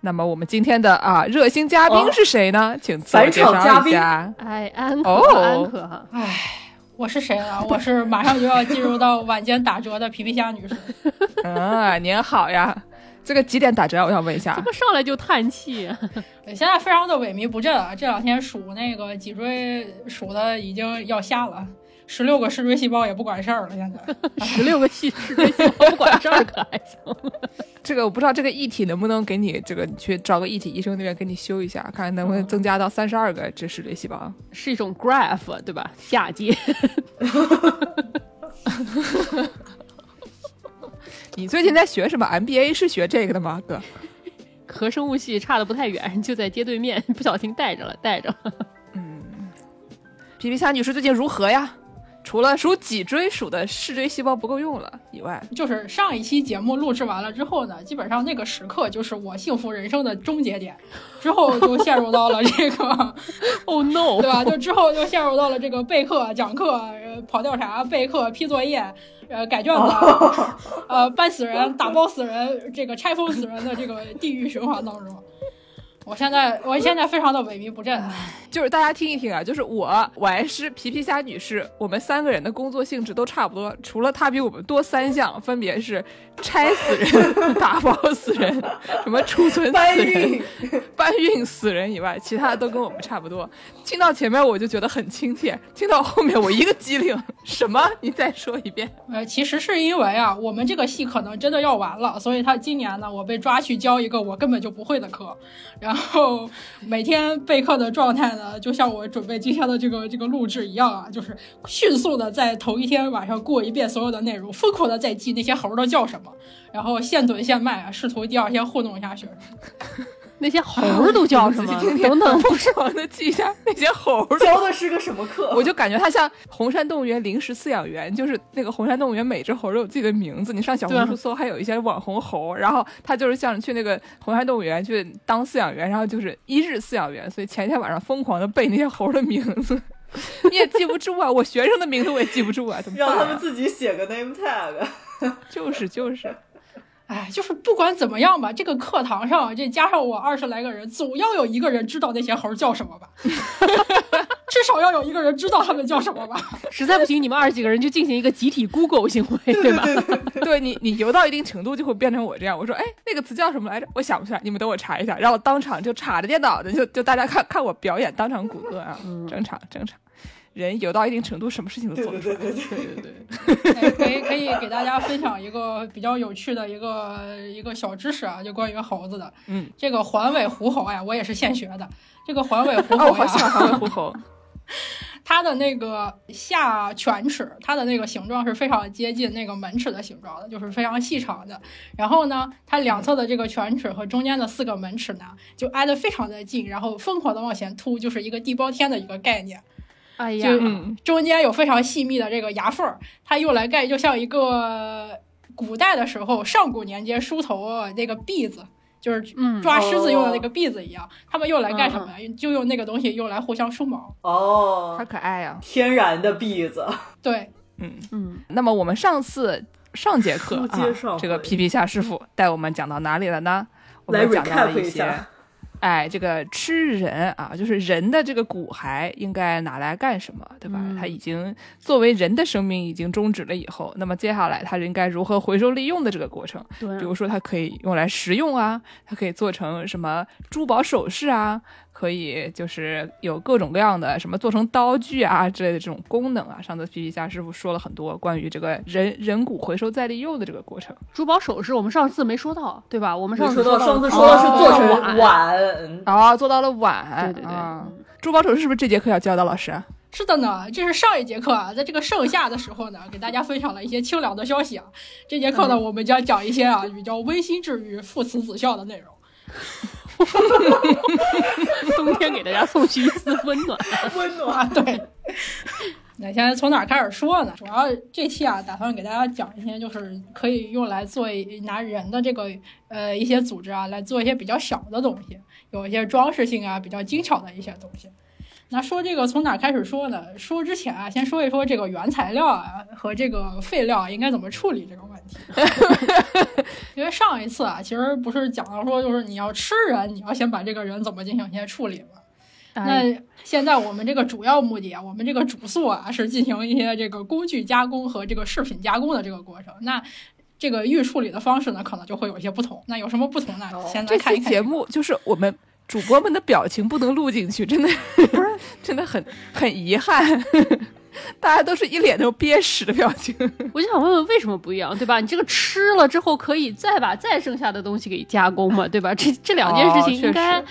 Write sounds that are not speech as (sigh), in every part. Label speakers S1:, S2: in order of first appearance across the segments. S1: 那么我们今天的啊热心嘉宾是谁呢？请自我
S2: 返
S1: 介
S2: 哦场嘉
S1: 绍一
S2: 宾
S1: 下。
S3: 哎，安可、
S1: 哦
S3: 安可，
S4: 我是谁啊？ (laughs) 我是马上就要进入到晚间打折的皮皮虾女士。 (laughs)
S1: 嗯，您好呀。这个几点打折啊？我想问一下
S3: 怎。
S2: 嗯
S3: 么上来就叹气？
S4: 现在非常的萎靡不振啊，这两天数那个脊椎数的已经要瞎了，十六个视锥细胞也不管事儿了。现在 (laughs)
S3: 十六个细十个细胞不管事儿可还行？
S1: 这个我不知道这个异体能不能给你这个，你去找个异体医生那边给你修一下，看看能不能增加到三十二个这视锥细胞。
S3: (laughs) 是一种 graph 对吧？下接
S1: 你最近在学什么？MBA 是学这个的吗，哥？
S3: (laughs) 和生物系差的不太远，就在街对面， (laughs) 不小心带着了，带着了。
S1: 皮皮虾女士最近如何呀？除了数脊椎数的视锥细胞不够用了以外，
S4: 就是上一期节目录制完了之后呢，基本上那个时刻就是我幸福人生的终结点，之后就陷入到了这个
S3: Oh no！
S4: 对吧？就之后就陷入到了这个备课、讲课、呃跑调查、备课、批作业、呃改卷子、呃搬死人、打包死人、这个拆封死人的这个地狱循环当中。我现在我现在非常的萎靡不振，啊
S1: 就是大家听一听啊，就是我、完师、皮皮虾女士，我们三个人的工作性质都差不多，除了她比我们多三项，分别是拆死人、打包死人、什么储存
S2: 搬
S1: 死人
S2: 运、
S1: 搬运死人以外，其他的都跟我们差不多。听到前面我就觉得很亲切，听到后面我一个机灵，什么？你再说一遍。
S4: 呃，其实是因为啊，我们这个系可能真的要完了，所以他今年呢，我被抓去教一个我根本就不会的课，然后每天备课的状态呢，就像我准备今天的这个这个录制一样啊，就是迅速的在头一天晚上过一遍所有的内容，疯狂的在记那些猴儿都叫什么，然后现怼现卖啊，试图第二天糊弄一下学生。
S3: 那些猴儿都叫 (laughs) 什么？
S1: 听听
S3: 等等，
S1: (laughs) 疯狂的记一下那些猴
S2: (laughs)
S1: 儿的
S2: 教的是个什么
S1: (laughs)
S2: 课？
S1: 我就感觉它像红山动物园临时饲养员，就是那个红山动物园每只猴儿都有自己的名字，你上小红书
S3: 对啊
S1: 搜还有一些网红猴，然后他就是像去那个红山动物园去当饲养员，然后就是一日饲养员，所以前一天晚上疯狂的背那些猴儿的名字， (laughs) 你也记不住啊，我学生的名字我也记不住啊，怎么办、
S2: 让
S1: 啊？
S2: 他们自己写个 name (laughs) tag。
S1: (laughs) 就是就是，
S4: 哎，就是不管怎么样吧，这个课堂上这加上我二十来个人，总要有一个人知道那些猴儿叫什么吧， (laughs) 至少要有一个人知道他们叫什么吧。
S3: 实在不行，你们二十几个人就进行一个集体 Google 行为，对吧？
S1: (laughs) 对你你游到一定程度就会变成我这样，我说哎那个词叫什么来着？我想不起来，你们等我查一下，然后当场就插着电脑的就就大家看 (laughs) 看我表演，当场谷歌啊，正常正常。人游到一定程度，什么事情都
S2: 对
S1: 做得
S2: 对
S1: 出来。
S2: 对对
S3: 对
S2: 对，
S3: 对对，
S4: 哎，可以可以给大家分享一个比较有趣的一个一个小知识啊，就关于猴子的。
S1: 嗯，
S4: 这个环尾狐猴呀，哎我也是现学的。这个环尾狐
S1: 哦，我
S4: 猴
S1: 好喜欢 (laughs)
S4: 呀，
S1: 韩文虎猴，
S4: 它的那个下犬齿，它的那个形状是非常接近那个门齿的形状的，就是非常细长的。然后呢，它两侧的这个犬齿和中间的四个门齿呢，就挨得非常的近，然后疯狂的往前凸，就是一个地包天的一个概念。
S3: 哎呀，
S4: 就
S1: 嗯，
S4: 中间有非常细密的这个牙缝儿，它用来盖就像一个古代的时候上古年间梳头那个篦子，就是
S3: 嗯
S4: 抓虱子用的那个篦子一样，他们用来干什么呀？就用那个东西用来互相梳毛。
S1: 好
S2: 哦，
S1: 可爱啊呀、
S2: 天然的篦子，
S4: 对，
S1: 嗯，
S3: 嗯，
S1: 那么我们上次上节课
S2: 书
S1: 啊
S2: 接上，
S1: 这个
S2: 回
S1: 皮皮虾师傅带我们讲到哪里了呢？我
S2: 来
S1: 们讲到
S2: recap
S1: 了
S2: 一
S1: 些。
S2: 下。
S1: 哎，这个吃人啊，就是人的这个骨骸应该拿来干什么，对吧？
S3: 嗯
S1: 它已经作为人的生命已经终止了以后，那么接下来它应该如何回收利用的这个过程？
S3: 对啊
S1: 比如说，它可以用来食用啊，它可以做成什么珠宝首饰啊，可以就是有各种各样的什么做成刀具啊之类的这种功能啊。上次皮皮虾师傅说了很多关于这个人人骨回收再利用的这个过程
S3: 珠宝首饰我们上次没说到，对吧？我们上
S2: 你
S3: 次
S2: 说到
S3: 到
S2: 上次说的是做
S3: 哦
S2: 成碗，嗯
S1: 啊，做到了碗，
S3: 对对对
S1: 啊珠宝首饰是不是这节课要教的老师？啊
S4: 是的呢，这是上一节课啊，在这个盛夏的时候呢，给大家分享了一些清凉的消息啊。这节课呢，我们将讲一些啊比较温馨治愈、父慈子孝的内容。
S3: (laughs) 冬天给大家送去一丝温暖。
S2: 温暖。哦
S4: 啊，对，那现在从哪儿开始说呢？主要这期啊，打算给大家讲一些，就是可以用来做一拿人的这个呃一些组织啊，来做一些比较小的东西，有一些装饰性啊，比较精巧的一些东西。那说这个从哪儿开始说呢？说之前啊，先说一说这个原材料啊和这个废料啊应该怎么处理这个问题。 (laughs) 因为上一次啊，其实不是讲到说，就是你要吃人，你要先把这个人怎么进行一些处理嘛。
S1: 哎
S4: 那现在我们这个主要目的啊，我们这个主诉啊是进行一些这个工具加工和这个饰品加工的这个过程。那这个预处理的方式呢，可能就会有一些不同。那有什么不同呢？先来
S1: 哦这
S4: 看一
S1: 期
S4: 看
S1: 节目就是我们主播们的表情不能录进去，真的 (laughs) 真的很很遗憾， (laughs) 大家都是一脸那种憋屎的表情。
S3: 我就想问问为什么不一样，对吧？你这个吃了之后，可以再把再剩下的东西给加工嘛，对吧？这这两件事
S1: 哦
S3: 情应该
S1: 确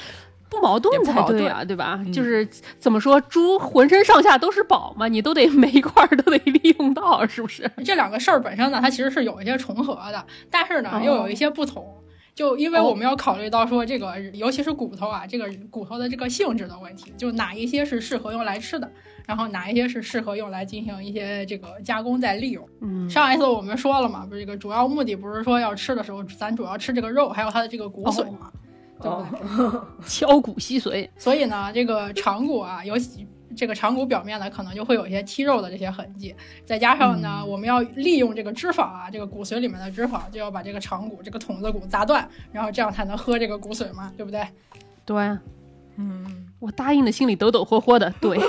S3: 不矛盾
S1: 也不
S3: 才
S1: 矛盾
S3: 对啊，对吧？
S1: 嗯
S3: 就是怎么说，猪浑身上下都是宝嘛，你都得每一块儿都得利用到，是不是？ (laughs)
S4: 这两个事儿本身呢，它其实是有一些重合的，但是呢
S3: 哦
S4: 又有一些不同。就因为我们要考虑到说这个，尤其是骨头啊，这个骨头的这个性质的问题，就哪一些是适合用来吃的，然后哪一些是适合用来进行一些这个加工再利用。
S3: 嗯，
S4: 上一次我们说了嘛，不是这个主要目的不是说要吃的时候，咱主要吃这个肉，还有它的这个
S3: 哦
S4: 骨髓嘛，对不对？
S3: 敲骨吸髓，
S4: 所以呢，这个长骨啊，尤其这个长骨表面呢，可能就会有一些剔肉的这些痕迹，再加上呢，我们要利用这个脂肪啊，这个骨髓里面的脂肪，就要把这个长骨、这个筒子骨砸断，然后这样才能喝这个骨髓嘛，对不对？
S3: 对啊、
S1: 嗯，
S3: 我答应的心里抖抖霍霍的，
S1: (laughs)
S3: 对，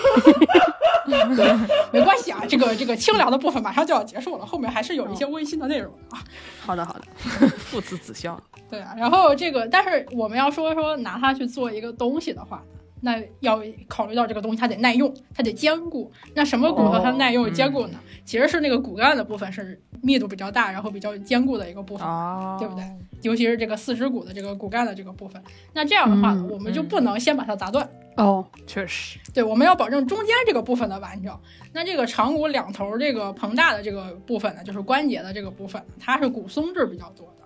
S4: 没关系啊，这个这个清凉的部分马上就要结束了，后面还是有一些温馨的内容啊。
S3: 好的好的，
S1: 父慈子孝，
S4: 对啊，然后这个，但是我们要说说拿它去做一个东西的话，那要考虑到这个东西它得耐用，它得坚固。那什么骨头它耐用、
S1: 哦
S4: 坚固呢？其实是那个骨干的部分是密度比较大，然后比较坚固的一个部分，
S1: 哦，
S4: 对不对？尤其是这个四肢骨的这个骨干的这个部分。那这样的话呢，
S3: 嗯
S4: 我们就不能先把它砸断。
S3: 哦，
S1: 确实，
S4: 对，我们要保证中间这个部分的完整。那这个长骨两头这个膨大的这个部分呢，就是关节的这个部分，它是骨松质比较多的。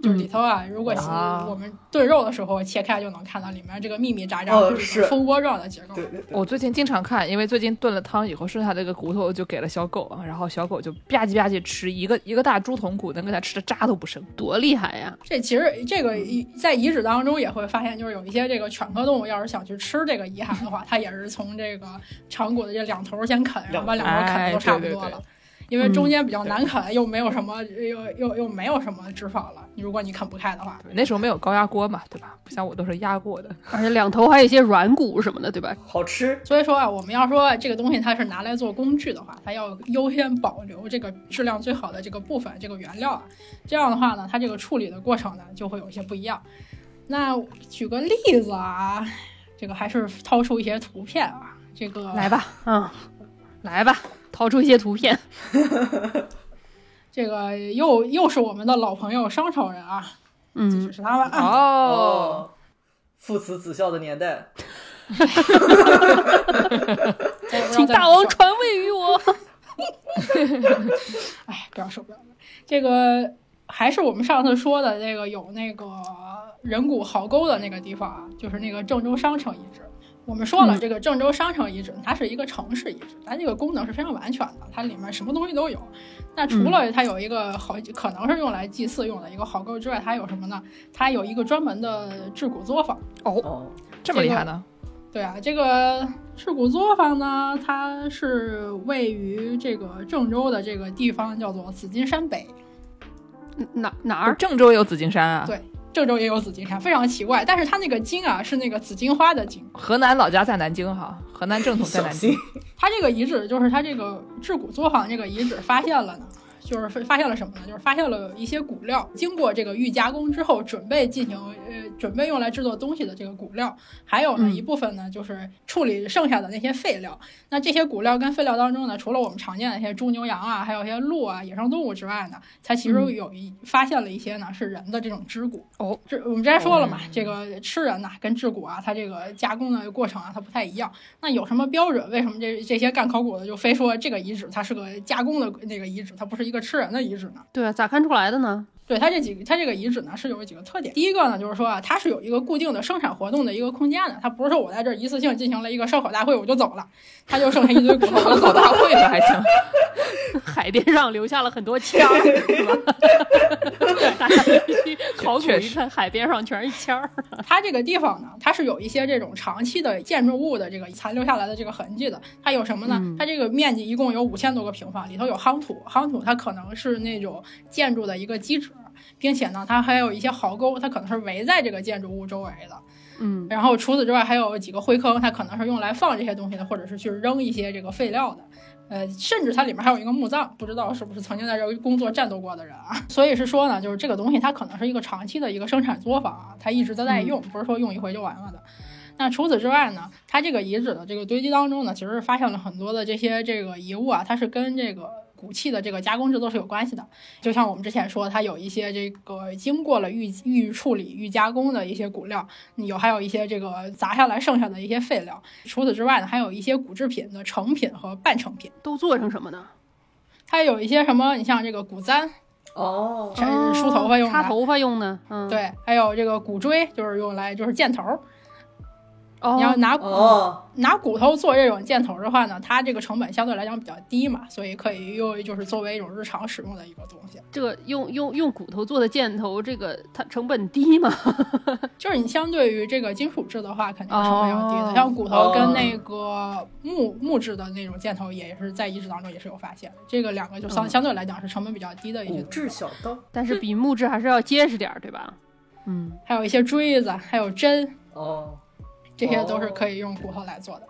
S4: 就是里头啊，如果是
S1: 啊
S4: 我们炖肉的时候切开就能看到里面这个密密匝匝，
S2: 哦
S4: 就是一个蜂窝状的结构。
S2: 对对对，
S1: 我最近经常看，因为最近炖了汤以后，剩下这个骨头就给了小狗，啊然后小狗就吧唧吧唧吃一个一个大猪筒骨，能给它吃的渣都不剩。
S3: (laughs) 多厉害呀！
S4: 这其实这个遗在遗址当中也会发现，就是有一些这个犬科动物要是想去吃这个遗骸的话，它也是从这个长骨的这两头先啃，然后把两头啃的都差不多
S1: 哎对对
S4: 了
S1: 对。
S4: 因为中间比较难啃，又没有什么，又又又没有什么脂肪了。如果你啃不开的话，
S1: 对那时候没有高压锅嘛，对吧？不像我都是压过的。
S3: 而且两头还有一些软骨什么的，对吧？
S2: 好吃。
S4: 所以说啊，我们要说这个东西它是拿来做工具的话，它要优先保留这个质量最好的这个部分，这个原料啊。这样的话呢，它这个处理的过程呢就会有一些不一样。那举个例子啊，这个还是掏出一些图片啊，这个
S3: 来 (laughs) 吧，嗯，来吧，掏出一些图片，
S4: 这个又又是我们的老朋友商朝人啊，
S3: 嗯，
S4: 是他们啊。
S1: 哦，，
S2: 父慈子孝的年代，
S3: 请
S4: 再也不知道在哪
S3: 大
S4: 儿
S3: 王
S4: 找
S3: 传位于我。
S4: 哎，不要说不要说，这个还是我们上次说的那个有那个人骨壕沟的那个地方啊，就是那个郑州商城遗址。我们说了，
S3: 嗯
S4: 这个郑州商城遗址它是一个城市遗址，它这个功能是非常完全的，它里面什么东西都有。那除了它有一个好，可能是用来祭祀用的一个壕沟之外，它还有什么呢？它有一个专门的制骨作坊。
S2: 哦，
S1: 这么厉害呢？
S4: 对啊，这个赤骨作坊呢，它是位于这个郑州的这个地方叫做紫金山北，
S3: 哪哪
S1: 不是
S3: 儿？
S1: 郑州有紫金山啊，
S4: 对郑州也有紫金山，非常奇怪。但是它那个金啊，是那个紫金花的金。
S1: 河南老家在南京哈，河南正统在
S2: 小
S1: 南京 (laughs)
S2: 心。
S4: 它这个遗址就是它这个制骨作坊这个遗址发现了呢，就是发现了什么呢？就是发现了一些骨料，经过这个预加工之后，准备进行呃准备用来制作东西的这个骨料，还有呢
S3: 嗯
S4: 一部分呢就是处理剩下的那些废料。那这些骨料跟废料当中呢，除了我们常见的一些猪牛羊啊，还有一些鹿啊、野生动物之外呢，它其实
S3: 嗯
S4: 有一发现了一些呢是人的这种肢骨。
S3: 哦，
S4: 这我们之前说了嘛，这个吃人呐、跟制骨啊，它这个加工的过程啊，它不太一样。那有什么标准？为什么这这些干考古的就非说这个遗址它是个加工的那个遗址，它不是一个吃人的遗址呢？
S3: 对啊，咋看出来的呢？
S4: 对它这几个，它这个遗址呢是有几个特点。第一个呢，就是说啊，它是有一个固定的生产活动的一个空间的，它不是说我在这儿一次性进行了一个烧烤大会我就走了，它就剩下一堆骨头
S1: 烧烤大会了还行，
S3: 海边上留下了很多枪，
S4: (laughs)
S3: 是吧？ (laughs) 大家必须考古
S1: 确
S3: 一
S1: 实
S3: 看，海边上全是枪儿。
S4: 它这个地方呢，它是有一些这种长期的建筑物的这个残留下来的这个痕迹的。它有什么呢？它这个面积一共有五千多个平方，里头有夯土，夯土它可能是那种建筑的一个基址，并且呢，它还有一些壕沟，它可能是围在这个建筑物周围的。
S3: 嗯，
S4: 然后除此之外，还有几个灰坑，它可能是用来放这些东西的，或者是去扔一些这个废料的。呃，甚至它里面还有一个墓葬，不知道是不是曾经在这儿工作战斗过的人啊。 (laughs) 所以是说呢，就是这个东西它可能是一个长期的一个生产作坊啊，它一直都在用，不是说用一回就完了的。那除此之外呢，它这个遗址的这个堆积当中呢，其实是发现了很多的这些这个遗物啊，它是跟这个骨器的这个加工制作是有关系的。就像我们之前说，它有一些这个经过了预预处理、预加工的一些骨料，有还有一些这个砸下来剩下的一些废料。除此之外呢，还有一些骨制品的成品和半成品，
S3: 都做成什么呢？
S4: 它有一些什么，你像这个骨簪，
S2: 哦，
S4: 这是梳头发用的，
S3: 擦嗯头发用的。嗯，，
S4: 对，还有这个骨锥，就是用来就是箭头儿。你要
S3: 哦，
S4: 拿骨、
S2: 哦，
S4: 拿骨头做这种箭头的话呢，它这个成本相对来讲比较低嘛，所以可以用于就是作为一种日常使用的一个东西。
S3: 这个用用用骨头做的箭头，这个它成本低 (laughs) 嘛？
S4: 就是你相对于这个金属制的话，肯定成本要低的。
S3: 哦
S4: 像骨头跟那个木、木质的那种箭头，也是在遗址当中也是有发现的。这个两个就相、
S3: 嗯
S4: 相对来讲是成本比较低的一些
S2: 骨
S4: 东西
S2: 质小刀，
S3: 但是比木质还是要结实点儿，对吧？嗯，
S4: 还有一些锥子，还有针，
S2: 哦，
S4: 这些都是可以用骨头来做的。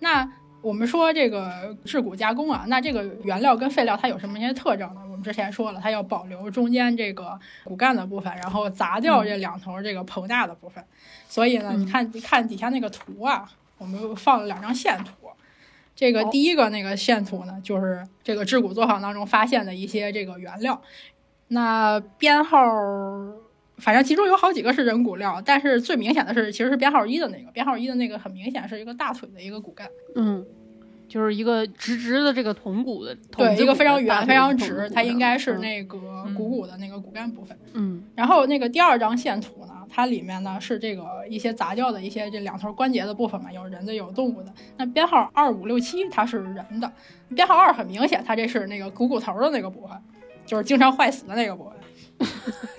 S4: 那我们说这个制骨加工啊，那这个原料跟废料它有什么一些特征呢？我们之前说了，它要保留中间这个骨干的部分，然后砸掉这两头这个膨大的部分。所以呢，
S3: 嗯
S4: 你看你看底下那个图啊，我们放了两张线图。这个第一个那个线图呢，就是这个制骨作坊当中发现的一些这个原料，那编号反正其中有好几个是人骨料，但是最明显的是其实是编号一的那个，编号一的那个很明显是一个大腿的一个骨干，
S3: 嗯，就是一个直直的这个筒骨的，筒
S4: 对，
S3: 子
S4: 一个
S3: 骨
S4: 非常
S3: 的大腿
S4: 圆、非常
S3: 的筒
S4: 直，
S3: 骨
S4: 它
S3: 的
S4: 应该是
S3: 嗯
S4: 那个股骨的那个骨干部分。 (laughs)
S3: 嗯
S4: 然后那个第二张线图呢，它里面呢是这个一些杂交的一些这两头关节的部分嘛，有人的，有动物的。那编号二五六七它是人的，编号二很明显，它这是那个股骨头的那个部分，就是经常坏死的那个部分。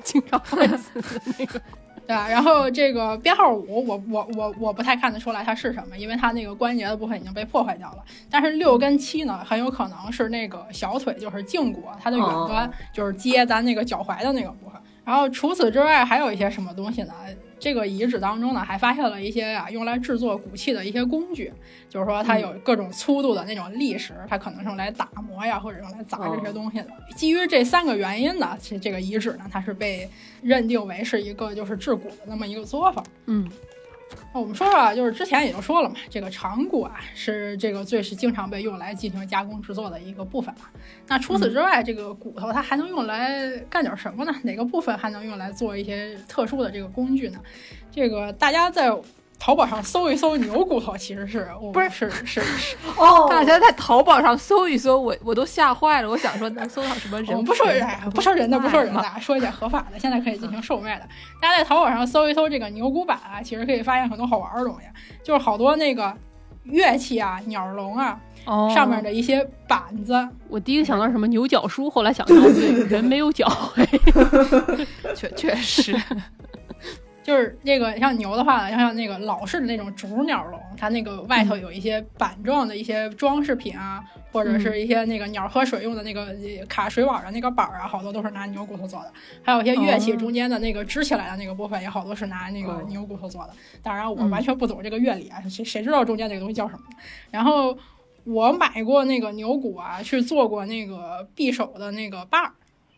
S3: 经 (laughs) 常坏死的那个。
S4: 对啊，然后这个编号五，我我我我不太看得出来它是什么，因为它那个关节的部分已经被破坏掉了。但是六跟七呢，很有可能是那个小腿，就是胫骨，它的远端就是接咱那个脚踝的那个部分。然后除此之外，还有一些什么东西呢？这个遗址当中呢，还发现了一些啊用来制作骨器的一些工具，就是说它有各种粗度的那种砾石，它可能是用来打磨呀，或者用来砸这些东西的。基于这三个原因呢，这这个遗址呢，它是被认定为是一个就是制骨的那么一个作坊。
S3: 嗯，
S4: 那我们说说啊，就是之前也就说了嘛，这个长骨啊是这个最是经常被用来进行加工制作的一个部分嘛。那除此之
S1: 嗯
S4: 外，这个骨头它还能用来干点什么呢？哪个部分还能用来做一些特殊的这个工具呢？这个大家在淘宝上搜一搜牛骨头，其实是我
S1: 不是
S4: 是
S1: (laughs)
S4: 是是，
S2: 哦，
S1: 大家在淘宝上搜一搜，我我都吓坏了，我想说能搜到什么
S4: 我
S1: 人？哎
S4: 们哦不说人，不说人的，不说人的
S1: 卖
S4: 啊，说一点合法的，现在可以进行售卖的。大家在淘宝上搜一搜这个牛骨板啊，其实可以发现很多好玩的东西，就是好多那个乐器啊、鸟笼啊，
S3: 哦，
S4: 上面的一些板子，
S3: 我第一个想到是什么牛角梳，后来想到对人没有脚，
S1: 确确
S4: (laughs)
S1: 实，
S4: 就是那个像牛的话，像像那个老式的那种竹鸟笼，它那个外头有一些板状的一些装饰品啊，或者是一些那个鸟喝水用的那个呃卡水碗的那个板儿啊，好多都是拿牛骨头做的。还有一些乐器
S3: 哦
S4: 中间的那个支起来的那个部分，也好多是拿那个
S2: 哦
S4: 牛骨头做的。当然，我
S3: 嗯
S4: 完全不懂这个乐理啊，谁谁知道中间这个东西叫什么？然后我买过那个牛骨啊，去做过那个匕首的那个把儿。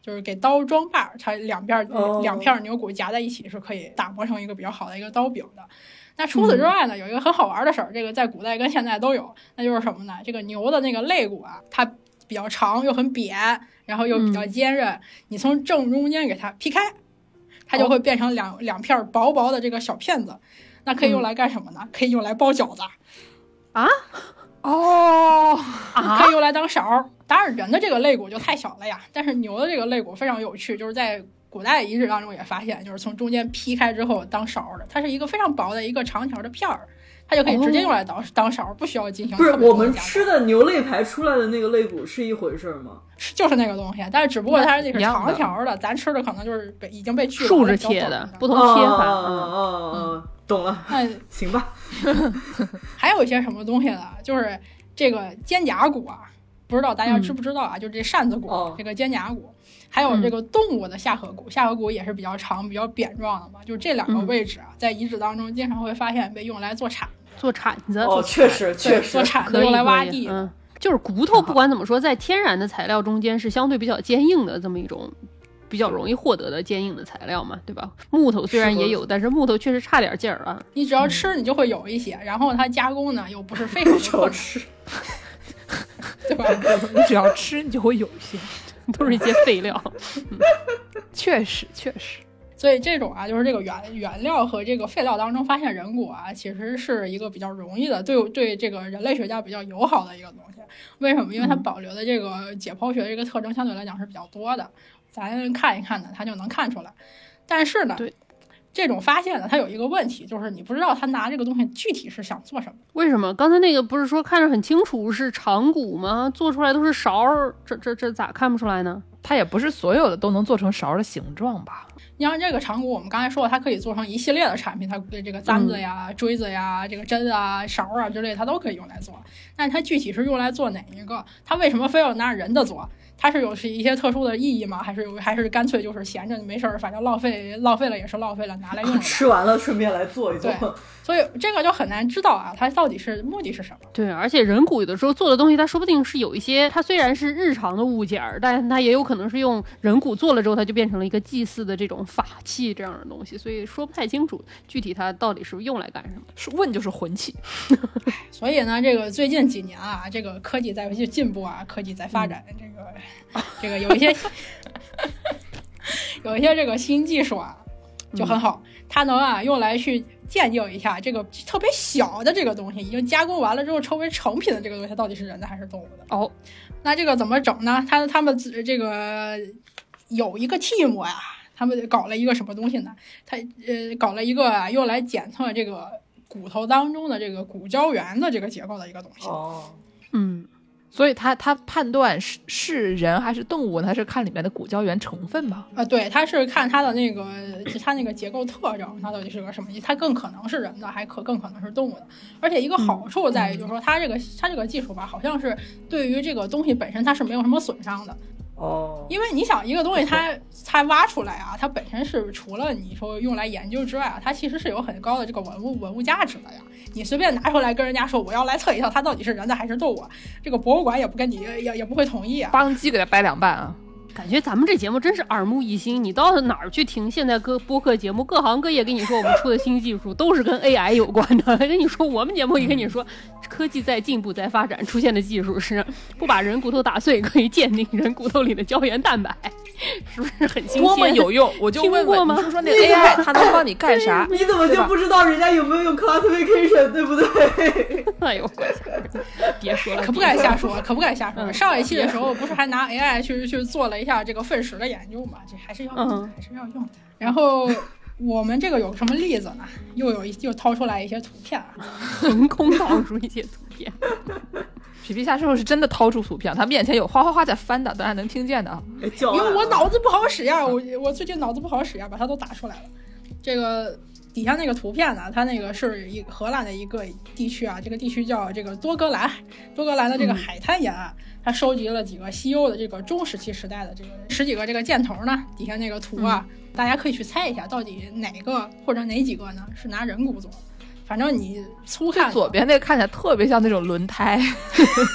S4: 就是给刀装把儿，它两边、
S2: 哦
S4: 两片牛嗯骨夹在一起是可以打磨成一个比较好的一个刀柄的。那除此之外呢，有一个很好玩的事儿，这个在古代跟现在都有，那就是什么呢？这个牛的那个肋骨啊，它比较长又很扁，然后又比较坚韧，你从正中间给它劈开，它就会变成两、两片儿薄薄的这个小片子。那可以用来干什么呢？可以用来包饺子，
S1: 哦， (laughs)
S3: 啊
S4: 可以用来当勺儿。当然，人的这个肋骨就太小了呀，但是牛的这个肋骨非常有趣，就是在古代遗址当中也发现，就是从中间劈开之后当勺的，它是一个非常薄的一个长条的片儿，它就可以直接用来当、
S3: 哦
S4: 当勺，不需要进行
S2: 不是
S4: 特别多
S2: 我们
S4: 加工
S2: 吃的牛肋排出来的那个肋骨是一回事儿吗？
S4: 是就是那个东西，啊但是只不过它是那
S1: 一
S4: 个
S1: 样
S4: 长
S1: 的
S4: 条的，咱吃的可能就是被已经被去
S3: 竖
S4: 完了
S3: 着
S4: 比较
S3: 切
S4: 短
S3: 的，不
S4: 不
S3: 同切
S2: 啊
S3: 法。
S2: 啊
S3: 嗯
S2: 啊啊！懂了，
S4: 那
S2: 行吧。
S4: 还有一些什么东西呢？就是这个肩胛骨啊，不知道大家
S3: 嗯
S4: 知不知道啊？就是这扇子骨、
S2: 哦
S4: 这个肩胛骨，还有
S3: 嗯
S4: 这个动物的下颌骨，下颌骨也是比较长、比较扁状的嘛。就是这两个
S3: 嗯
S4: 位置啊，在遗址当中经常会发现被用来做铲子，
S3: 做铲子，
S2: 哦，
S3: 做
S2: 确实
S4: 对
S2: 确实
S4: 做，铲
S3: 可
S4: 子
S3: 以
S4: 用来挖
S3: 可以
S4: 地。
S3: 嗯，就是骨头，不管怎么说，在天然的材料中间是相对比较坚硬的这么一种。比较容易获得的坚硬的材料嘛，对吧？木头虽然
S2: 是的
S3: 也有，但是木头确实差点劲儿啊。 (laughs)
S4: 你只要吃，你就会有一些，然后它加工呢又不
S3: (laughs)
S4: 是非常的
S2: 少
S4: 困难，
S2: 吃。
S4: 对吧？
S1: 你只要吃，你就会有一些。
S3: 都是一些废料。嗯
S1: 确实，确实，
S4: 所以这种啊，就是这个原原料和这个废料当中发现人骨啊，其实是一个比较容易的，对对这个人类学家比较友好的一个东西。为什么？因为它保留的这个解剖学的这个特征相对来讲是比较多的，咱看一看呢，它就能看出来。但是呢，
S3: 对
S4: 这种发现呢，它有一个问题，就是你不知道他拿这个东西具体是想做什么。
S3: 为什么刚才那个不是说看着很清楚是长骨吗？做出来都是勺儿，这这这咋看不出来呢？
S1: 它也不是所有的都能做成勺的形状吧？
S4: 你像这个长骨，我们刚才说了，它可以做成一系列的产品，它这个簪子呀、锥子呀、这个针啊、勺啊之类，它都可以用来做。但它具体是用来做哪一个？它为什么非要拿人的做？它是有是一些特殊的意义吗？还是有还是干脆就是闲着没事儿，反正浪费浪费了也是浪费了，拿来用吧。
S2: 吃完了顺便来做一做。
S4: 对 (laughs) 所以这个就很难知道啊，它到底是目的是什么。
S3: 对，而且人骨有的时候做的东西，它说不定是有一些，它虽然是日常的物件儿，但它也有可能是用人骨做了之后，它就变成了一个祭祀的这种法器这样的东西，所以说不太清楚具体它到底是用来干什么。
S1: 是问就是魂器，
S4: 所以呢，这个最近几年啊，这个科技在就进步啊，科技在发展，这个这个有一些有一些这个新技术啊，就很好，它能啊用来去鉴定一下这个特别小的这个东西，已经加工完了之后成为成品的这个东西，它到底是人的还是动物的。
S3: 哦，
S4: 那这个怎么整呢？他他们自这个有一个 team 呀、他们搞了一个什么东西呢？他呃搞了一个啊用来检测这个骨头当中的这个骨胶原的这个结构的一个东西。
S2: 哦，
S3: 嗯，
S1: 所以它它判断是是人还是动物，它是看里面的骨胶原成分吧？
S4: 啊，对，它是看它的那个它那个结构特征，它到底是个什么？它更可能是人的，还可更可能是动物的。而且一个好处在于，就是说它这个它这个技术吧，好像是对于这个东西本身它是没有什么损伤的。
S2: 哦，
S4: 因为你想一个东西它它挖出来啊，它本身是除了你说用来研究之外啊，它其实是有很高的这个文物文物价值的呀。你随便拿出来跟人家说我要来测一下它到底是人的还是动物啊，这个博物馆也不跟你也也不会同意啊。
S1: 邦基给它掰两半啊！
S3: 感觉咱们这节目真是耳目一新。你到哪儿去听现在各播客节目，各行各业跟你说我们出的新技术都是跟 AI 有关的，跟你说我们节目也跟你说科技在进步在发展，出现的技术是不把人骨头打碎可以鉴定人骨头里的胶原蛋白，是不是很新鲜？
S1: 多么有用！我就
S4: (laughs)
S3: 听
S1: 问
S3: 过
S1: 问，
S3: 吗
S1: 你说说那 AI 它能帮你干啥？
S2: 你怎么
S1: 对
S2: 就
S1: 吧
S2: 不知道人家有没有用 classification，对不对？
S3: 哎呦，乖小孩儿别说了，
S4: 可不
S3: 别
S4: 敢
S3: 说了
S4: 瞎说，可不敢瞎
S3: 嗯
S4: 说。上一期的时候不是还拿 AI 去去做了一下这个粪石的研究嘛？这还是要用的
S3: 嗯，
S4: 还是要用的。然后我们这个有什么例子呢？又有一又掏出来一些图片啊，
S3: 凭空tạo出一些图片。
S1: 皮皮虾是不是真的掏出图片？他面前有哗哗哗在翻的，大家能听见的啊！
S2: 哎叫
S4: 因
S2: 来
S4: 为我
S2: 了
S4: 脑子不好使呀，我我最近脑子不好使呀，把它都打出来了。这个底下那个图片呢，它那个是一荷兰的一个地区啊，这个地区叫这个多格兰，多格兰的这个海滩沿岸，它收集了几个西欧的这个中石器时代的这个十几个这个箭头呢，底下那个图啊，大家可以去猜一下，到底哪个或者哪几个呢是拿人骨做的。反正你粗看
S1: 左边那个看起来特别像那种轮胎。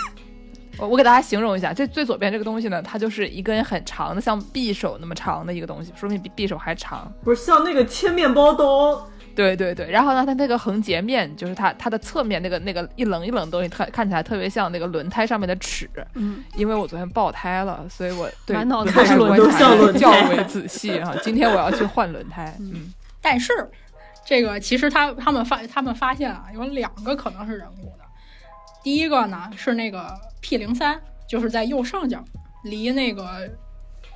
S1: (laughs) 我我给大家形容一下，这最左边这个东西呢，它就是一根很长的，像匕首那么长的一个东西，说明比匕首还长。
S2: 不是像那个切面包刀，
S1: 对对对，然后呢，它那个横截面就是它它的侧面那个那个一棱一棱的东西，它看起来特别像那个轮胎上面的齿。
S3: 嗯，
S1: 因为我昨天爆胎了，所以我对
S3: 满脑子
S1: 胎
S3: 都是轮
S1: 观
S3: 胎
S1: 察得较
S2: 像轮
S1: 为仔细啊。今天我要去换轮胎，嗯，
S4: 但是，这个其实他他们发他们发现啊，有两个可能是人骨的。第一个呢是那个 P 零三，就是在右上角，离那个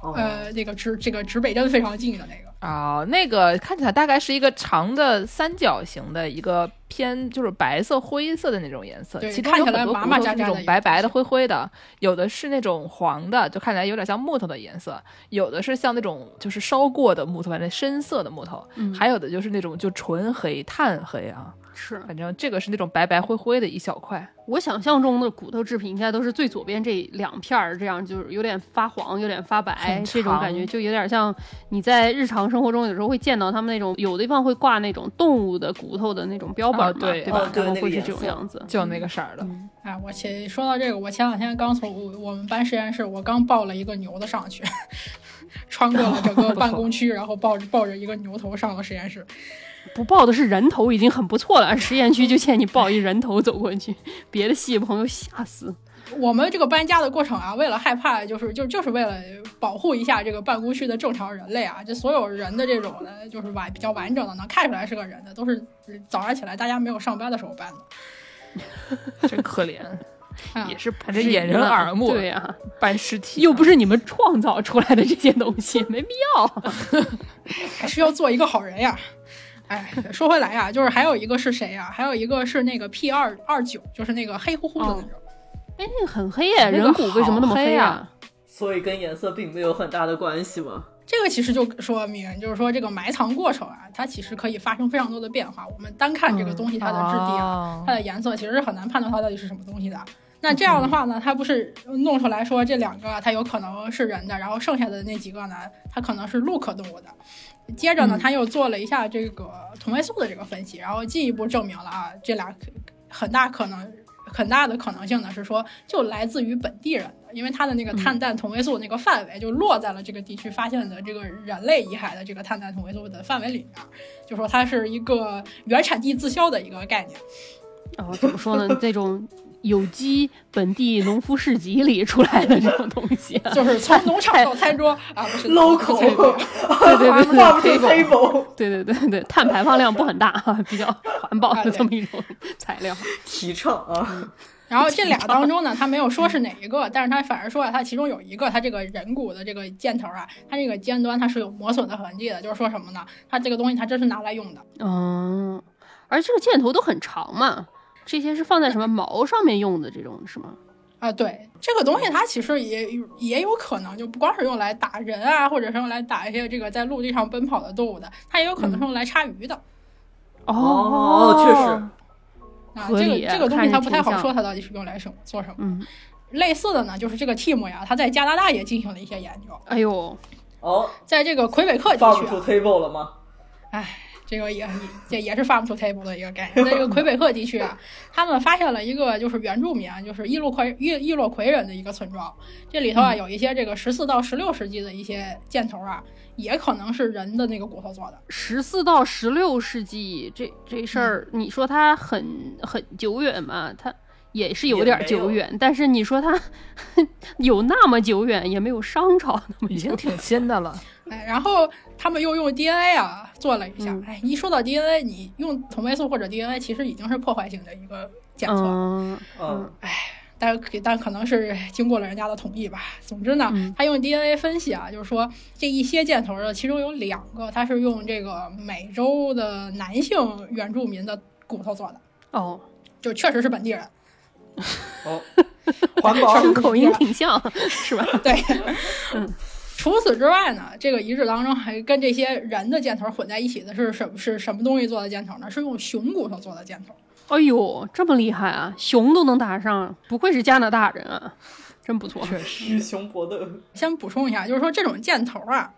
S2: 哦
S4: 呃，那个指这个指北针非常近的那个。
S1: 哦，那个看起来大概是一个长的三角形的一个偏就是白色灰色的那种颜色，
S4: 对
S1: 其中
S4: 看
S1: 有
S4: 起
S1: 很
S4: 来
S1: 多
S4: 麻
S1: 骨
S4: 麻
S1: 头
S4: 扎
S1: 是那
S4: 扎的
S1: 种
S4: 一
S1: 白
S4: 个
S1: 白的
S4: 东
S1: 灰灰的，有的是那种黄的，就看起来有点像木头的颜色，有的是像那种就是烧过的木头，反正深色的木头，
S3: 嗯
S1: 还有的就是那种就纯黑炭黑啊，
S3: 是
S1: 反正这个是那种白白灰灰的一小块。
S3: 我想象中的骨头制品，应该都是最左边这两片儿，这样就是有点发黄，有点发白
S1: 很，
S3: 这种感
S1: 长
S3: 觉就有点像你在日常生活中有时候会见到他们那种，有的地方会挂那种动物的骨头的那种标本嘛，
S1: 哦对
S3: 吧？
S2: 哦对
S3: 然后
S2: 那个
S3: 会是
S2: 颜
S3: 这种
S2: 色
S3: 样子。
S1: 就那个色儿的，
S4: 哎，我前说到这个，我前两天刚从我我们班实验室，我刚抱了一个牛的上去， (laughs) 穿过了整个办公区，然后抱着抱着一个牛头上了实验室。
S3: 不抱的是人头已经很不错了，实验区就欠你抱一人头走过去，别的系朋友吓死。
S4: 我们这个搬家的过程啊，为了害怕，就是就就是为了保护一下这个办公区的正常人类啊，就所有人的这种的，就是完比较完整的，能看出来是个人的，都是早上起来大家没有上班的时候搬的。
S1: 真可怜，
S4: 啊
S1: 也是反正掩人耳目，
S3: 对呀、啊
S1: 搬尸体
S3: 又不
S1: 是
S3: 是你们创造出来的这些东 (laughs) 西，没必要。
S4: 还是要做一个好人呀。哎，说回来呀，就是还有一个是谁呀？还有一个是那个 P 二二九，就是那个黑乎乎的那种。
S1: 哦
S3: 哎，那个很黑耶，
S1: 那个
S3: 人骨为什么那么
S1: 好黑
S3: 呀、
S1: 啊
S2: 所以跟颜色并没有很大的关系嘛。
S4: 这个其实就说明，就是说这个埋藏过程啊，它其实可以发生非常多的变化。我们单看这个东西它的质地啊， (laughs)
S1: 啊
S4: 它的颜色，其实是很难判断它到底是什么东西的。那这样的话呢，它不是弄出来说这两个它有可能是人的，然后剩下的那几个呢，它可能是鹿科动物的。接着呢，他又做了一下这个同位素的这个分析，然后进一步证明了啊，这俩很大可能很大的可能性呢是说就来自于本地人的，因为它的那个碳氮同位素那个范围就落在了这个地区发现的这个人类遗骸的这个碳氮同位素的范围里面，就说它是一个原产地自销的一个概念。
S3: 然哦后怎么说呢？这种有机本地农夫市集里出来的这种东 (laughs) 西、啊，
S4: 就是从农场到餐桌啊，不是
S2: Local
S4: 对对
S3: 对
S4: 对
S3: 对对
S2: 放不
S3: 对
S2: 出 table，
S3: 对对对对，碳排放量不很大啊， (laughs) 比较环保
S4: 啊
S3: 的
S4: 对
S3: 这么一种材料。
S2: 提倡啊，
S4: 然后这俩当中呢，他没有说是哪一个，但是他反而说啊，他其中有一个，他这个人骨的这个箭头啊，它这个尖端它是有磨损的痕迹的，就是说什么呢？它这个东西它真是拿来用的。
S3: (laughs) 嗯，而这个箭头都很长嘛，这些是放在什么毛上面用的这种是吗？
S4: 啊，对，这个东西它其实也也有可能就不光是用来打人啊，或者是用来打一些这个在陆地上奔跑的动物的，它也有可能
S3: 嗯
S4: 是用来叉鱼的。
S2: 哦确实，
S4: 啊，
S3: 合
S4: 这
S3: 理
S4: 个这个东西它不
S3: 看着挺
S4: 太好
S3: 像
S4: 说它到底是用来什么做什么。
S3: 嗯，
S4: 类似的呢，就是这个 team 呀，它在加拿大也进行了一些研究，
S3: 哎呦，
S2: 哦，
S4: 在这个魁北克地
S2: 放
S4: 区、
S2: 不出
S4: 啊，
S2: table 了吗？
S4: 哎，这个也也也是 farm to table 的一个概念。在这个魁北克地区
S2: (laughs)
S4: 啊，他们发现了一个就是原住民啊，就是易洛魁易易洛魁人的一个村庄，这里头
S2: 嗯
S4: 啊有一些这个十四到十六世纪的一些箭头啊，也可能是人的那个骨头做的。
S3: 十四到十六世纪这这事儿，你说它很很久远嘛？它也是有
S2: 也
S3: 点儿
S2: 没
S3: 久
S2: 有
S3: 远，但是你说它 (laughs) 有那么久远，也没有商朝那么
S1: 已
S3: 久
S1: 经。挺新的了。
S4: 哎，然后他们又用 DNA 啊做了一下
S3: 嗯。
S4: 哎，一说到 DNA，你用同位素或者 DNA 其实已经是破坏性的一个检测了。
S2: 哦
S3: 嗯，
S2: 嗯，
S4: 但可但可能是经过了人家的同意吧。总之呢，
S3: 嗯
S4: 他用 DNA 分析啊，就是说这一些箭头的其中有两个，它是用这个美洲的男性原住民的骨头做的，
S3: 哦，
S4: 就确实是本地人。
S2: 哦，环保
S3: 听口音挺像， (laughs) 是吧？
S4: 对，除此之外呢，这个遗址当中还跟这些人的箭头混在一起的是什么？是什么东西做的箭头呢？是用熊骨头做的箭头。
S3: 哎呦，这么厉害啊！熊都能打上，不愧是加拿大人啊，真不错。
S1: 确实，
S2: 与熊搏斗，
S4: 先补充一下，就是说这种箭头啊，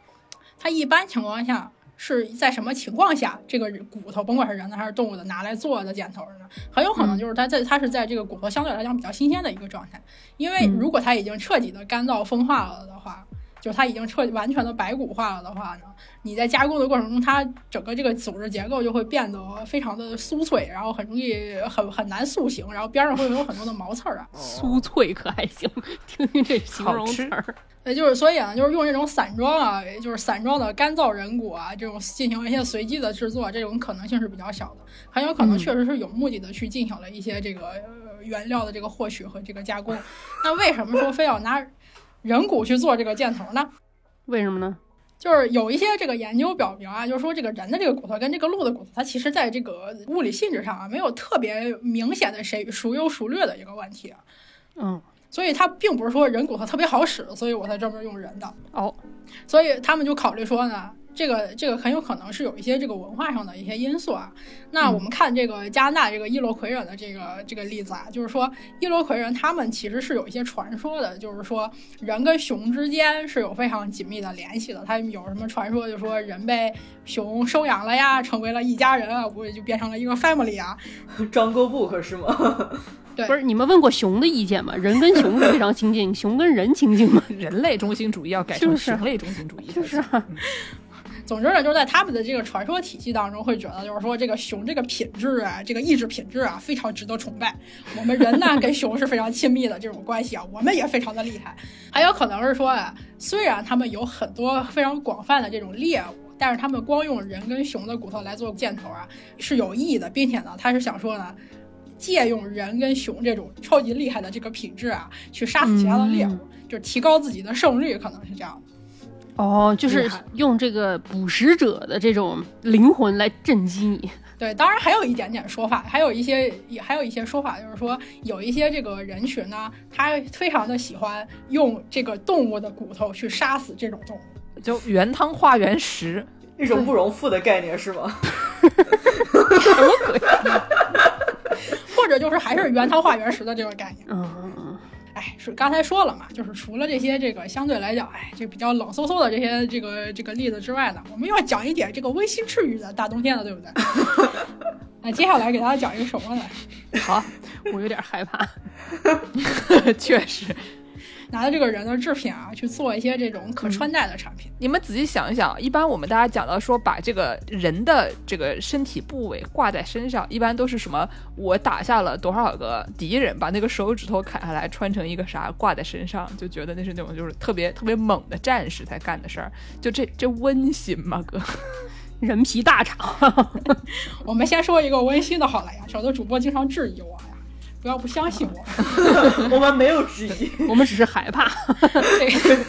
S4: 它一般情况下是在什么情况下，这个骨头甭管是人的还是动物的拿来做的箭头呢？很有可能就是它在它是在这个骨头相对来讲比较新鲜的一个状态，因为如果它已经彻底的干燥风化了的话。就是它已经彻完全的白骨化了的话呢，你在加工的过程中，它整个这个组织结构就会变得非常的酥脆，然后很容易很很难塑形，然后边上会有很多的毛刺儿啊。
S3: 酥脆可还行， (laughs) 听听这形
S1: 好
S3: 容
S1: 吃
S3: 词儿，
S4: 呃，就是所以啊，就是用这种散装啊，就是散装的干燥人骨啊，这种进行一些随机的制作，这种可能性是比较小的，很有可能确实是有目的的去进行了一些这个、呃原料的这个获取和这个加工。那为什么说非要拿人骨去做这个箭头呢？
S3: 为什么呢？
S4: 就是有一些这个研究表明啊，就是说这个人的这个骨头跟这个鹿的骨头，它其实在这个物理性质上啊，没有特别明显的谁孰优孰劣的一个问题，啊
S3: 嗯，
S4: 所以它并不是说人骨头特别好使，所以我才专门用人的。
S3: 哦，
S4: 所以他们就考虑说呢，这个这个很有可能是有一些这个文化上的一些因素啊。那
S3: 嗯
S4: 我们看这个加拿大这个伊洛魁人的这个这个例子啊，就是说伊洛魁人他们其实是有一些传说的，就是说人跟熊之间是有非常紧密的联系的。他们有什么传说，就说人被熊收养了呀，成为了一家人啊，不就变成了一个 family 啊？
S2: Jungle Book 是吗？
S4: 对
S3: 不是你们问过熊的意见吗？人跟熊是非常亲近，熊跟人亲近吗？
S1: 人类中心主义要改成
S3: 就是
S1: 熊类中心主义才行，
S3: 就是啊
S1: 嗯
S4: 总之呢，就是在他们的这个传说体系当中，会觉得就是说这个熊这个品质啊，这个意志品质啊，非常值得崇拜。我们人呢跟熊是非常亲密的这种关系啊，我们也非常的厉害。还有可能是说啊，虽然他们有很多非常广泛的这种猎物。但是他们光用人跟熊的骨头来做箭头啊，是有意义的，并且呢，他是想说呢，借用人跟熊这种超级厉害的这个品质啊，去杀死其他的猎物，
S3: 嗯
S4: 就是提高自己的胜率，可能是这样的。
S3: 哦，就是
S4: 厉害
S3: 用这个捕食者的这种灵魂来震击你。
S4: 对，当然还有一点点说法，还有一些也还有一些说法，就是说有一些这个人群呢，他非常的喜欢用这个动物的骨头去杀死这种动物。
S1: 就原汤化原食， (laughs)
S2: 一种不容负的概念是吗？
S4: 或者就是还是原汤化原食的这个概念。
S3: 嗯嗯嗯，
S4: 哎，是刚才说了嘛，就是除了这些这个相对来讲，哎，这比较冷飕飕的这些这个这个例子之外呢，我们要讲一点这个温馨治愈的大冬天的，对不对？那接下来给大家讲一个什么呢？
S3: 好，我有点害怕。 (laughs)
S1: 确实。
S4: 拿着这个人的制品啊，去做一些这种可穿戴的产品。
S1: 你们仔细想一想，一般我们大家讲到说把这个人的这个身体部位挂在身上，一般都是什么？我打下了多少个敌人，把那个手指头砍下来，穿成一个啥挂在身上，就觉得那是那种就是特别特别猛的战士才干的事儿。就这这温馨吗，哥？
S3: 人皮大厂， (laughs)
S4: 我们先说一个温馨的好了呀，小的主播经常质疑我呀，不要不相信我。
S2: (laughs) 我们没有质疑，
S3: 我们只是害怕。
S4: 这个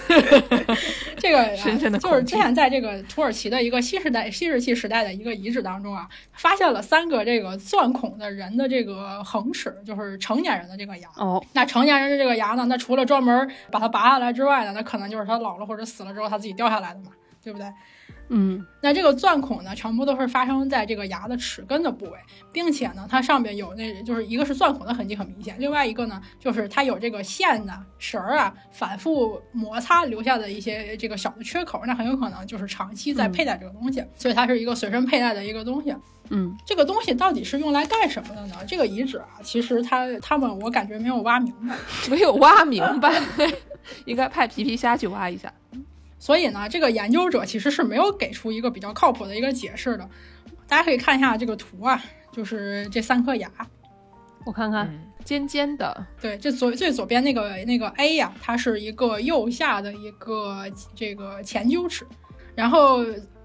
S4: 这个
S1: (laughs)
S4: 啊
S1: 深深地
S4: 就是
S1: 恐
S4: 之
S1: 惧
S4: 前在这个土耳其的一个新时代新石器时代的一个遗址当中啊，发现了三个这个钻孔的人的这个恒齿，就是成年人的这个牙。
S3: 哦，
S4: 那成年人的这个牙呢？那除了专门把它拔下来之外呢，那可能就是他老了或者死了之后他自己掉下来的嘛，对不对？
S3: 嗯，
S4: 那这个钻孔呢，全部都是发生在这个牙的齿根的部位，并且呢，它上面有那，就是一个是钻孔的痕迹很明显，另外一个呢，就是它有这个线呐、绳儿啊反复摩擦留下的一些这个小的缺口，那很有可能就是长期在佩戴这个东西，所以它是一个随身佩戴的一个东西。
S3: 嗯，
S4: 这个东西到底是用来干什么的呢？这个遗址啊，其实它他们我感觉没有挖明白。
S1: 没有挖明白， (laughs) 应该派皮皮虾去挖一下。
S4: 所以呢，这个研究者其实是没有给出一个比较靠谱的一个解释的。大家可以看一下这个图啊，就是这三颗牙，
S3: 我看看，
S1: 嗯，尖尖的，
S4: 对，这左最左边那个那个 A 呀、它是一个右下的一个这个前臼齿，然后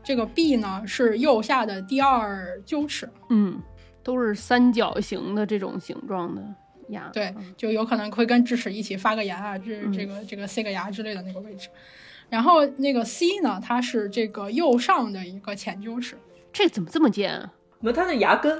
S4: 这个 B 呢是右下的第二臼齿，
S3: 嗯，都是三角形的这种形状的嗯牙。
S4: 对，就有可能会跟智齿一起发个炎啊，这
S3: 嗯
S4: 这个这个 C 个牙之类的那个位置。然后那个 C 呢，它是这个右上的一个前臼齿，
S3: 这怎么这么尖啊？
S2: 那它的牙根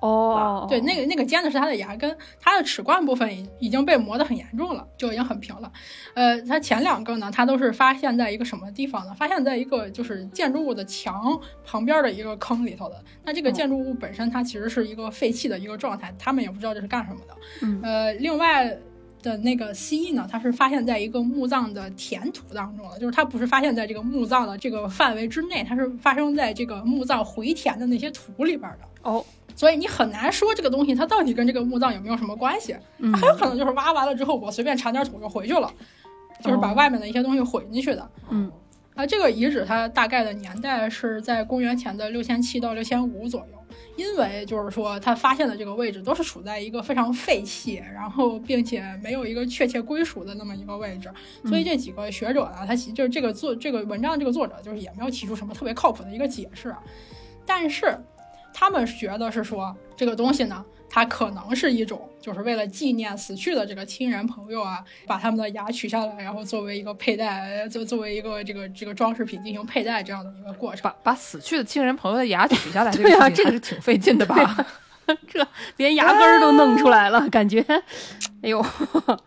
S3: 哦，
S4: 对，那个那个尖的是它的牙根，它的齿冠部分已已经被磨得很严重了，就已经很平了。呃，它前两个呢，它都是发现在一个什么地方呢？发现在一个就是建筑物的墙旁边的一个坑里头的。那这个
S3: 哦
S4: 建筑物本身它其实是一个废弃的一个状态，他们也不知道这是干什么的。
S3: 嗯
S4: 呃，另外。的那个 C 呢，它是发现在一个墓葬的填土当中的，就是它不是发现在这个墓葬的这个范围之内，它是发生在这个墓葬回填的那些土里边的。
S3: 哦，
S4: 所以你很难说这个东西它到底跟这个墓葬有没有什么关系。
S3: 嗯
S4: 它很有可能就是挖完了之后，我随便铲点土就回去了，就是把
S3: 哦
S4: 外面的一些东西混进去的。
S3: 嗯，
S4: 啊，这个遗址它大概的年代是在公元前的六千七到六千五左右。因为就是说，它发现的这个位置都是处在一个非常废弃，然后并且没有一个确切归属的那么一个位置，所以这几个学者啊呢，他其就是这个作这个文章这个作者就是也没有提出什么特别靠谱的一个解释啊，但是他们觉得是说这个东西呢它可能是一种，就是为了纪念死去的这个亲人朋友啊，把他们的牙取下来，然后作为一个佩戴，就作为一个这个这个装饰品进行佩戴这样的一个过程
S1: 把。把死去的亲人朋友的牙取
S3: (laughs)
S1: 下来，这
S3: 对啊
S1: 个事
S3: 这
S1: 情还
S3: 个啊
S1: 是挺费劲的吧？
S3: (laughs) 这连牙根儿都弄出来了，感觉，哎呦，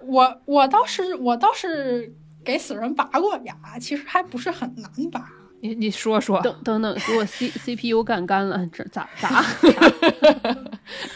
S4: 我我倒是我倒是给死人拔过牙，其实还不是很难拔。
S1: (laughs) 你你说说，
S3: 等等等，给我 C C P U 干干了，这咋 (laughs) 咋？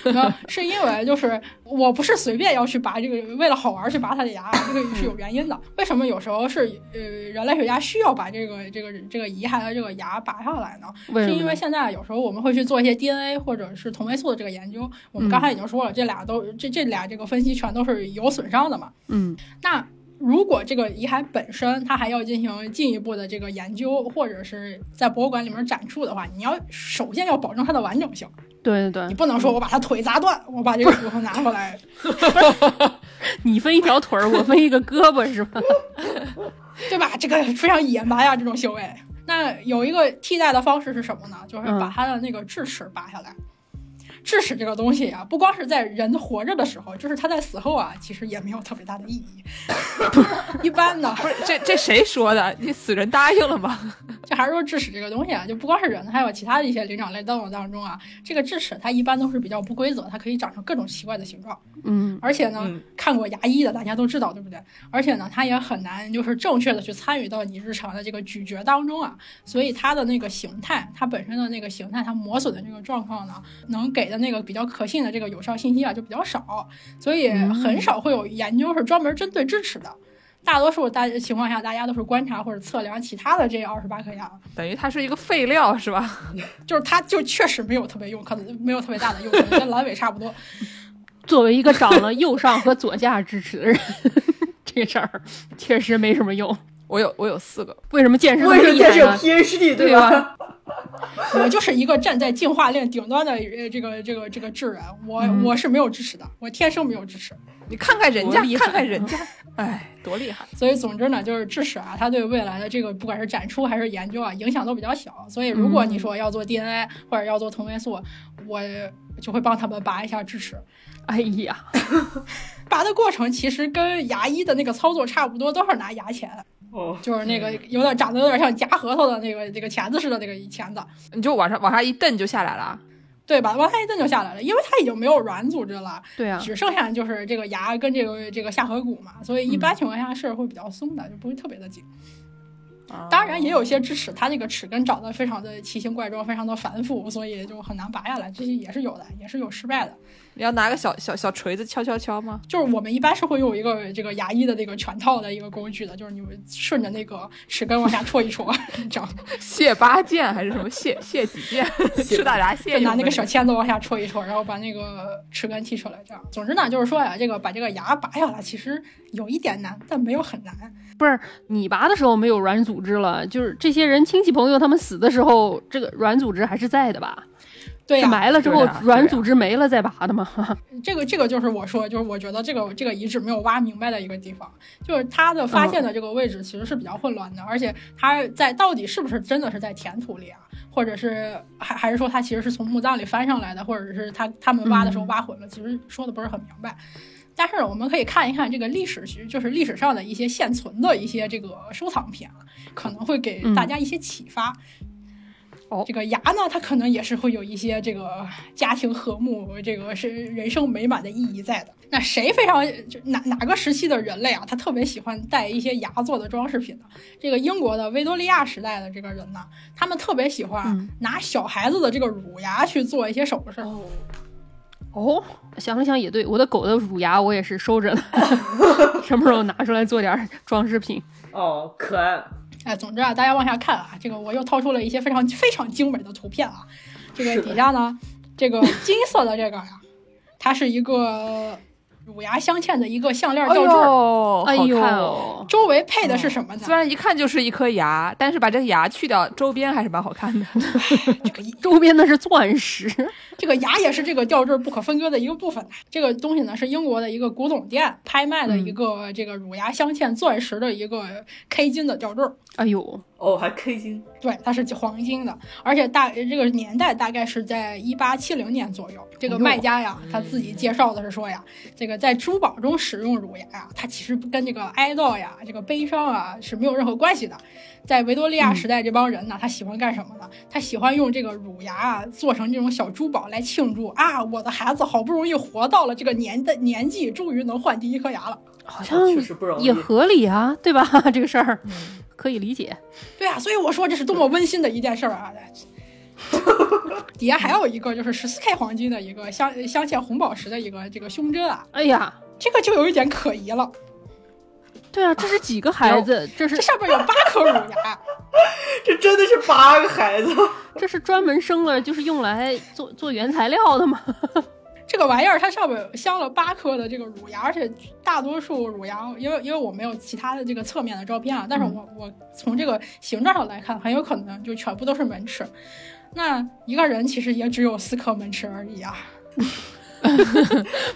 S4: 没有， (laughs) 是因为就是我不是随便要去拔这个，为了好玩去拔他的牙，这个是有原因的。为什么有时候是呃人类学家需要把这个这个这个遗骸的这个牙拔下来呢？
S3: 为什
S4: 是
S3: 么
S4: 因为现在有时候我们会去做一些 DNA 或者是同位素的这个研究。我
S3: 嗯
S4: 们刚才已经说了，这俩都这这俩这个分析全都是有损伤的嘛。
S3: 嗯，
S4: 那如果这个遗骸本身它还要进行进一步的这个研究，或者是在博物馆里面展出的话，你要首先要保证它的完整性。
S3: 对对对
S4: 你，不能说我把他腿砸断，我把这个骨头拿回来。
S3: 你分一条腿儿，我分一个胳膊是吧？ (laughs)
S4: 对吧？这个非常野蛮呀，这种行为。那有一个替代的方式是什么呢？就是
S3: 嗯
S4: 把它的那个智齿拔下来。智齿这个东西啊，不光是在人活着的时候，就是它在死后啊，其实也没有特别大的意义。 (laughs) 一般的，
S1: 不是这这谁说的？你死人答应了吗？
S4: 就还是说智齿这个东西啊，就不光是人，还有其他的一些灵长类动物当中啊，这个智齿它一般都是比较不规则，它可以长成各种奇怪的形状。
S3: 嗯，
S4: 而且呢，
S2: 嗯
S4: 看过牙医的大家都知道，对不对？而且呢，它也很难就是正确的去参与到你日常的这个咀嚼当中啊，所以它的那个形态，它本身的那个形态，它磨损的这个状况呢，能给的那个比较可信的这个有效信息啊就比较少，所以
S3: 嗯
S4: 很少会有研究是专门针对智齿的。大多数大情况下，大家都是观察或者测量其他的这二十八颗牙，
S1: 等于它是一个废料是吧？
S4: 就是它就确实没有特别用，可能没有特别大的用，处，跟阑尾差不多。
S3: 作为一个长了右上和左下智齿的人，这事儿确实没什么用。
S1: 我有我有四个，
S3: 为什么健身那
S2: (laughs) 为什
S3: 么
S2: 么
S3: 厉
S2: 这是
S3: 害呢？
S2: 有 PhD
S3: 对
S2: 吧？
S4: 我就是一个站在进化链顶端的呃这个这个这个智人，我、我是没有智齿的，我天生没有智齿，
S1: 你看看人家
S3: 多厉，害啊
S1: 看看人家，
S3: (laughs)
S1: 哎，多厉害！
S4: 所以总之呢，就是智齿啊，它对未来的这个不管是展出还是研究啊，影响都比较小。所以如果你说要做 DNA 或者要做同位素，我就会帮他们拔一下智齿。
S3: 哎呀，
S4: 拔的过程其实跟牙医的那个操作差不多，都是拿牙钳，
S2: 哦，
S4: 就是那
S3: 嗯
S4: 个有点长得有点像夹核桃的那个那个钳子似的那个钳子，
S1: 你就往上往上一蹬就下来了，啊
S4: 对吧？完它一蹬就下来了，因为它已经没有软组织了。
S3: 对啊，
S4: 只剩下就是这个牙跟这个这个下颌骨嘛，所以一般
S3: 嗯
S4: 情况下是会比较松的，就不会特别的紧。当然也有一些智齿，它那个齿根长得非常的奇形怪状，非常的繁复，所以就很难拔下来，这些也是有的，也是有失败的。
S1: 你要拿个小小小锤子敲敲敲吗？
S4: 就是我们一般是会用一个这个牙医的那个全套的一个工具的，就是你们顺着那个齿根往下戳一戳， (laughs) 这样
S1: 蟹八剑还是什么蟹蟹几
S3: (laughs)
S1: 剑？吃大闸蟹
S4: 就拿
S1: 用
S4: 那
S1: 的
S4: 个小签子往下戳一戳，然后把那个齿根剔出来，这样。总之呢，就是说呀，这个把这个牙拔下来其实有一点难，但没有很难。
S3: 你拔的时候没有软组织了，就是这些人亲戚朋友他们死的时候，这个软组织还是在的吧？
S4: 对
S3: 是
S4: 呀、
S3: 埋了之后
S1: 对啊
S3: 软组织没了再拔的吗？ (laughs)
S4: 这个这个就是我说，就是我觉得这个这个遗址没有挖明白的一个地方，就是它的发现的这个位置其实是比较混乱的，而且它在到底是不是真的是在填土里啊，或者是还还是说它其实是从墓葬里翻上来的，或者是他他们挖的时候挖混了，其实说的不是很明白。但是我们可以看一看这个历史学，就是历史上的一些现存的一些这个收藏品啊，可能会给大家一些启发。
S3: 哦
S4: 这个牙呢，它可能也是会有一些这个家庭和睦、这个是人生美满的意义在的。那谁非常就哪哪个时期的人类啊，他特别喜欢戴一些牙做的装饰品呢？这个英国的维多利亚时代的这个人呢，他们特别喜欢
S3: 嗯
S4: 拿小孩子的这个乳牙去做一些首饰。
S3: 哦，想了想也对，我的狗的乳牙我也是收着的， (laughs) 什么时候拿出来做点儿装饰品？
S2: 哦，可爱，
S4: 哎，总之啊，大家往下看啊，这个我又掏出了一些非常非常精美的图片啊。这
S2: 是
S4: 个
S2: 的
S4: 底下呢，这个金色的这个呀、它是一个乳牙镶嵌的一个项链
S1: 哎
S4: 吊坠儿，
S1: 呦，
S3: 哎
S1: 好
S3: 呦，
S1: 看哦！
S4: 周围配的是什么呢？
S1: 虽然一看就是一颗牙，但是把这个牙去掉，周边还是蛮好看的。
S4: 这个
S3: 周边那是钻石， (laughs)
S4: 这个牙也是这个吊坠不可分割的一个部分。这个东西呢，是英国的一个古董店
S1: 嗯
S4: 拍卖的一个这个乳牙镶嵌钻石的一个 K 金的吊坠。
S3: 哎呦，
S2: 哦，还 K 金，
S4: 对，它是黄金的，而且大这个年代大概是在一八七零年左右。这个卖家呀，他自己介绍的是说呀，这个在珠宝中使用乳牙呀，它其实跟这个哀悼呀、这个悲伤啊是没有任何关系的。在维多利亚时代，这帮人呢，他喜欢干什么呢？他喜欢用这个乳牙啊做成这种小珠宝来庆祝啊，我的孩子好不容易活到了这个年的年纪，终于能换第一颗牙了。
S3: 好像
S2: 啊确实不容易。嗯
S3: 也合理啊，对吧？ (laughs) 这个事儿可以理解。
S4: 对啊，所以我说这是多么温馨的一件事儿啊！底下还有一个就是十四 K 黄金的一个镶镶嵌红宝石的一个这个胸针啊，
S3: 哎呀，
S4: 这个就有一点可疑了。
S3: 对啊，这是几个孩子？这
S4: 这
S3: 是
S4: 上面有八颗乳牙，
S2: (laughs) 这真的是八个孩 (laughs) 子，
S3: 这是专门生了就是用来做做原材料的吗？
S4: 这个玩意儿它上面镶了八颗的这个乳牙，而且大多数乳牙，因为因为我没有其他的这个侧面的照片啊，但是我我从这个形状上来看，很有可能就全部都是门齿。那一个人其实也只有四颗门齿而已啊。
S3: (laughs)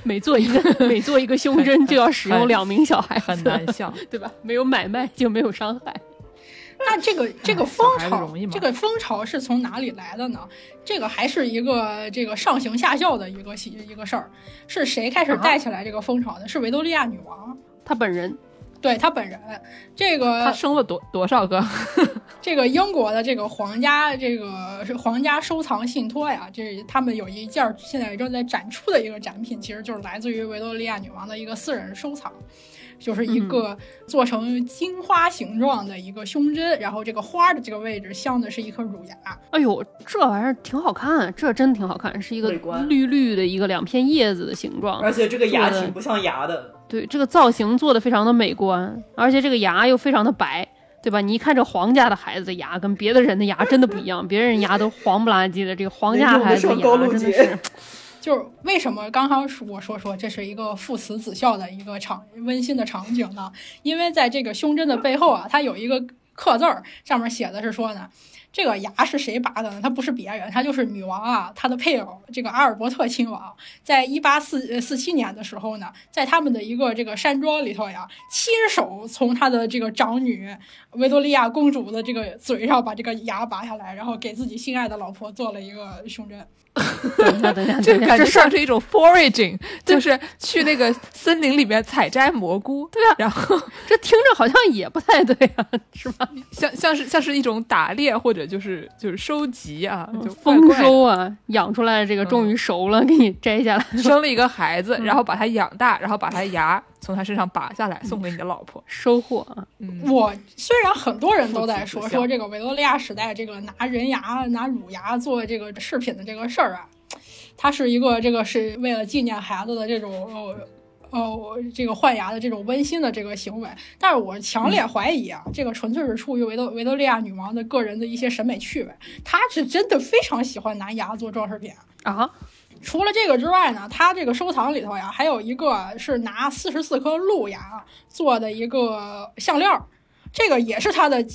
S3: 每做一个每做一个胸针就要使用两名小孩，
S1: 很难 (laughs) 想。
S3: 对吧？没有买卖就没有伤害。
S4: (laughs) 那
S1: (laughs)
S4: 这个这个
S1: 哎
S4: 风
S1: 小孩子
S4: 潮
S1: 容易，吗
S4: 这个风潮是从哪里来的呢？这个还是一个这个上行下效的一个一个事儿，是谁开
S1: 啊
S4: 始带起来这个风潮的？是维多利亚女王，
S3: 他本人
S4: 对她本人。这
S1: 他
S4: 个
S1: 生了多多少个？
S4: 这个英国的这个皇家这个是皇家收藏信托呀，这他们有一件儿现在正在展出的一个展品，其实就是来自于维多利亚女王的一个私人收藏。就是
S1: 嗯
S4: 一个做成金花形状的一个胸针，然后这个花的这个位置镶的是一颗乳牙，
S3: 哎呦，这玩意儿挺好看，啊这真挺好看，是一个
S2: 美观
S3: 绿绿的一个两片叶子的形状。
S2: 而且这个牙
S3: 对
S2: 挺不像牙的，
S3: 对，这个造型做的非常的美观，而且这个牙又非常的白，对吧？你一看这皇家的孩子的牙跟别的人的牙真的不一样，别人牙都黄不拉几的，这个皇家孩子的牙真
S1: (laughs)
S3: 的是，
S4: 就是为什么刚刚说我说说这是一个父慈子孝的一个场温馨的场景呢？因为在这个胸针的背后啊，它有一个刻字儿，上面写的是说呢，这个牙是谁拔的呢？它不是别人，它就是女王啊，她的配偶这个阿尔伯特亲王，在一八四四七年的时候呢，在他们的一个这个山庄里头呀，亲手从他的这个长女维多利亚公主的这个嘴上把这个牙拔下来，然后给自己心爱的老婆做了一个胸针。
S3: 等一下，等一下，
S1: (laughs) 这
S3: 等一下，
S1: 感
S3: 这
S1: 觉
S3: 事儿
S1: 像是一种 foraging，就是去那个森林里面采摘蘑菇， (laughs) 对啊，然后
S3: 这听着好像也不太对啊，是吧？
S1: 像像是像是一种打猎或者就是就是收集啊，就怪
S3: 丰
S1: 怪嗯的
S3: 收啊，养出来的这个终于熟了，给你摘下来。
S1: 生了一个孩子，然后把他养大，然后把他牙从他身上拔下来送给你的老婆，
S3: 收获啊，
S1: 嗯，
S4: 我虽然很多人都在
S1: 父
S4: 说
S1: 子之孝
S4: 说这个维多利亚时代这个拿人牙、拿乳牙做这个饰品的这个事儿啊，它是一个这个是为了纪念孩子的这种呃呃这个换牙的这种温馨的这个行为，但是我强烈怀疑啊，这个纯粹是出于维多维多利亚女王的个人的一些审美趣味，她是真的非常喜欢拿牙做装饰品啊。
S3: 啊，
S4: 除了这个之外呢，它这个收藏里头呀，还有一个是拿四十四颗鹿牙做的一个项链儿，这个也是他的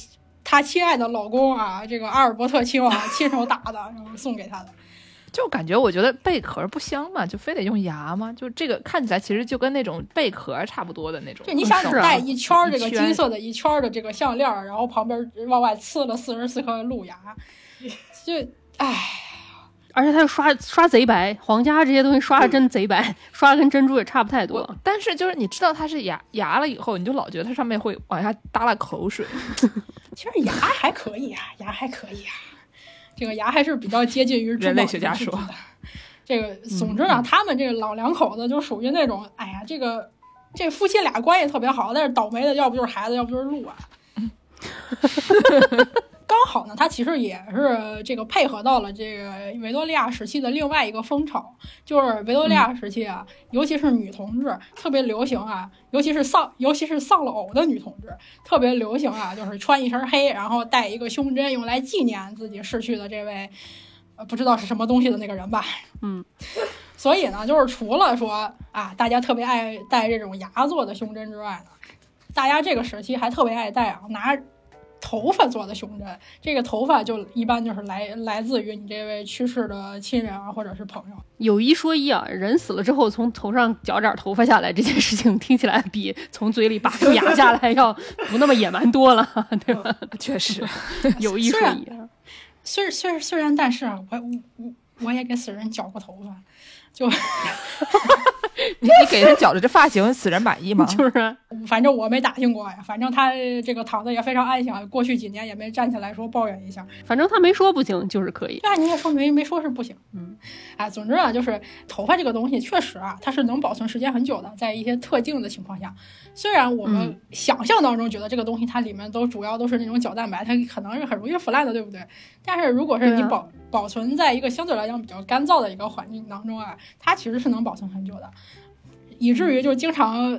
S4: 他亲爱的老公啊，这个阿尔伯特亲王
S1: (laughs)
S4: 亲手打的，然后送给他的。
S1: 就感觉我觉得贝壳不香嘛，就非得用牙嘛，就这个看起来其实就跟那种贝壳差不多的那种，
S4: 就你想，你
S3: 是啊
S4: 戴一圈儿这个
S1: 嗯一圈
S4: 金色的一圈儿的这个项链儿，然后旁边往外刺了四十四颗
S1: (laughs)
S4: 鹿牙，就唉，
S3: 而且它又刷刷贼白，皇家这些东西刷的真贼白，刷的跟珍珠也差不太多
S1: 我。但是就是你知道它是牙牙了以后，你就老觉得它上面会往下耷拉口水，
S4: 其实牙还可以啊，牙还可以啊，这个牙还是比较接近于
S1: 人类学家说
S4: 的。这个，总之呢，他们这个老两口子就属于那种，哎呀，这个这夫妻俩关系特别好，但是倒霉的要不就是孩子，要不就是鹿啊。刚好呢，他其实也是这个配合到了这个维多利亚时期的另外一个风潮，就是维多利亚时期啊，尤其是女同志特别流行啊，尤其是丧，尤其是丧了偶的女同志特别流行啊，就是穿一身黑，然后戴一个胸针，用来纪念自己逝去的这位，呃，不知道是什么东西的那个人吧。
S3: 嗯，
S4: 所以呢，就是除了说啊，大家特别爱戴这种牙做的胸针之外呢，大家这个时期还特别爱戴啊，拿头发做的胸针，这个头发就一般就是来 (laughs) 来自于你这位去世的亲人啊，或者是朋友。
S3: 有一说一啊，人死了之后从头上绞点头发下来这件事情，听起来比从嘴里拔出牙下来要不那么野蛮多了， (laughs) 对吧？
S1: (laughs) 确实，
S3: 有一说一啊，
S4: 虽虽虽然，但是啊，我我我也给死人绞过头发，就
S1: (laughs) 你你给人绞的这发型，死人满意 (laughs) 吗？
S3: 就是啊
S4: 反正我没打听过呀。反正他这个躺的也非常安详，过去几年也没站起来说抱怨一下。
S3: 反正他没说不行，就是可以。
S4: 那你也说没没说是不行，嗯，哎，总之啊，就是头发这个东西确实啊，它是能保存时间很久的，在一些特定的情况下，虽然我们
S3: 嗯
S4: 想象当中觉得这个东西它里面都主要都是那种角蛋白，它可能是很容易腐烂的，对不对？但是如果是
S3: 对
S4: 你
S3: 啊
S4: 保、保存在一个相对来讲比较干燥的一个环境当中啊，它其实是能保存很久的，以至于就经常。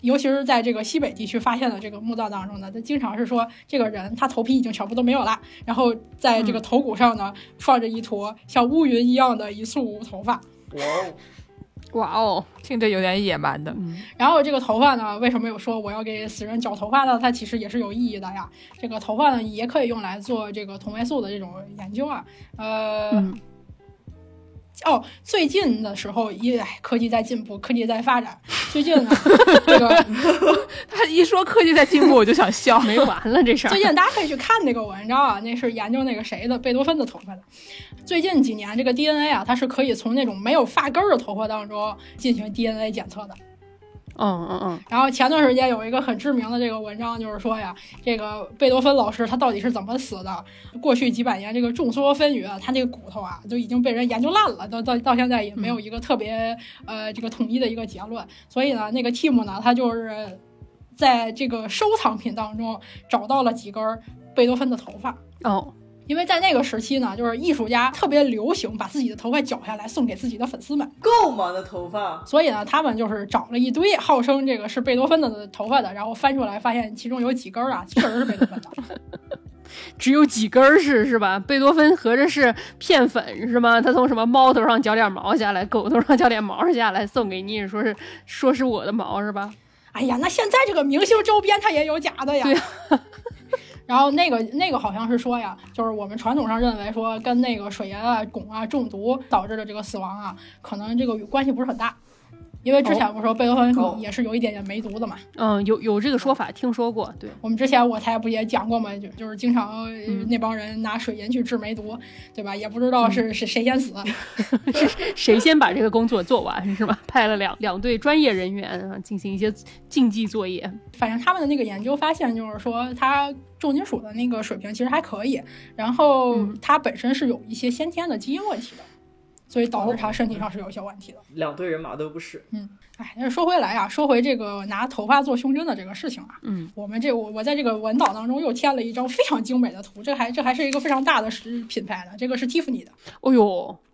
S4: 尤其是在这个西北地区发现的这个墓葬当中呢，它经常是说这个人他头皮已经全部都没有了，然后在这个头骨上呢、放着一坨像乌云一样的一束头发。
S2: 哇哦，
S3: 哇哦，
S1: 听着有点野蛮的，
S3: 嗯，
S4: 然后这个头发呢，为什么有说我要给死人绞头发呢？它其实也是有意义的呀。这个头发呢，也可以用来做这个同位素的这种研究啊。呃，
S3: 嗯
S4: 哦，最近的时候，也哎科技在进步，科技在发展。最近呢， (laughs) 这个
S1: 他一说科技在进步，我就想笑。 (laughs)
S3: 没完了
S4: (laughs)
S3: 这事儿
S4: 最。近大家可以去看那个文章啊，那是研究那个谁的贝多芬的头发的。最近几年，这个 DNA 啊，它是可以从那种没有发根儿的头发当中进行 DNA 检测的。
S3: 嗯嗯嗯，
S4: 然后前段时间有一个很知名的这个文章，就是说呀，这个贝多芬老师他到底是怎么死的？过去几百年这个众说纷纭啊，他那个骨头啊都已经被人研究烂了，到到到现在也没有一个特别呃这个统一的一个结论。所以呢，那个 team 呢，他就是在这个收藏品当中找到了几根儿贝多芬的头发。
S3: 哦，
S4: 因为在那个时期呢，就是艺术家特别流行把自己的头发绞下来送给自己的粉丝们。
S2: 够吗？那头发，
S4: 所以呢，他们就是找了一堆号称这个是贝多芬的头发的，然后翻出来发现其中有几根儿啊，确实是贝多芬
S3: (laughs)
S4: 的。
S3: 只有几根儿是是吧？贝多芬合着是骗粉是吗？他从什么猫头上绞点毛下来，狗头上绞点毛下来送给你，说是说是我的毛是吧？
S4: 哎呀，那现在这个明星周边它也有假的呀。
S3: 对啊
S4: (laughs) 然后那个那个好像是说呀，就是我们传统上认为说跟那个水银啊、汞啊中毒导致的这个死亡啊，可能这个关系不是很大，因为之前不是说贝多
S2: 哦
S4: 芬也是有一点点梅毒的嘛。
S3: 嗯，有有这个说法，听说过。对，
S4: 我们之前我台不也讲过吗？就就是经常呃
S3: 嗯
S4: 那帮人拿水银去治梅毒，对吧？也不知道
S3: 嗯
S4: 是是谁先死，
S3: 谁先把这个工作做完是吧？派了两两队专业人员啊，进行一些竞技作业。
S4: 反正他们的那个研究发现，就是说它重金属的那个水平其实还可以，然后
S3: 嗯
S4: 它本身是有一些先天的基因问题的，所以
S3: 哦
S4: 导致它身体上是有一些问题的。
S2: 两队人马都不是，
S4: 哎，但是说回来啊，说回这个拿头发做胸针的这个事情啊，
S3: 嗯，
S4: 我们这我我在这个文档当中又添了一张非常精美的图，这还这还是一个非常大的是品牌的，这个是 Tiffany 的。
S3: 哦呦，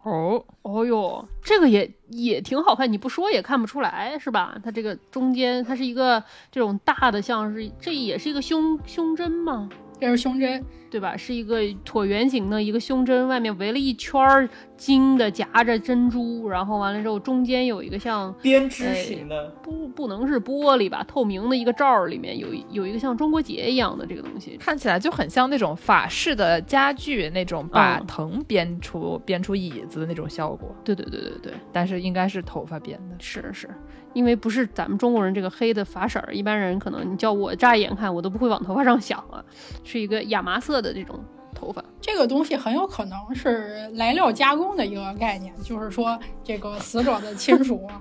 S1: 哦，
S3: 哦呦，这个也也挺好看，你不说也看不出来是吧？它这个中间它是一个这种大的，像是这也是一个胸胸针吗？
S4: 这是胸针，
S3: 对吧？是一个椭圆形的一个胸针，外面围了一圈儿金的夹着珍珠，然后完了之后中间有一个像
S2: 编织型的，
S3: 不不能是玻璃吧，透明的一个罩儿里面有一有一个像中国结一样的这个东西，
S1: 看起来就很像那种法式的家具那种把
S3: 嗯
S1: 藤编出、编出椅子的那种效果，
S3: 对对对对对，
S1: 但是应该是头发编 (laughs) 的。
S3: 是是，因为不是咱们中国人这个黑的发色儿，一般人可能你叫我乍一眼看我都不会往头发上想啊，是一个亚麻色的这种头发。
S4: 这个东西很有可能是来料加工的一个概念，就是说这个死者的亲属啊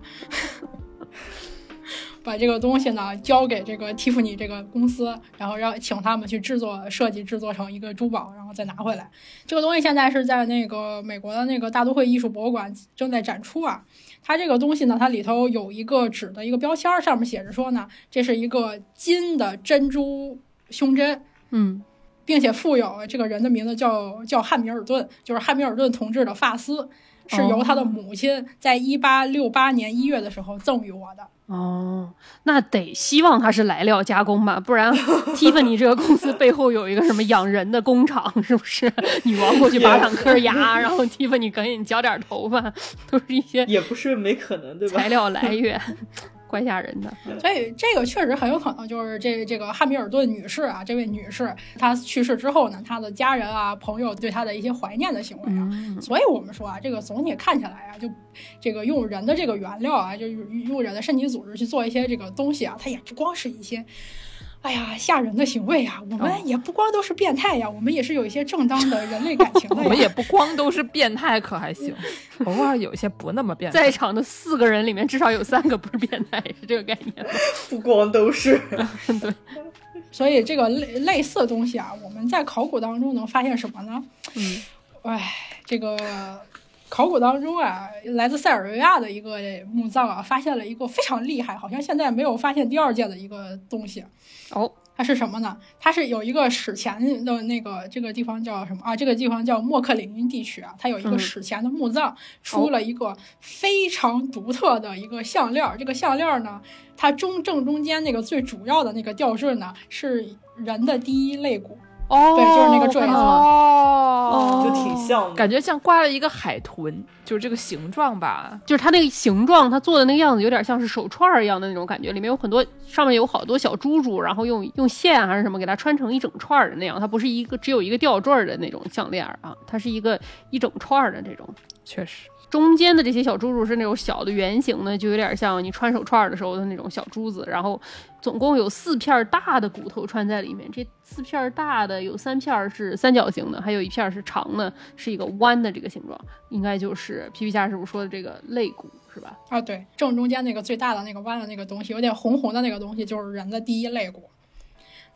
S4: 把这个东西呢交给这个蒂芙尼这个公司，然后让请他们去制作、设计、制作成一个珠宝，然后再拿回来。这个东西现在是在那个美国的那个大都会艺术博物馆正在展出啊。它这个东西呢，它里头有一个纸的一个标签儿，上面写着说呢，这是一个金的珍珠胸针。
S3: 嗯，
S4: 并且附有这个人的名字叫叫汉密尔顿，就是汉密尔顿同志的发丝，是由他的母亲在一八六八年一月的时候赠予我的。
S3: 哦，那得希望它是来料加工吧，不然 Tiffany 这个公司背后有一个什么养人的工厂，是不是？女王过去拔两颗牙，然后
S2: 哎
S3: Tiffany 赶紧绞点头发，都是一些
S2: 也不是没可能，对吧
S3: 材？料来源。 (laughs) 怪吓人
S2: (laughs)
S3: 的。
S4: 所以这个确实很有可能就是这这个汉密尔顿女士啊，这位女士她去世之后呢，她的家人啊、朋友对她的一些怀念的行为啊，
S3: 嗯，
S4: 所以我们说啊，这个总体看起来啊，就这个用人的这个原料啊，就是用人的身体组织去做一些这个东西啊，它也不光是一些。哎呀，吓人的行为呀！我
S1: 哦
S4: 们也不光都是变态呀，我们也是有一些正当的人类感情的
S1: (laughs) 我
S4: 呀。
S1: 们也不光都是变态，可还 (laughs) 行，偶尔有一些不那么变态。
S3: 在场的四个人里面，至少有三个不是变态，是这个概念吧。
S2: 不光都是，
S4: 所以这个类类似的东西啊，我们在考古当中能发现什么呢？
S3: 嗯，
S4: 哎，这个考古当中啊，来自塞尔维亚的一个墓葬啊，发现了一个非常厉害，好像现在没有发现第二件的一个东西。
S3: 哦，
S4: 它是什么呢？它是有一个史前的那个这个地方叫什么啊？这个地方叫莫克林地区啊，它有一个
S3: 嗯哦
S4: 史前的墓葬，出了一个非常独特的一个项链儿。这个项链儿呢，它中正中间那个最主要的那个吊坠呢，是人的第一肋骨。
S1: 哦
S4: 对就是那个坠子
S1: 哦，
S2: 就挺像的。
S1: 感觉像刮了一个海豚，就是这个形状吧。
S3: 就是它那个形状，它做的那个样子有点像是手串儿一样的那种感觉，里面有很多，上面有好多小珠珠，然后用用线啊还是什么给它穿成一整串儿的那样，它不是一个只有一个吊坠儿的那种项链儿啊，它是一个一整串儿的这种。
S1: 确实，
S3: 中间的这些小珠珠是那种小的圆形的，就有点像你穿手串儿的时候的那种小珠子。然后总共有四片儿大的骨头穿在里面，这四片儿大的有三片儿是三角形的，还有一片儿是长的，是一个弯的这个形状，应该就是皮皮虾师傅说的这个肋骨是吧？
S4: 啊，对，正中间那个最大的那个弯的那个东西，有点红红的那个东西，就是人的第一肋骨。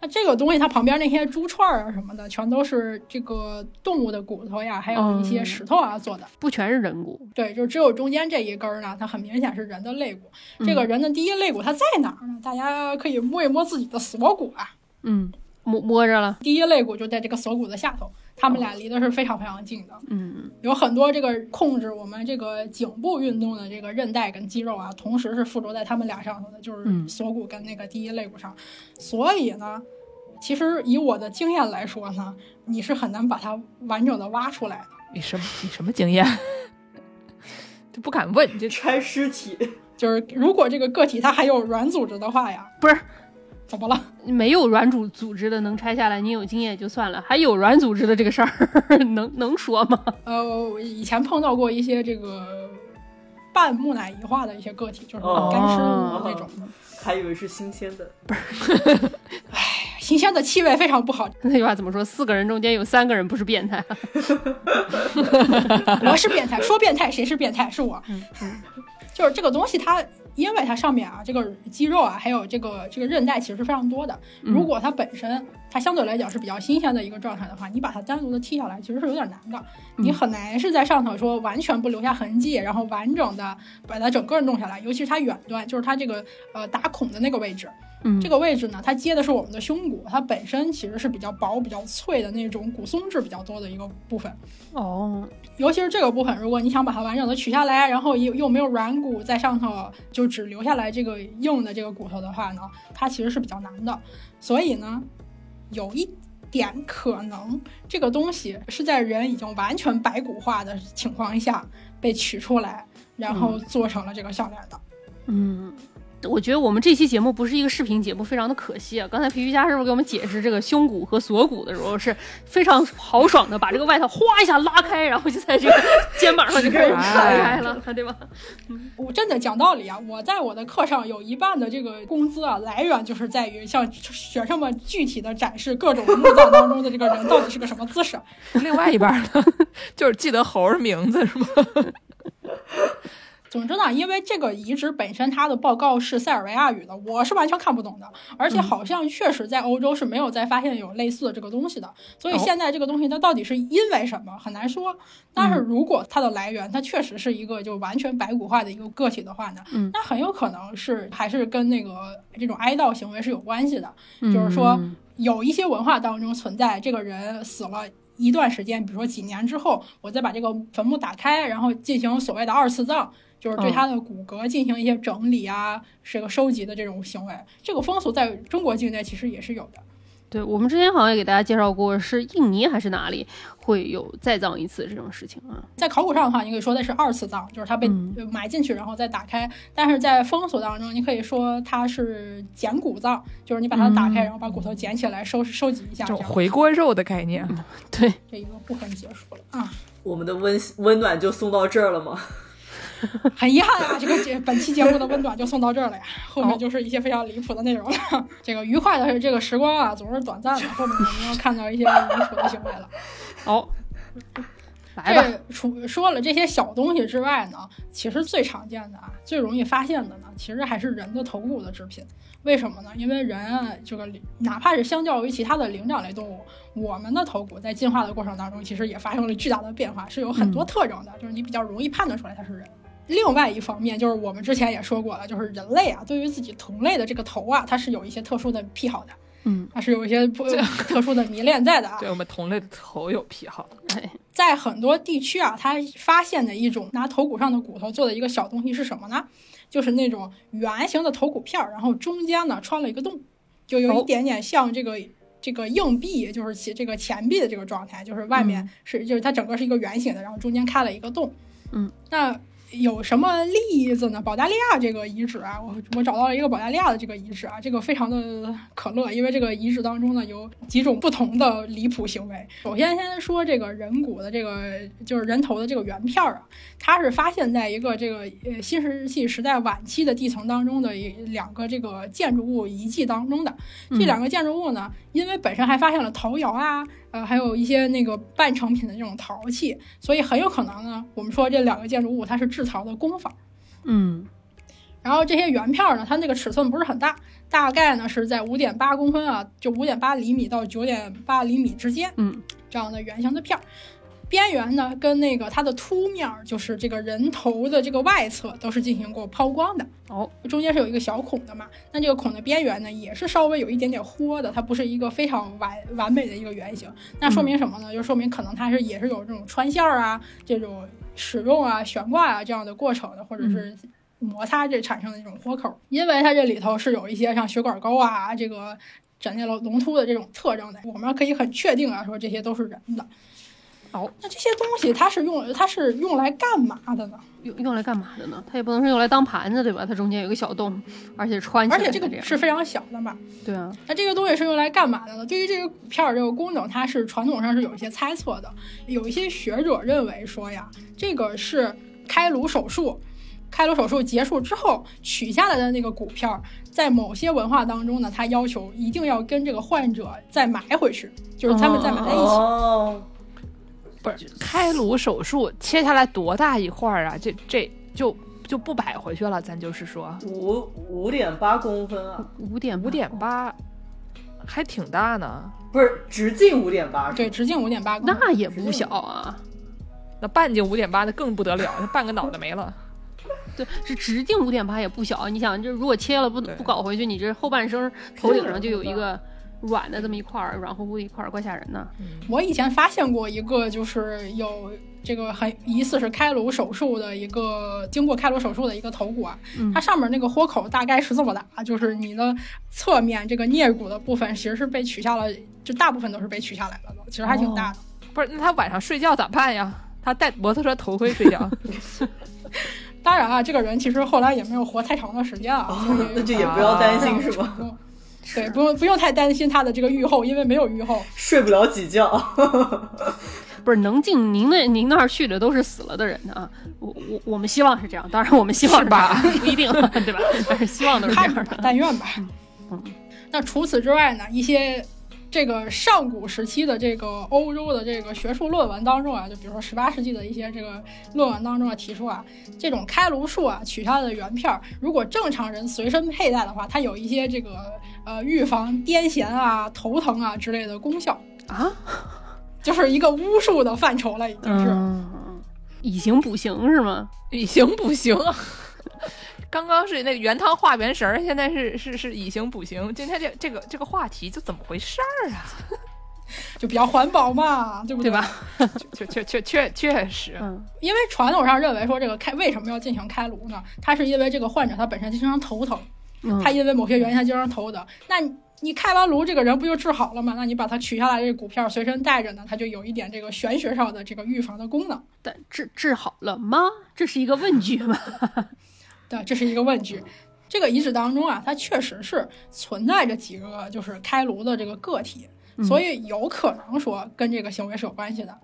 S4: 那这个东西，它旁边那些珠串儿啊什么的，全都是这个动物的骨头呀，还有一些
S3: 嗯
S4: 石头啊做的。
S3: 不全是人骨，
S4: 对，就只有中间这一根儿呢，它很明显是人的肋骨。这个人的第一肋骨它在哪儿呢？大家可以摸一摸自己的锁骨啊，
S3: 嗯摸摸着了，
S4: 第一肋骨就在这个锁骨的下头，它们俩离的是非常非常近的。
S3: 嗯
S4: 有很多这个控制我们这个颈部运动的这个韧带跟肌肉啊，同时是附着在它们俩上头的，就是
S1: 嗯
S4: 锁骨跟那个第一肋骨上。所以呢，其实以我的经验来说呢，你是很难把它完整的挖出来的。
S1: 你什么你什么经验？ (laughs) 就不敢问，这
S2: 拆尸体，
S4: 就是如果这个个体它还有软组织的话呀，
S3: 不是
S4: 怎么了？
S3: 没有软组组织的能拆下来，你有经验也就算了，还有软组织的这个事儿， (laughs) 能能说吗？
S4: 呃，我以前碰到过一些这个半木乃伊化的一些个体，就是
S2: 哦
S4: 干尸那种，
S2: 还以为是新鲜的。
S4: 新鲜的气味非常不好。
S3: 那句话怎么说？四个人中间有三个人不是变态。啊
S4: 我是变态，说变态谁是变态？是我。
S3: 嗯
S4: 就是这个东西它。因为它上面啊，这个肌肉啊，还有这个这个韧带其实是非常多的。
S3: 嗯
S4: 如果它本身它相对来讲是比较新鲜的一个状态的话，你把它单独的剔下来其实是有点难的。
S3: 嗯
S4: 你很难是在上头说完全不留下痕迹，然后完整的把它整个弄下来。尤其是它远端，就是它这个呃打孔的那个位置，
S3: 嗯
S4: 这个位置呢，它接的是我们的胸骨，它本身其实是比较薄、比较脆的那种骨松质比较多的一个部分。
S3: 哦，
S4: 尤其是这个部分，如果你想把它完整的取下来，然后又又没有软骨在上头，就只留下来这个硬的这个骨头的话呢，它其实是比较难的。所以呢，有一点可能这个东西是在人已经完全白骨化的情况下被取出来，然后做成了这个项链的。
S3: 嗯，我觉得我们这期节目不是一个视频节目，非常的可惜啊。刚才皮皮虾师傅给我们解释这个胸骨和锁骨的时候，是非常豪爽的，把这个外套哗一下拉开，然后就在这
S4: (laughs)
S3: 个肩膀上就开始
S4: 啊
S3: 拆开了，对吧？
S4: 我真的讲道理啊，我在我的课上有一半的这个工资啊来源就是在于向学生们具体的展示各种墓葬当中的这个人到底是个什么姿势。
S1: (laughs) 另外一半呢，就是记得猴儿名字是吗？
S4: 总之呢，因为这个遗址本身它的报告是塞尔维亚语的，我是完全看不懂的，而且好像确实在欧洲是没有再发现有类似的这个东西的，所以
S1: 哦
S4: 现在这个东西它到底是因为什么很难说。但是如果它的来源它确实是一个就完全白骨化的一个个体的话呢，
S3: 嗯
S4: 那很有可能是还是跟那个这种哀悼行为是有关系的，就是说
S3: 嗯
S4: 有一些文化当中存在，这个人死了。一段时间，比如说几年之后，我再把这个坟墓打开，然后进行所谓的二次葬，就是对
S3: 嗯
S4: 他的骨骼进行一些整理啊，这个收集的这种行为。这个风俗在中国境内其实也是有的。
S3: 对我们之前好像也给大家介绍过，是印尼还是哪里会有再葬一次这种事情啊？
S4: 在考古上的话，你可以说的是二次葬，就是它被
S3: 嗯
S4: 呃埋进去然后再打开；但是在风俗当中，你可以说它是捡骨葬，就是你把它打开，
S3: 嗯
S4: 然后把骨头捡起来收拾收集一下，
S1: 这
S4: 这
S1: 种
S4: 样
S1: 回锅肉的概念，
S3: 对，
S4: 这一个部分结束了啊。
S2: 我们的温温暖就送到这儿了吗？
S4: 很遗憾啊，这个这本期节目的温暖就送到这儿了呀，后面就是一些非常离谱的内容了。这个愉快的这个时光啊，总是短暂的，后面我们要看到一些离谱的行为了。
S3: 好、来吧，
S4: 这除说了这些小东西之外呢，其实最常见的啊，最容易发现的呢，其实还是人的头骨的制品。为什么呢？因为人啊这个哪怕是相较于其他的灵长类动物，我们的头骨在进化的过程当中，其实也发生了巨大的变化，是有很
S3: 嗯
S4: 多特征的，就是你比较容易判断出来它是人。另外一方面，就是我们之前也说过了，就是人类啊，对于自己同类的这个头啊，它是有一些特殊的癖好的，
S3: 嗯，
S4: 它是有一
S3: (laughs)
S4: 些不特殊的迷恋在的啊。
S1: 对我们同类的头有癖好，
S3: 哎，
S4: 在很多地区啊，它发现的一种拿头骨上的骨头做的一个小东西是什么呢？就是那种圆形的头骨片儿，然后中间呢穿了一个洞，就有
S3: 哦
S4: 一点点像这个、这个硬币，就是其这个钱币的这个状态，就是外面是、就是它整个是一个圆形的，然后中间开了一个洞。
S3: 嗯，
S4: 那有什么例子呢？保加利亚这个遗址啊，我我找到了一个保加利亚的这个遗址啊，这个非常的可乐，因为这个遗址当中呢有几种不同的离谱行为。首先先说这个人骨的这个就是人头的这个圆片儿啊，它是发现在一个这个呃新石器时代晚期的地层当中的一两个这个建筑物遗迹当中的。这两个建筑物呢，因为本身还发现了陶窑啊，呃，还有一些那个半成品的这种陶器，所以很有可能呢，我们说这两个建筑物它是制陶的工坊。
S3: 嗯，
S4: 然后这些圆片儿呢，它那个尺寸不是很大，大概呢是在五点八公分啊，就五点八厘米到九点八厘米之间。
S3: 嗯，
S4: 这样的圆形的片儿，边缘呢跟那个它的凸面儿，就是这个人头的这个外侧都是进行过抛光的。
S3: 哦，
S4: 中间是有一个小孔的嘛，那这个孔的边缘呢也是稍微有一点点豁的，它不是一个非常完完美的一个圆形。那说明什么呢？就说明可能它是也是有这种穿线儿啊、这种使用啊、悬挂啊这样的过程的，或者是
S3: 嗯
S4: 摩擦这产生的这种豁口，因为它这里头是有一些像血管沟啊、这个展现了龙突的这种特征的，我们可以很确定啊，说这些都是人的。
S3: 好，
S4: 那这些东西它是用它是用来干嘛的呢？
S3: 用用来干嘛的呢？它也不能是用来当盘子对吧？它中间有个小洞，而且穿起
S4: 而
S3: 来
S4: 且这
S3: 这
S4: 个
S3: 样
S4: 是非常小的嘛，
S3: 对啊，
S4: 那这个东西是用来干嘛的呢？对于这个股票这个功能，它是传统上是有一些猜测的。有一些学者认为说呀，这个是开颅手术，开颅手术结束之后取下来的那个股票，在某些文化当中呢，它要求一定要跟这个患者再埋回去，就是他们再
S2: 哎
S4: 埋在一起。
S2: 哦，
S1: 不是开颅手术切下来多大一块儿啊？这这就就不摆回去了，咱就是说
S2: 五五点八公分啊，
S3: 五点
S1: 五点，八，还挺大呢。
S2: 不是直径五点八，
S4: 对，直径五点八公分。
S3: 那也不小啊。
S1: 那半径五点八那更不得了，那半个脑袋没了。
S3: 对，是直径五点八也不小啊。你想，这如果切了不
S1: 对
S3: 不搞回去，你这后半生头顶上就有一
S2: 是
S3: 个软的这么一块儿，软乎乎的一块儿，怪吓人的。
S4: 我以前发现过一个，就是有这个很疑似是开颅手术的一个，经过开颅手术的一个头骨啊，
S2: 嗯
S4: 它上面那个豁口大概是这么大，就是你的侧面这个颞骨的部分其实是被取下了，就大部分都是被取下来了的，其实还挺
S2: 哦
S4: 大的。
S1: 不是，那他晚上睡觉咋办呀？他戴摩托车头盔睡觉，
S4: 当然啊，这个人其实后来也没有活太长的时间啊，
S2: 哦， (laughs) (laughs) 那就也不要担
S4: (laughs)
S2: 心
S4: 这
S2: 是
S4: 样
S2: 吧？
S4: 不用对，不用不用太担心他的这个愈后，因为没有愈后。
S2: 睡不了几觉， (laughs)
S3: 不是能进您那您那儿去的都是死了的人啊。我我我们希望是这样，当然我们希望
S1: 是吧
S3: 这样不一定对吧？但是希望都是这
S4: 看
S3: 样
S4: 着吧
S3: 的，。
S4: 但愿吧。
S3: 嗯
S4: 那除此之外呢，一些这个上古时期的这个欧洲的这个学术论文当中啊，就比如说十八世纪的一些这个论文当中啊，提出啊，这种开颅术啊取下来的原片儿，如果正常人随身佩戴的话，它有一些这个呃预防癫痫啊、头疼啊之类的功效，
S3: 啊，
S4: 就是一个巫术的范畴了，已经是。
S3: 嗯，以形补形是吗？
S1: 以形补形。啊刚刚是那个原汤化原食儿，现在是是是以形补形。今天这这个这个话题就怎么回事儿啊？
S4: 就比较环保嘛，对不
S3: 对
S4: 对？
S3: 吧？
S1: 确确确确确实，
S3: 嗯，
S4: 因为传统上认为说这个开为什么要进行开颅呢？它是因为这个患者他本身经常头疼，
S3: 嗯
S4: 他因为某些原因他经常头疼。那你开完颅，这个人不就治好了吗？那你把它取下来，这个骨片随身带着呢，它就有一点这个玄学上的这个预防的功能。
S3: 但治治好了吗？这是一个问句吗？
S4: 对，这是一个问句。这个遗址当中啊，它确实是存在着几个就是开颅的这个个体，所以有可能说跟这个行为是有关系的，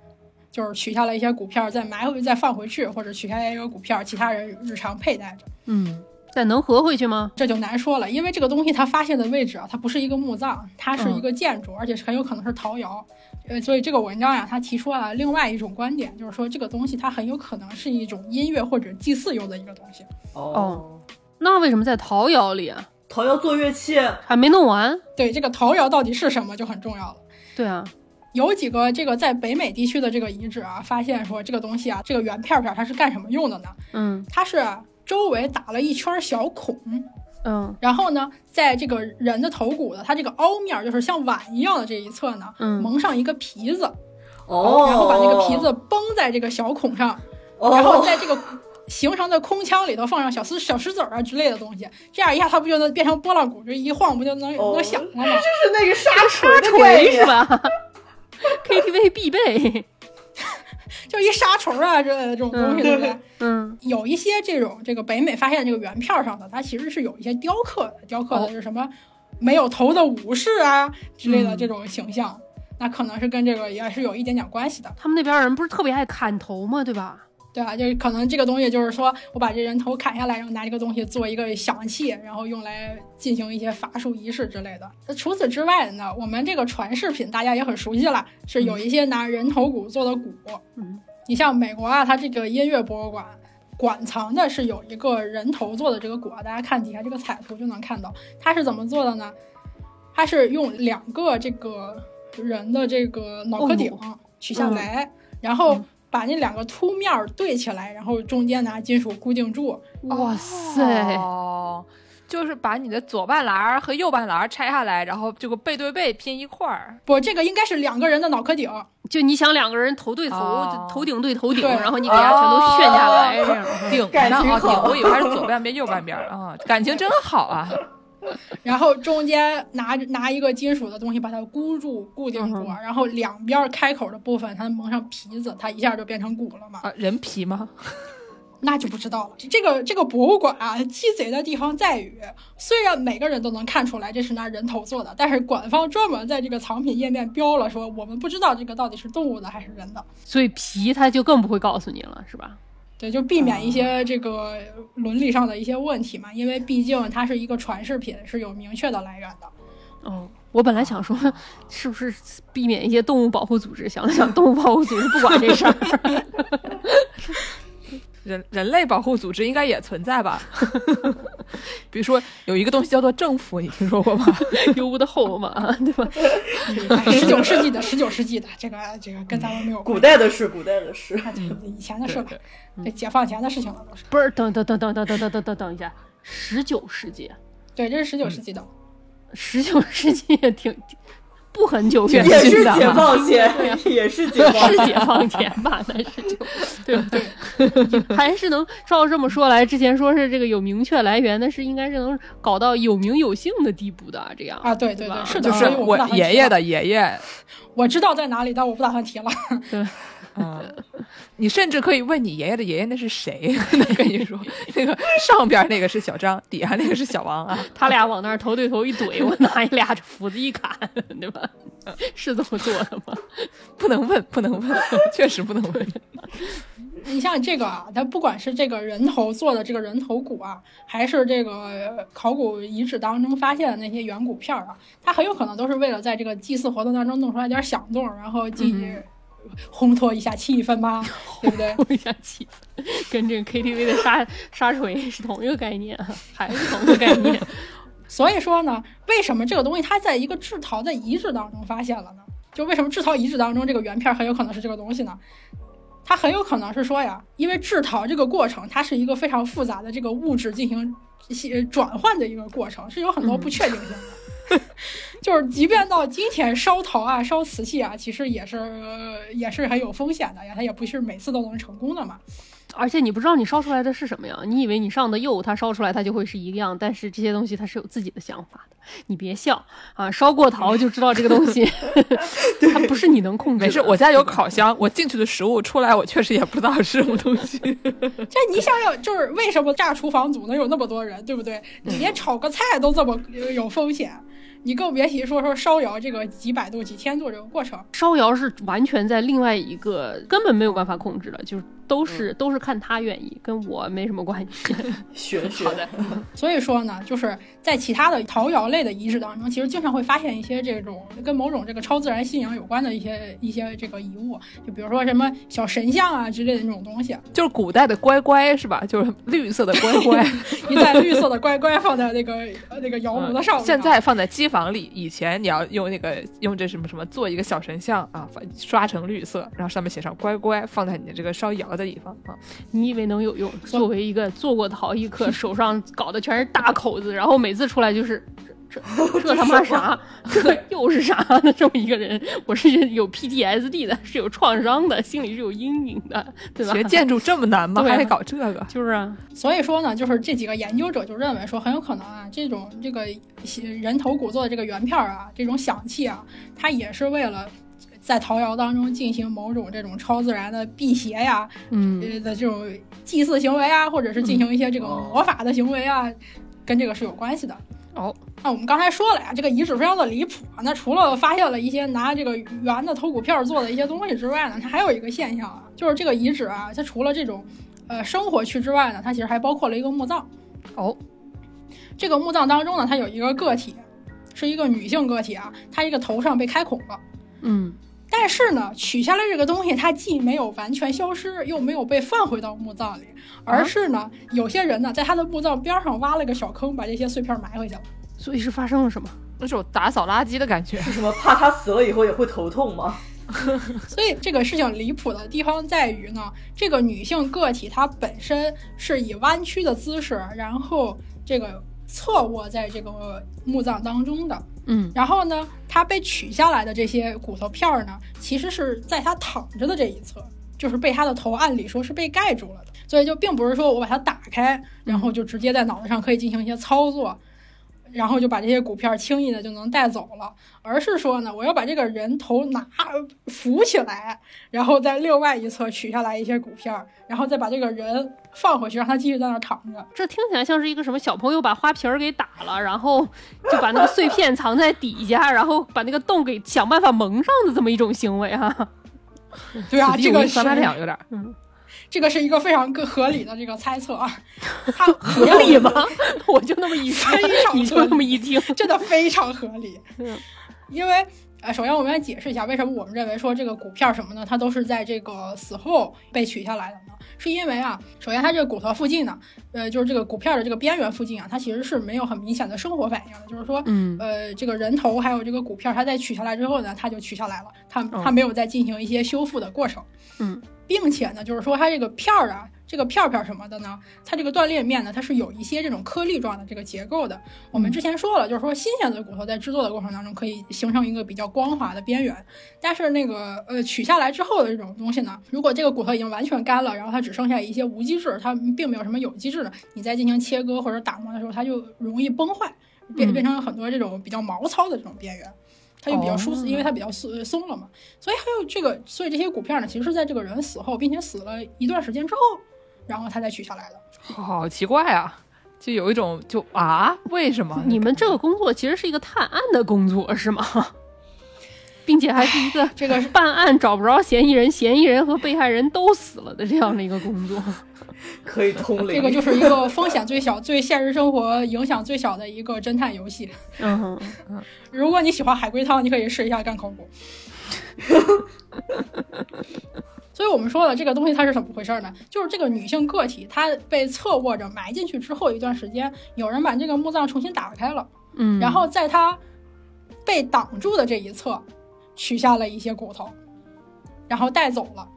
S4: 就是取下了一些股票，再埋回再放回去，或者取下来一个股票，其他人日常佩戴着，
S3: 嗯，但能合回去吗？
S4: 这就难说了。因为这个东西它发现的位置啊，它不是一个墓葬，它是一个建筑，而且是很有可能是陶窑。呃，所以这个文章呀、它提出了另外一种观点，就是说这个东西它很有可能是一种音乐或者祭祀用的一个东西。
S3: 哦，那为什么在陶窑里啊？
S2: 陶窑做乐器，
S3: 还没弄完？
S4: 对，这个陶窑到底是什么就很重要了。
S3: 对啊，
S4: 有几个这个在北美地区的这个遗址啊，发现说这个东西啊，这个圆片片它是干什么用的呢？
S3: 嗯
S4: 它是啊周围打了一圈小孔，
S3: 嗯
S4: 然后呢，在这个人的头骨的它这个凹面儿，就是像碗一样的这一侧呢，
S3: 嗯
S4: 蒙上一个皮子，
S2: 哦，
S4: 然后把那个皮子，绷在这个小孔上，然后
S2: 哦， (laughs)
S4: 在这个形成的空腔里头放上小石小石子儿啊之类的东西，这样一下它不就能变成拨浪鼓，就一晃不就能
S2: 哦
S4: 能响了吗？
S2: 是那个沙锤
S3: 沙
S2: 的电
S3: 锤
S2: 影
S3: 是吧 (laughs) ？KTV 必备。
S4: 就一沙虫啊之类的这种东西，对不对？
S3: 嗯
S4: 有一些这种这个北美发现这个圆片上的，它其实是有一些雕刻的，雕
S3: 哦
S4: 刻的就是什么没有头的武士啊之类的
S3: 嗯
S4: 这种形象，那可能是跟这个也是有一点点关系的，
S3: 他们那边人不是特别爱砍头吗？对吧？
S4: 对吧？就是可能这个东西就是说我把这人头砍下来，然后拿这个东西做一个响器，然后用来进行一些法术仪式之类的。那除此之外呢，我们这个传世品大家也很熟悉了，是有一些拿人头骨做的鼓，
S3: 嗯，
S4: 你像美国啊，它这个音乐博物馆馆藏的是有一个人头做的这个鼓啊，大家看底下这个彩图就能看到，它是怎么做的呢？它是用两个这个人的这个脑壳顶
S3: 嗯
S4: 取下来，然后把那两个凸面儿对起来，然后中间拿金属固定住。
S3: 哇塞，
S1: 哦，就是把你的左半栏儿和右半栏儿拆下来，然后这个背对背拼一块儿。
S4: 不，这个应该是两个人的脑壳顶，
S3: 就你想两个人头对头，
S1: 哦
S3: 头顶对啊头顶，
S4: 对
S3: 然后你给他全都炫下来，这样。
S1: 顶
S2: 感
S1: 呢
S2: 情
S1: 啊，顶！
S2: 好
S1: 我以为它是左半边右半边儿啊，感情真好啊。
S4: 然后中间拿拿一个金属的东西把它箍住固定住，
S3: 嗯
S4: 啊
S3: 哼
S4: 然后两边儿开口的部分它蒙上皮子，它一下就变成鼓了嘛。
S3: 嗯
S1: 啊，人皮吗？
S4: 那就不知道了。这个这个博物馆啊，鸡贼的地方在于，虽然每个人都能看出来这是拿人头做的，但是馆方专门在这个藏品页面标了说，我们不知道这个到底是动物的还是人的，
S3: 所以皮他就更不会告诉你了，是吧？
S4: 对，就避免一
S1: 哦
S4: 些这个伦理上的一些问题嘛，因为毕竟它是一个传世品，是有明确的来源的。
S3: 哦，我本来想说， (laughs) 是不是避免一些动物保护组织？想了想，动物保护组织不管这事 (laughs) 儿。
S1: 人人类保护组织应该也存在吧？ (laughs) 比如说有一个东西叫做政府，你听说过吗？ (laughs)
S3: 油的后嘛，对吧？
S4: 十九世
S1: (laughs)
S4: 纪的，十九世纪的，这个这个跟咱们没有关
S2: 古代的事，古代的事，
S4: 系，以前的事
S1: 对
S4: 了
S1: 对，嗯
S4: 这解放前的事情了都是。
S3: 不是，等等等等等等等等等等一下，十九世纪，
S4: 对，这是十九世纪的。
S1: 嗯
S3: 十九 (laughs) 世纪也挺挺不很久远
S2: 也
S3: 近
S2: 是
S3: 的
S2: 解
S3: 嘛
S2: 放
S4: (laughs) 啊
S2: 前，也是解放
S3: 是解放前吧，那是就对不对？还是能照这么说来，之前说是这个有明确来源，但是应该是能搞到有名有姓的地步的，这样
S4: 啊，对对
S3: 吧
S4: 对，是的，
S1: 就是
S4: 所以我不
S1: 我
S4: 打算提
S1: 爷爷
S4: 了，
S1: 的爷爷。
S4: 我知道在哪里，但我不打算提了。
S1: 嗯， (laughs) 你甚至可以问你爷爷的爷爷那是谁？ (laughs) 他跟你说，那个上边那个是小张，底下那个是小王啊。
S3: 他俩往那儿头对头一怼，我拿一俩这斧子一砍，对
S2: (laughs)
S3: 吧？是这么做的吗？ (laughs)
S1: 不能问，不能问， (laughs) 确实不能问。
S4: 你像这个啊，它不管是这个人头做的这个人头骨啊，还是这个呃考古遗址当中发现的那些圆骨片儿啊，它很有可能都是为了在这个祭祀活动当中弄出来点响动，然后进行烘托一下气氛吧，对不对？
S3: 我一下气，跟这个 KTV 的沙沙锤是同一个概念，啊还是同一个概念。
S4: 所以说呢，为什么这个东西它在一个制陶的遗址当中发现了呢？就为什么制陶遗址当中这个原片很有可能是这个东西呢？它很有可能是说呀，因为制陶这个过程，它是一个非常复杂的这个物质进行一些转换的一个过程，是有很多不确定性的。就是即便到今天烧陶啊、烧瓷器啊，其实也是、呃也是很有风险的呀，它也不是每次都能成功的嘛。
S3: 而且你不知道你烧出来的是什么样，你以为你上的釉，它烧出来它就会是一个样，但是这些东西它是有自己的想法的。你别笑啊，烧过陶就知道这个东
S1: (laughs)
S3: 西，它不是你能控制的。
S1: 没事，我家有烤箱，我进去的食物出来，我确实也不知道是什么东西。
S4: 这你想想，就是为什么炸厨房组能有那么多人，对不对？你连炒个菜都这么呃有风险，你更别提说说烧窑这个几百度、几千度这个过程。
S3: 烧窑是完全在另外一个根本没有办法控制的，就是都
S1: 嗯
S3: 是、都是看他愿意，跟我没什么关系。
S2: 玄学。
S3: 好的，
S4: 所以说呢，就是在其他的陶窑类的遗址当中，其实经常会发现一些这种跟某种这个超自然信仰有关的一些一些这个遗物，就比如说什么小神像啊之类的那种东西。
S1: (laughs) 就是古代的乖乖是吧？就是绿色的乖 (laughs) 乖，
S4: 一袋绿色的乖乖放在那个呃那个窑炉的上面。
S1: 嗯现在放在机房里，以前你要用那个用这什么什么做一个小神像啊，把刷成绿色，然后上面写上乖乖，放在你的这个烧窑的地方啊。
S3: 你以为能有用？作为一个做过陶艺 (laughs) 课，手上搞的全是大口子，然后每次出来就是这这这他妈啥， (laughs) 这又是啥的这么一个人，我是有 PTSD 的，是有创伤的，心里是有阴影的，对吧？
S1: 学建筑这么难 (laughs) 吗？
S3: 对啊
S1: 还得搞这个？
S3: 就是啊，
S4: 所以说呢，就是这几个研究者就认为说，很有可能啊，这种这个呃人头骨做的这个原片儿啊，这种响器啊，它也是为了在陶窑当中进行某种这种超自然的辟邪呀、
S3: 嗯，
S4: 呃的这种祭祀行为啊，或者是进行一些这个
S3: 嗯
S4: 魔法的行为啊，跟这个是有关系的。
S3: 哦，
S4: 那我们刚才说了呀，这个遗址非常的离谱啊。那除了发现了一些拿这个圆的头骨片儿做的一些东西之外呢，它还有一个现象啊，就是这个遗址啊，它除了这种呃生活区之外呢，它其实还包括了一个墓葬。
S3: 哦，
S4: 这个墓葬当中呢，它有一个个体，是一个女性个体啊，她这个头上被开孔了。
S3: 嗯，
S4: 但是呢，取下来这个东西，它既没有完全消失，又没有被放回到墓葬里，而是呢，有些人呢，在他的墓葬边上挖了个小坑，把这些碎片埋回去了。
S3: 所以是发生了什么？
S1: 那种打扫垃圾的感觉。
S2: 是什么？怕他死了以后也会头痛吗？
S4: 所以这个事情离谱的地方在于呢，这个女性个体她本身是以弯曲的姿势，然后这个侧卧在这个墓葬当中的。
S3: 嗯，
S4: 然后呢，她被取下来的这些骨头片儿呢，其实是在她躺着的这一侧，就是被她的头按理说是被盖住了的，所以就并不是说我把它打开，然后就直接在脑袋上可以进行一些操作，然后就把这些骨片儿轻易的就能带走了，而是说呢，我要把这个人头拿扶起来，然后在另外一侧取下来一些骨片儿，然后再把这个人放回去，让他继续在那儿躺着。
S3: 这听起来像是一个什么小朋友把花瓶儿给打了，然后就把那个碎片藏在底下，然后把那个洞给想办法蒙上的这么一种行为哈、啊
S4: 对 (laughs) 啊，
S1: 此地
S4: 这
S1: 无
S4: 个
S1: 银
S4: 是
S1: 三百两有点儿。
S4: 这个是一个非常个合理的这个猜测
S1: (laughs)
S4: 啊，他
S3: 合理吗？ (laughs) 我就那么一说
S4: 非常合，理
S3: (laughs) 你就那么一听，
S4: 真的非常合理
S3: 嗯。
S4: 因为呃，首先我们要解释一下，为什么我们认为说这个骨片儿什么的，它都是在这个死后被取下来的呢？是因为啊，首先它这个骨头附近呢，呃，就是这个骨片儿的这个边缘附近啊，它其实是没有很明显的生活反应的，就是说，
S3: 嗯
S4: 呃，这个人头还有这个骨片儿，它在取下来之后呢，它就取下来了，它它
S3: 嗯
S4: 没有再进行一些修复的过程。
S3: 嗯，
S4: 并且呢，就是说它这个片儿啊，这个片儿片儿什么的呢，它这个断裂面呢，它是有一些这种颗粒状的这个结构的。我
S3: 嗯
S4: 们之前说了，就是说新鲜的骨头在制作的过程当中可以形成一个比较光滑的边缘，但是那个呃取下来之后的这种东西呢，如果这个骨头已经完全干了，然后它只剩下一些无机质，它并没有什么有机质的，你再进行切割或者打磨的时候，它就容易崩坏，变
S3: 嗯
S4: 变成很多这种比较毛糙的这种边缘。它就比较舒适，因为它比较松呃松了嘛。所以还有这个，所以这些骨片儿呢，其实是在这个人死后，并且死了一段时间之后，然后他才取下来的。
S1: 好奇怪啊！就有一种就啊，为什么
S3: 你们这个工作其实是一个探案的工作是吗？ (laughs) 并且还是一 (laughs) 个
S4: 这个是
S3: 办案找不着嫌疑人，嫌疑人和被害人都死了的这样的一个工作。
S2: 可以通灵。
S4: 这个就是一个风险最小、对现实生活影响最小的一个侦探游戏。
S3: 嗯哼，
S4: 如果你喜欢海龟汤，你可以试一下干考古。所以我们说了，这个东西它是怎么回事呢？就是这个女性个体，她被侧卧着埋进去之后一段时间，有人把这个墓葬重新打开了，
S3: 嗯，
S4: 然后在他被挡住的这一侧取下了一些骨头，然后带走了。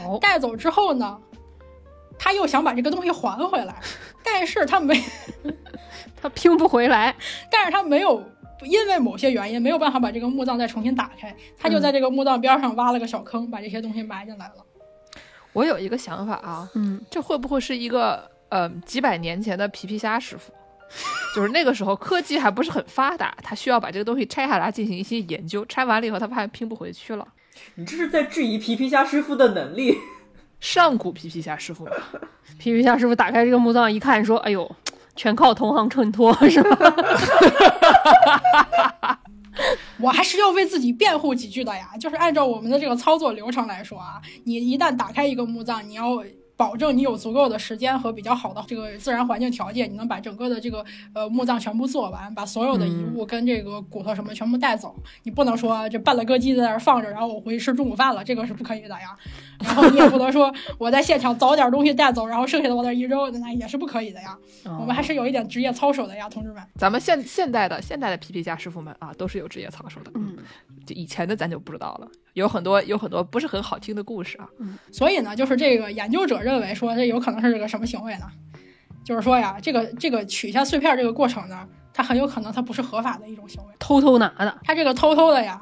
S3: 哦
S4: 带走之后呢，他又想把这个东西还回来，但是他没，
S3: 他拼不回来，
S4: 但是他没有。因为某些原因没有办法把这个墓葬再重新打开，他就
S3: 嗯
S4: 在这个墓葬边上挖了个小坑，把这些东西埋进来了。
S1: 我有一个想法啊，
S3: 嗯，
S1: 这会不会是一个呃几百年前的皮皮虾师傅？ (laughs) 就是那个时候科技还不是很发达，他需要把这个东西拆下来进行一些研究，拆完了以后他怕拼不回去了。
S2: 你这是在质疑皮皮虾师傅的能力。
S1: 上古皮皮虾师傅嘛，
S3: 皮皮虾师傅打开这个墓葬一看，说：“哎呦，全靠同行衬托，是吧？
S4: 我还是要为自己辩护几句的呀。就是按照我们的这个操作流程来说啊，你一旦打开一个墓葬，你要。保证你有足够的时间和比较好的这个自然环境条件，你能把整个的这个呃墓葬全部做完，把所有的遗物跟这个骨头什么全部带走。你不能说这半了咯叽在那儿放着，然后我回去吃中午饭了，这个是不可以的呀。然后你也不能说我在现场找点东西带走，然后剩下的往那儿一扔，那也是不可以的呀。我们还是有一点职业操守的呀，同志们。
S1: 咱们现现代的现代的皮皮虾师傅们啊，都是有职业操守的。
S3: 嗯，
S1: 就以前的咱就不知道了，有很多有很多不是很好听的故事啊。
S4: 所以呢，就是这个研究者认为说，这有可能是这个什么行为呢？就是说呀，这个这个取下碎片这个过程呢，它很有可能它不是合法的一种行为，
S3: (laughs) 偷偷拿的。
S4: 它这个偷偷的呀。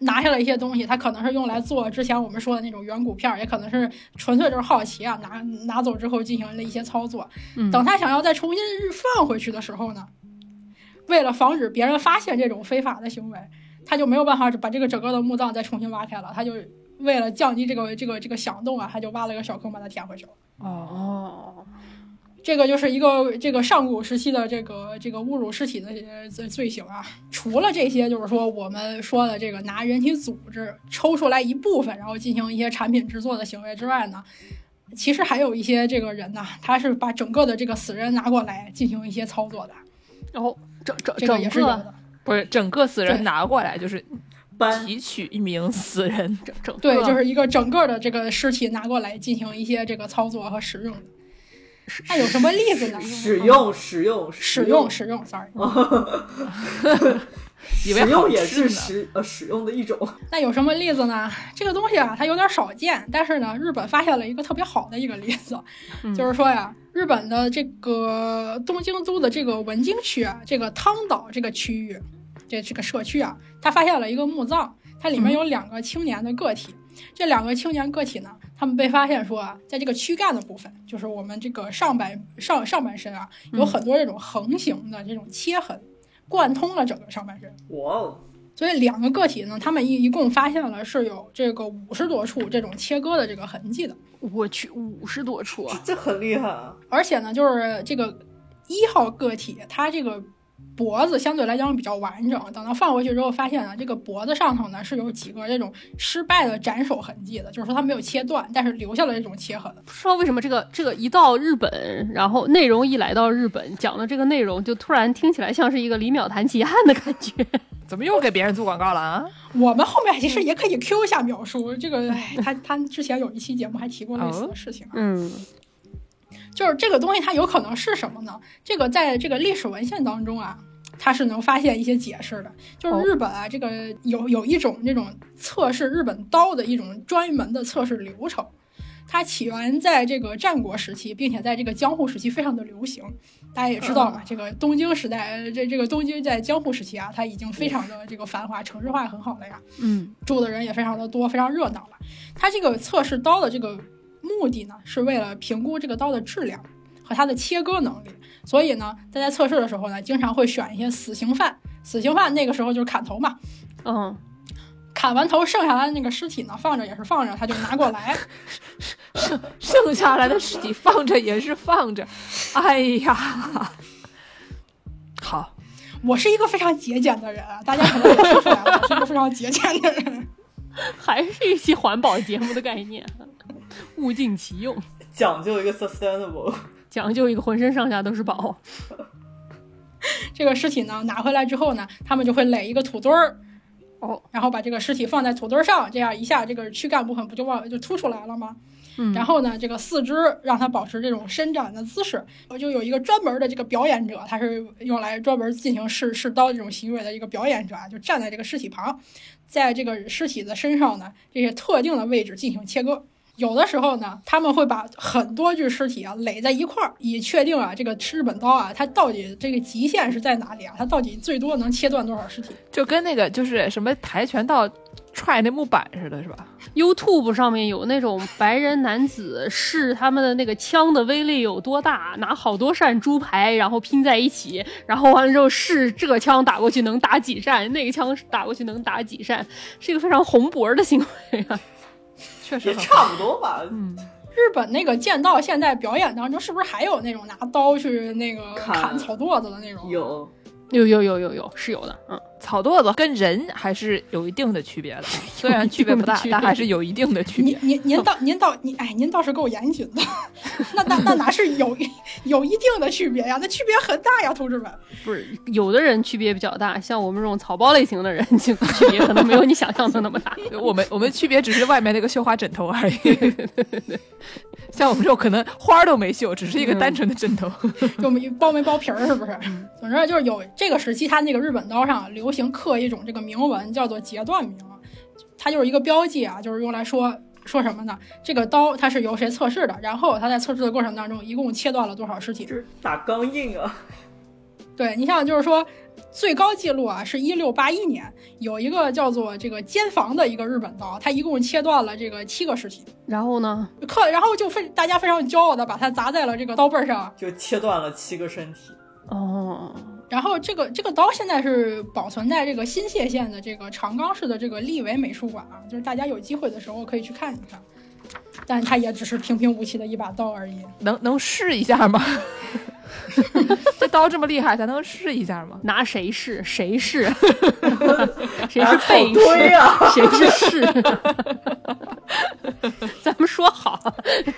S4: 拿下来一些东西，它可能是用来做之前我们说的那种远古片儿，也可能是纯粹就是好奇啊，拿拿走之后进行了一些操作。
S3: 嗯，
S4: 等他想要再重新放回去的时候呢，为了防止别人发现这种非法的行为，他就没有办法把这个整个的墓葬再重新挖开了，他就为了降低这个这个这个响动啊，他就挖了个小坑把它填回去了。
S1: 哦，
S3: 哦，
S4: 这个就是一个这个上古时期的这个这个侮辱尸体的呃罪罪行啊。除了这些，就是说我们说的这个拿人体组织抽出来一部分，然后进行一些产品制作的行为之外呢，其实还有一些这个人呐，他是把整个的这个死人拿过来进行一些操作的，
S3: 然后整整
S4: 这个
S3: 整
S4: 也是有
S3: 个
S4: 的。
S1: 不是整个死人
S4: 对
S1: 拿过来就是
S2: 搬
S1: 提取一名死人，
S3: 整整
S4: 对，
S3: 个
S4: 就是一个整个的这个尸体拿过来进行一些这个操作和使用的。
S3: 是
S4: 那有什么例子呢？
S2: 使用使用
S4: 使用使用，sorry。
S1: 以
S2: 使
S1: 为好
S2: 用也
S1: 吃
S2: 是
S1: 呢。
S2: 使呃使用的一种。
S4: 那有什么例子呢？这个东西啊，它有点少见，但是呢，日本发现了一个特别好的一个例子，
S3: 嗯
S4: 就是说呀，日本的这个东京都的这个文京区啊，这个汤岛这个区域，这这个社区啊，他发现了一个墓葬，它里面有两个青年的个体，这两个青年个体呢，他们被发现说啊，在这个躯干的部分，就是我们这个上半上上半身啊，有很多这种横行的这种切痕，贯通了整个上半身。
S2: 哇哦，
S4: 所以两个个体呢，他们一一共发现了是有这个五十多处这种切割的这个痕迹的，
S3: 我去五十多处啊！
S2: 这很厉害啊！
S4: 而且呢，就是这个一号个体，它这个脖子相对来讲比较完整，等到放回去之后，发现呢，啊这个脖子上头呢是有几个这种失败的斩首痕迹的，就是说它没有切断，但是留下了这种切痕。
S3: 不知道为什么这个这个一到日本，然后内容一来到日本，讲的这个内容就突然听起来像是一个李淼谈奇案的感觉。
S1: 怎么又给别人做广告了啊？
S4: 我们后面其实也可以 Q 一下描述这个，哎，他他之前有一期节目还提过类似的事情啊。
S3: (laughs) 嗯，
S4: 就是这个东西它有可能是什么呢？这个在这个历史文献当中啊，它是能发现一些解释的。就是日本啊，这个有有一种这种测试日本刀的一种专门的测试流程，它起源在这个战国时期，并且在这个江户时期非常的流行。大家也知道嘛，这个东京时代，呃这这个东京在江户时期啊，它已经非常的这个繁华，城市化很好了呀。
S3: 嗯，
S4: 住的人也非常的多，非常热闹了。它这个测试刀的这个目的呢，是为了评估这个刀的质量和它的切割能力。所以呢，大家测试的时候呢，经常会选一些死刑犯。死刑犯那个时候就是砍头嘛，
S3: 嗯， (laughs)
S4: 砍完头剩下来的那个尸体呢，放着也是放着，他就拿过来。
S1: 剩下来的尸体放着也是放着，哎呀，好，
S4: 我是一个非常节俭的人，啊，大家可能也听出来了，我是一个非常节俭的人。
S3: 还是一期环保节目的概念， (laughs) 物尽其用，
S2: 讲究一个 (laughs) sustainable，
S3: 讲究一个浑身上下都是宝。
S4: 这个尸体呢拿回来之后呢，他们就会垒一个土堆儿，
S3: 哦，
S4: 然后把这个尸体放在土堆儿上，这样一下这个躯干部分不就往就凸出来了吗？
S3: 嗯
S4: 然后呢，这个四肢让它保持这种伸展的姿势，我就有一个专门的这个表演者，他是用来专门进行试试刀这种行为的一个表演者啊，就站在这个尸体旁，在这个尸体的身上呢这些特定的位置进行切割。有的时候呢，他们会把很多具尸体啊垒在一块儿，以确定啊这个日本刀啊它到底这个极限是在哪里啊，它到底最多能切断多少尸体。
S1: 就跟那个就是什么跆拳道踹那木板似的，是吧？
S3: YouTube 上面有那种白人男子试他们的那个枪的威力有多大，拿好多扇猪排然后拼在一起，然后完了之后试这个枪打过去能打几扇，那个枪打过去能打几扇，是一个非常红脖的行为啊。
S1: 确实
S2: 也
S1: 很
S2: 差不多吧。
S3: 嗯，
S4: 日本那个剑道现在表演当中，是不是还有那种拿刀去那个
S2: 砍
S4: 砍草垛子的那种？
S2: 有
S3: (laughs) 有有有有有是有的，嗯，
S1: 草垛子跟人还是有一定的区 (laughs) 别的，虽然区别不大
S3: 有一定的区，别
S1: 但还是有一定的区 (laughs)
S4: 您
S1: 别。
S4: 您您倒您倒您哎，您倒是够严谨的。 (laughs) 那那那哪是有有一定的区别呀？那区别很大呀，同志们。
S3: 不是有的人区别比较大，像我们这种草包类型的人，就区别可能没有你想象的那么大。
S1: 我们我们区别只是外面那个绣花枕头而已， (laughs) 像我们这种可能花儿都没绣，只是一个单纯的枕头。
S4: 就没包没包皮儿，是不是？总之就是有这个时期，它那个日本刀上流行刻一种这个铭文，叫做截断铭，它就是一个标记啊，就是用来说说什么呢？这个刀它是由谁测试的，然后它在测试的过程当中一共切断了多少尸体
S2: 就？是打钢印啊，
S4: 对你像就是说。最高记录啊，是一六八一年，有一个叫做这个监房的一个日本刀，它一共切断了这个七个尸体，
S3: 然后呢，
S4: 刻，然后就非大家非常骄傲的把它砸在了这个刀背儿上，
S2: 就切断了七个身体。
S3: 哦，
S4: 然后这个这个刀现在是保存在这个新泻县的这个长冈市的这个立维美术馆啊，就是大家有机会的时候可以去看一看。但它也只是平平无奇的一把刀而已。
S1: (laughs) 能能试一下吗？ (laughs) 这刀这么厉害，咱能试一下吗？
S3: 拿谁试谁试，谁
S2: 啊
S3: 是
S2: 草
S3: 被
S2: 堆
S1: (laughs)
S3: 试，
S2: 啊，
S3: 谁是试，咱们说好，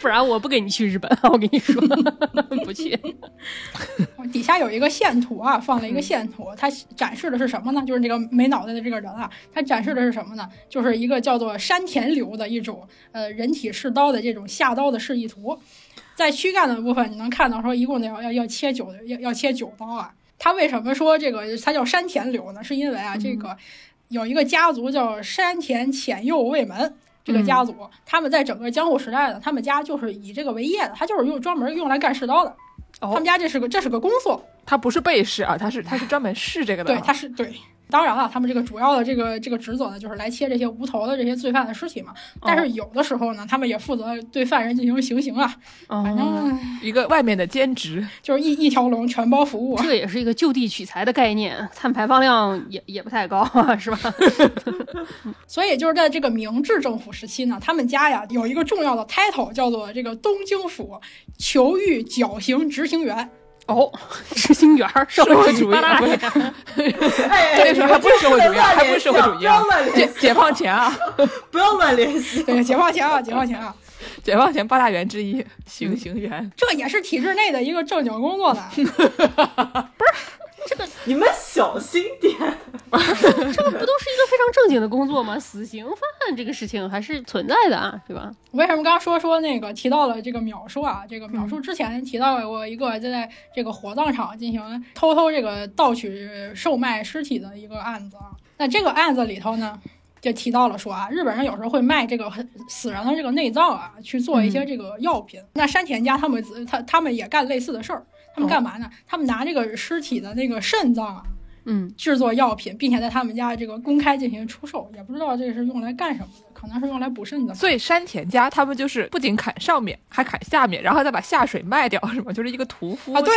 S3: 不然我不跟你去日本， (laughs) 我跟你说不去。
S4: 哦底下有一个线图啊，放了一个线图，它展示的是什么呢？就是这个没脑袋的这个人啊，它展示的是什么呢？就是一个叫做山田流的一种呃人体试刀的这种下刀的示意图。在躯干的部分，你能看到说一共要要要切九要要切九刀啊。它为什么说这个它叫山田流呢？是因为啊，这个有一个家族叫山田浅右卫门。这个家族，他们在整个江户时代呢，他们家就是以这个为业的，他就是用专门用来干试刀的。
S1: 哦
S4: 他们家这是个这是个工作，
S1: 它不是被试啊，它是它是专门试这个的啊。
S4: 对，他是对。当然了，他们这个主要的这个这个职责呢，就是来切这些无头的这些罪犯的尸体嘛。但是有的时候呢，他们也负责对犯人进行行刑啊，反
S3: 哦，
S4: 正
S1: 一个外面的兼职。
S4: 就是一一条龙全包服务。 (laughs)
S3: 这也是一个就地取材的概念，碳排放量也也不太高，啊 (laughs) 是吧？
S4: 所以就是在这个明治政府时期呢，他们家呀有一个重要的 title 叫做这个东京府囚狱绞刑执行员。
S3: 哦，执行员儿，社
S1: 会
S3: 会
S1: (laughs) 主义
S3: 拉
S1: 不是
S2: 哎，
S1: 这个时候还不是社会主义啊，还不是社会主义 (laughs) 啊
S2: 不要乱！
S1: 解
S2: 联想，
S1: 解放前 (laughs) 啊，
S2: 不要乱联想。
S4: 对，解放前啊，解放前啊，
S1: 解放前八大员之一，行刑员。
S4: 这也是体制内的一个正经工作呢。
S2: 你们小心 (laughs) 点。
S3: 这不都是一个非常正经的工作吗？死刑犯这个事情还是存在的啊，对吧？
S4: 为什么刚刚说说那个提到了这个秒叔啊？这个秒叔之前提到过一个就在这个火葬场进行偷偷这个盗取售卖尸体的一个案子啊。那这个案子里头呢，就提到了说啊，日本人有时候会卖这个死人的这个内脏啊，去做一些这个药品。那山田家他们他他们也干类似的事儿，他们干嘛呢？他们拿这个尸体的那个肾脏啊，
S3: 嗯，
S4: 制作药品，并且在他们家这个公开进行出售，也不知道这是用来干什么的，可能是用来补肾的。
S1: 所以山田家他们就是不仅砍上面，还砍下面，然后再把下水卖掉，是吗？就是一个屠夫
S4: 啊，对，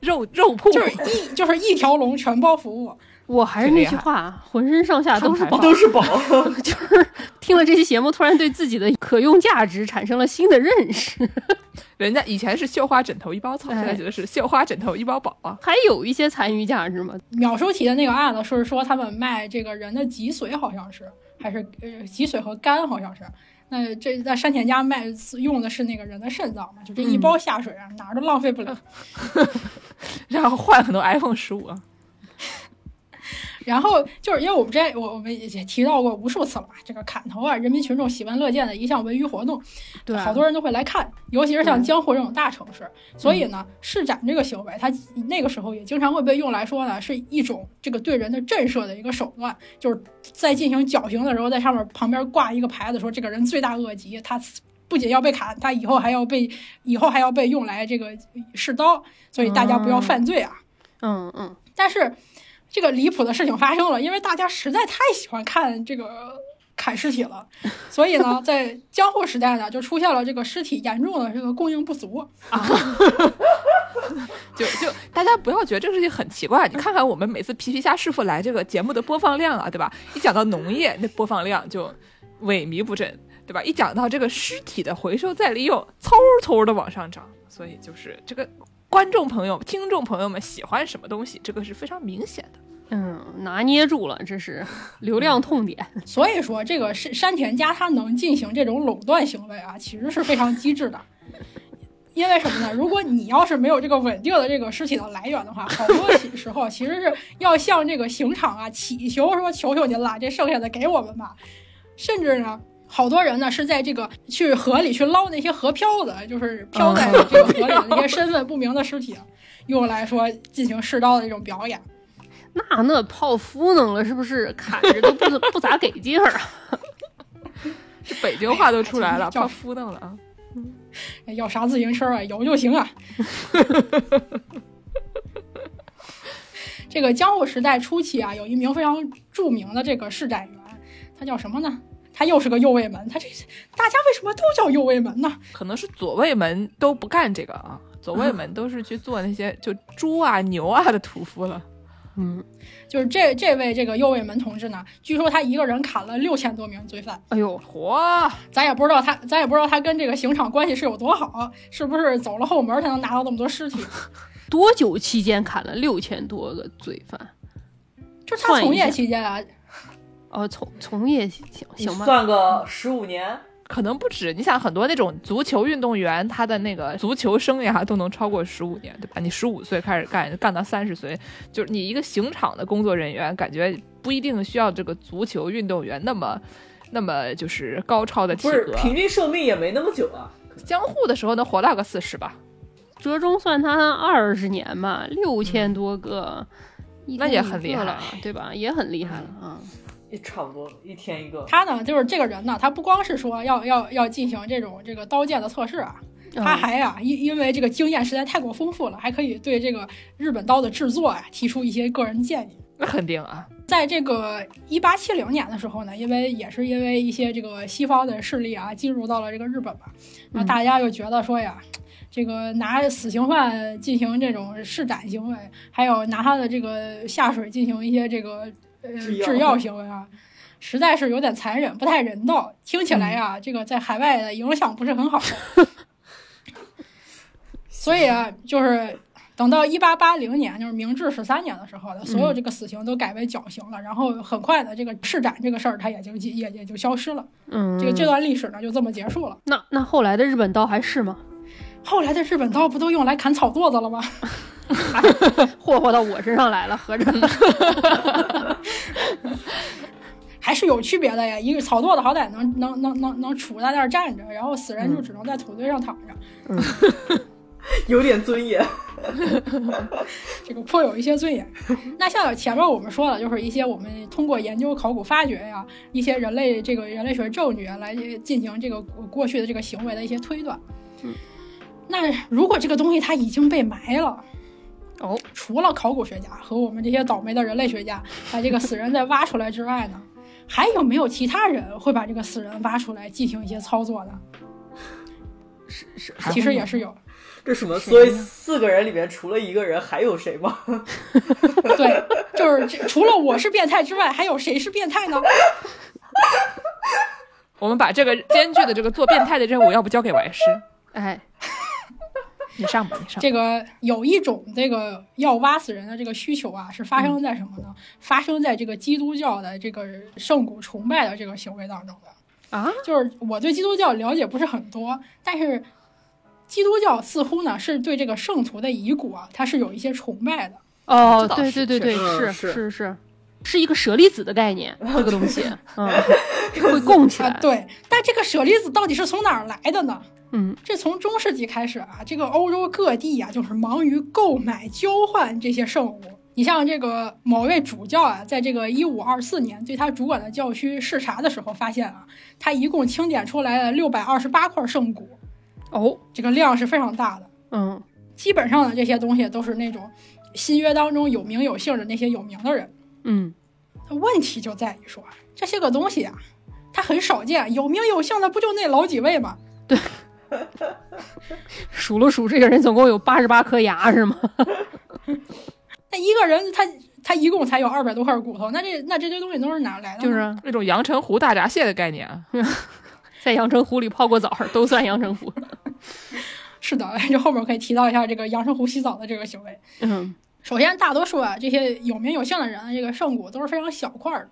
S1: 肉肉铺。
S4: (laughs) 就是一就是一条龙全包服务。
S3: 我还是那句话，浑身上下都是宝，
S2: 哦都是 (laughs) 宝，
S3: (laughs) 就是听了这期节目，突然对自己的可用价值产生了新的认识， (laughs)
S1: 人家以前是绣花枕头一包草，
S3: 哎
S1: 现在觉得是绣花枕头一包宝啊。
S3: 还有一些残余价值嘛。
S4: 秒叔提的那个案子，说是说他们卖这个人的脊髓，好像是还是呃脊髓和肝，好像是。那这在山田家卖用的是那个人的肾脏嘛，就这一包下水啊，哪儿都浪费不了。
S1: 然后换很多 iPhone 十五啊，
S4: 然后就是因为我们之前我我们也提到过无数次了吧，这个砍头啊，人民群众喜闻乐见的一项文娱活动，
S3: 对啊
S4: 好多人都会来看，尤其是像江户这种大城市，所以呢，施展这个行为，它那个时候也经常会被用来说呢，是一种这个对人的震慑的一个手段，就是在进行绞刑的时候，在上面旁边挂一个牌子说这个人罪大恶极，他不仅要被砍，他以后还要被以后还要被用来这个试刀，所以大家不要犯罪啊。
S3: 嗯嗯，
S4: 但是这个离谱的事情发生了，因为大家实在太喜欢看这个砍尸体了。所以呢，在江户时代呢，就出现了这个尸体严重的这个供应不足。
S1: 就就大家不要觉得这个事情很奇怪，你看看我们每次皮皮虾师傅来这个节目的播放量啊，对吧？一讲到农业，那播放量就萎靡不振，对吧？一讲到这个尸体的回收再利用，嗖嗖的往上涨，所以就是这个观众朋友、听众朋友们喜欢什么东西，这个是非常明显的。
S3: 嗯，拿捏住了，这是流量痛点。
S4: 所以说，这个山山田家他能进行这种垄断行为啊，其实是非常机智的。因为什么呢？如果你要是没有这个稳定的这个尸体的来源的话，好多时时候其实是要向这个刑场啊祈求说：“求求您了，这剩下的给我们吧。”甚至呢，好多人呢是在这个去河里去捞那些河漂子，就是漂在这个河里的那些身份不明的尸体，用来说进行世道的一种表演。
S3: 那那泡芙能了，是不是砍着都不 (laughs) 不咋给劲儿啊？
S1: 这北京话都出来了，
S4: 叫
S1: 怕敷弄了啊！
S4: 哎要啥自行车啊？有就行啊。 (laughs) 这个江户时代初期啊，有一名非常著名的这个市展员，他叫什么呢？他又是个右卫门。他这大家为什么都叫右卫门呢？
S1: 可能是左卫门都不干这个啊，左卫门都是去做那些就猪啊、牛啊的屠夫了。
S3: 嗯，
S4: 就是这这位这个右卫门同志呢，据说他一个人砍了六千多名罪犯，
S3: 哎呦，
S1: 嚯，
S4: 咱也不知道他，咱也不知道他跟这个刑场关系是有多好，是不是走了后门才能拿到那么多尸体？
S3: 多久期间砍了六千多个罪犯？
S4: 就是他从
S3: 算一
S4: 业
S3: 下
S4: 期间啊，
S3: 哦，从从业行行吧，
S2: 算个十五年，
S1: 可能不止。你想，很多那种足球运动员，他的那个足球生涯都能超过十五年，对吧？你十五岁开始干，干到三十岁，就是你一个刑场的工作人员，感觉不一定需要这个足球运动员那么。那么就是高超的体
S2: 不是
S1: 格，
S2: 平均寿命也没那么久啊。
S1: 江户的时候能活到个四十吧，
S3: 折中算他二十年吧，六千多个，一
S1: 那
S3: 天
S1: 也
S3: 一
S1: 很厉
S3: 个
S1: 害
S3: 了，对吧？也很厉害了啊。
S2: 也差不多，一
S1: (laughs)
S2: 天一个。
S4: 他呢，就是这个人呢，他不光是说要要要进行这种这个刀剑的测试啊，
S3: 嗯
S4: 他还啊，因因为这个经验实在太过丰富了，还可以对这个日本刀的制作呀、提出一些个人建议。
S1: 那肯定啊，
S4: 在这个一八七零年的时候呢，因为也是因为一些这个西方的势力啊进入到了这个日本吧，那大家又觉得说呀，这个拿死刑犯进行这种施展行为，还有拿他的这个下水进行一些这个呃
S2: 制药
S4: 制药行为啊，实在是有点残忍，不太人道。听起来呀，这个在海外的影响不是很好。所以啊，就是等到一八八零年，就是明治十三年的时候呢，所有这个死刑都改为绞刑了。然后很快的，这个施展这个事儿，它也就也也就消失了。
S3: 嗯，
S4: 这个这段历史呢，就这么结束了。
S3: 那那后来的日本刀还是吗？ (laughs)
S4: 后来的日本刀不都用来砍草垛子了吗？
S3: 霍霍到我身上来了，合着
S4: 还是有区别的呀。一个草垛子好歹能能能能能杵在那儿站着，然后死人就只能在土堆上躺着，
S2: 有点尊严。
S4: (laughs) 这个颇有一些尊严。那像前面我们说了，就是一些我们通过研究考古发掘呀，一些人类这个人类学证据啊来进行这个过过去的这个行为的一些推断。
S3: 嗯，
S4: 那如果这个东西它已经被埋了。
S3: 哦，
S4: 除了考古学家和我们这些倒霉的人类学家把这个死人再挖出来之外呢，还有没有其他人会把这个死人挖出来进行一些操作呢？
S3: 是是
S4: 其实也是有，
S2: 这什么？所以四个人里面除了一个人，还有谁吗？
S4: (laughs) 对，就是 (laughs) 这除了我是变态之外，还有谁是变态呢？
S1: 我们把这个艰巨的这个做变态的任务，要不交给完师，
S3: (laughs) 哎，
S1: 你上吧，你上。
S4: 这个有一种这个要挖死人的这个需求啊，是发生在什么呢？发生在这个基督教的这个圣骨崇拜的这个行为当中的
S3: 啊。
S4: 就是我对基督教了解不是很多，但是基督教似乎呢是对这个圣徒的遗骨啊，它是有一些崇拜的。
S3: 哦
S1: 这，倒
S3: 对
S1: 是
S3: 对对对，是
S2: 确实是
S3: 是是，是一个舍利子的概念，这个东西， (laughs) 嗯，会供起
S4: (laughs) 啊
S3: 来，，
S4: 对，但这个舍利子到底是从哪儿来的呢？
S3: 嗯，
S4: 这从中世纪开始啊，这个欧洲各地啊，就是忙于购买、交换这些圣物。你像这个某位主教啊，在这个一五二四年对他主管的教区视察的时候，发现啊，他一共清点出来了六百二十八块圣骨，
S3: 哦，
S4: 这个量是非常大的。
S3: 嗯，
S4: 基本上呢，这些东西都是那种新约当中有名有姓的那些有名的人。
S3: 嗯，
S4: 问题就在于说，这些个东西啊，它很少见，有名有姓的不就那老几位吗？
S3: 数了数，这个人总共有八十八颗牙是吗？ (laughs)
S4: 那一个人他他一共才有二百多块骨头，那这那这些东西都是哪来的？
S3: 就是啊
S1: 那种阳澄湖大闸蟹的概念啊，
S3: 在阳澄湖里泡过澡儿都算阳澄湖。
S4: 是的， (laughs) 这后面可以提到一下这个阳澄湖洗澡的这个行为。
S3: 嗯，
S4: 首先，大多数啊这些有名有姓的人，啊这个圣骨都是非常小块儿的，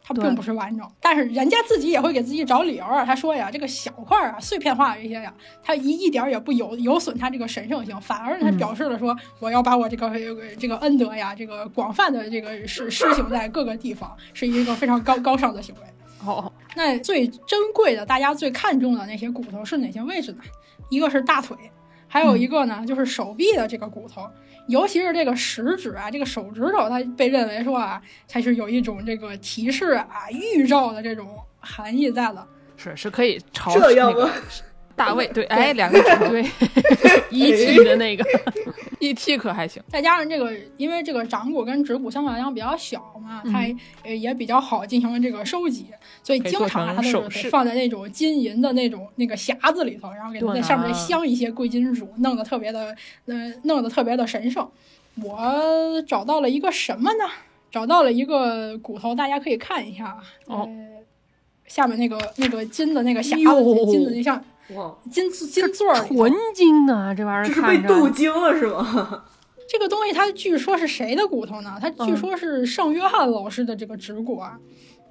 S4: 它
S3: 对
S4: 并不是完整。但是人家自己也会给自己找理由啊，他说呀，这个小块儿啊、碎片化这些呀，它一一点儿也不有有损它这个神圣性，反而他
S3: 嗯
S4: 表示了说，我要把我这个这个恩德呀，这个广泛的这个施施行在各个地方，是一个非常高高尚的行为。
S3: 哦，
S4: 那最珍贵的，大家最看重的那些骨头是哪些位置呢？一个是大腿，还
S3: 嗯
S4: 有一个呢、就是手臂的这个骨头，尤其是这个食指啊，这个手指头，它被认为说啊，它是有一种这个提示啊、预兆的这种含义在的。
S1: 是是可以朝
S2: 这要
S1: 那
S2: 不
S1: 个大卫对，哎，两个指头
S3: 对，遗弃的那个，
S1: ，ET 可还行，
S4: 再加上这个，因为这个掌骨跟指骨相对来讲比较小嘛，
S3: 嗯
S4: 它呃也比较好进行这个收集，所以
S1: 可以
S4: 经
S1: 做
S4: 常啊
S1: 成
S4: 它都是
S1: 首
S4: 得
S1: 饰
S4: 放在那种金银的那种那个匣子里头，然后给它
S1: 对
S4: 在上面
S1: 啊
S4: 镶一些贵金属，弄得特别的，呃，弄得特别的神圣。我找到了一个什么呢？找到了一个骨头，大家可以看一下啊。
S3: 哦
S4: 呃下面那个那个金的那个匣
S1: 哎
S3: 哟
S4: 子，金的那像
S2: 哇，
S4: 金字金座儿里头，
S3: 纯金呐，啊这玩意
S2: 这
S3: 儿
S2: 是被
S3: 看
S2: 镀
S3: 着。
S2: 金了是吗？ (laughs)
S4: 这个东西它据说是谁的骨头呢？它据
S3: 嗯
S4: 说是圣约翰老师的这个指骨啊。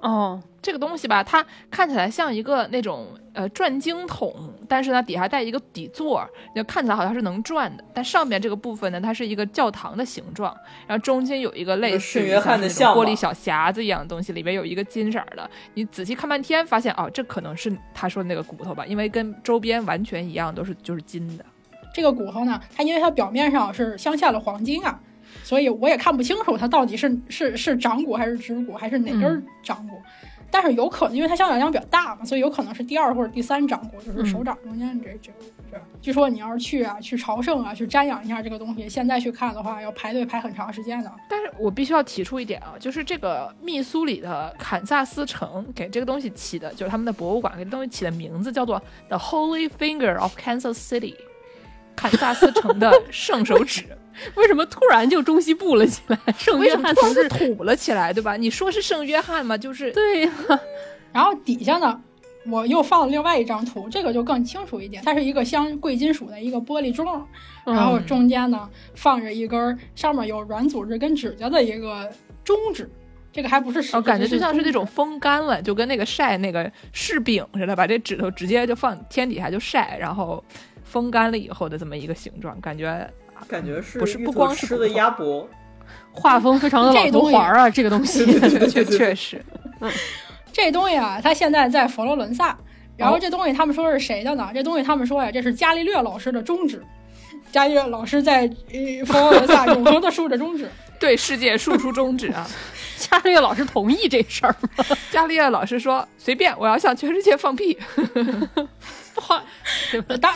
S3: 哦，
S1: 这个东西吧，它看起来像一个那种呃转经筒，但是呢底下带一个底座，就看起来好像是能转的，但上面这个部分呢，它是一个教堂的形状，然后中间有一个类似
S2: 圣
S1: 于
S2: 约翰
S1: 像
S2: 的
S1: 那种玻
S2: 像吧
S1: 璃小匣子一样的东西，里边有一个金色儿的，你仔细看半天，发现哦，这可能是他说的那个骨头吧，因为跟周边完全一样，都是就是金的。
S4: 这个骨头呢，它因为它表面上是镶嵌了黄金啊，所以我也看不清楚它到底是是是掌骨还是指骨还是哪根儿掌骨。但是有可能，因为它相对来讲比较大嘛，所以有可能是第二或者第三掌骨，就是手掌中间这这这。据说你要是去啊，去朝圣啊，去瞻仰一下这个东西，现在去看的话，要排队排很长时间的。
S1: 但是我必须要提出一点啊，就是这个密苏里的堪萨斯城给这个东西起的，就是他们的博物馆给这东西起的名字叫做 The Holy Finger of Kansas City，堪 (laughs) 萨斯城的圣手 (laughs) 指。
S3: 为什么突然就中西部了起来？圣
S1: 为
S3: 约
S1: 什么
S3: 翰
S1: 突
S3: 同
S1: 然就
S3: 志，
S1: 土了起来，对吧？你说是圣约翰吗？就是
S3: 对呀，
S4: 然后底下呢，我又放了另外一张图，这个就更清楚一点。它是一个镶贵金属的一个玻璃钟，
S1: 嗯
S4: 然后中间呢放着一根儿上面有软组织跟指甲的一个中指，这个还不是食指，
S1: 哦，感觉
S4: 这
S1: 就像
S4: 中
S1: 是
S4: 指
S1: 那种风干了，就跟那个晒那个柿饼似的，把这指头直接就放天底下就晒，然后风干了以后的这么一个形状，感觉
S2: 感觉是
S1: 不是
S2: 芋
S1: 不
S2: 头
S1: 光是
S2: 吃
S1: 骨
S2: 的
S1: 头
S2: 鸭脖，
S3: 画风非常的老
S4: 这东
S3: 头
S4: 西
S3: 环儿啊，这个东西。
S1: 确确实
S4: 这东西啊，它现在在佛罗伦
S1: 哦
S4: 萨。然后这东西他们说是谁的呢？这东西他们说呀，这是伽利略老师的中指。伽利略老师在呃佛罗伦萨永恒的竖着中指。
S1: 对世界竖出中指啊！
S3: 伽利略老师同意这事儿吗？
S1: 伽利略老师说：“随便，我要向全世界放
S3: (laughs)
S1: 屁。
S4: 当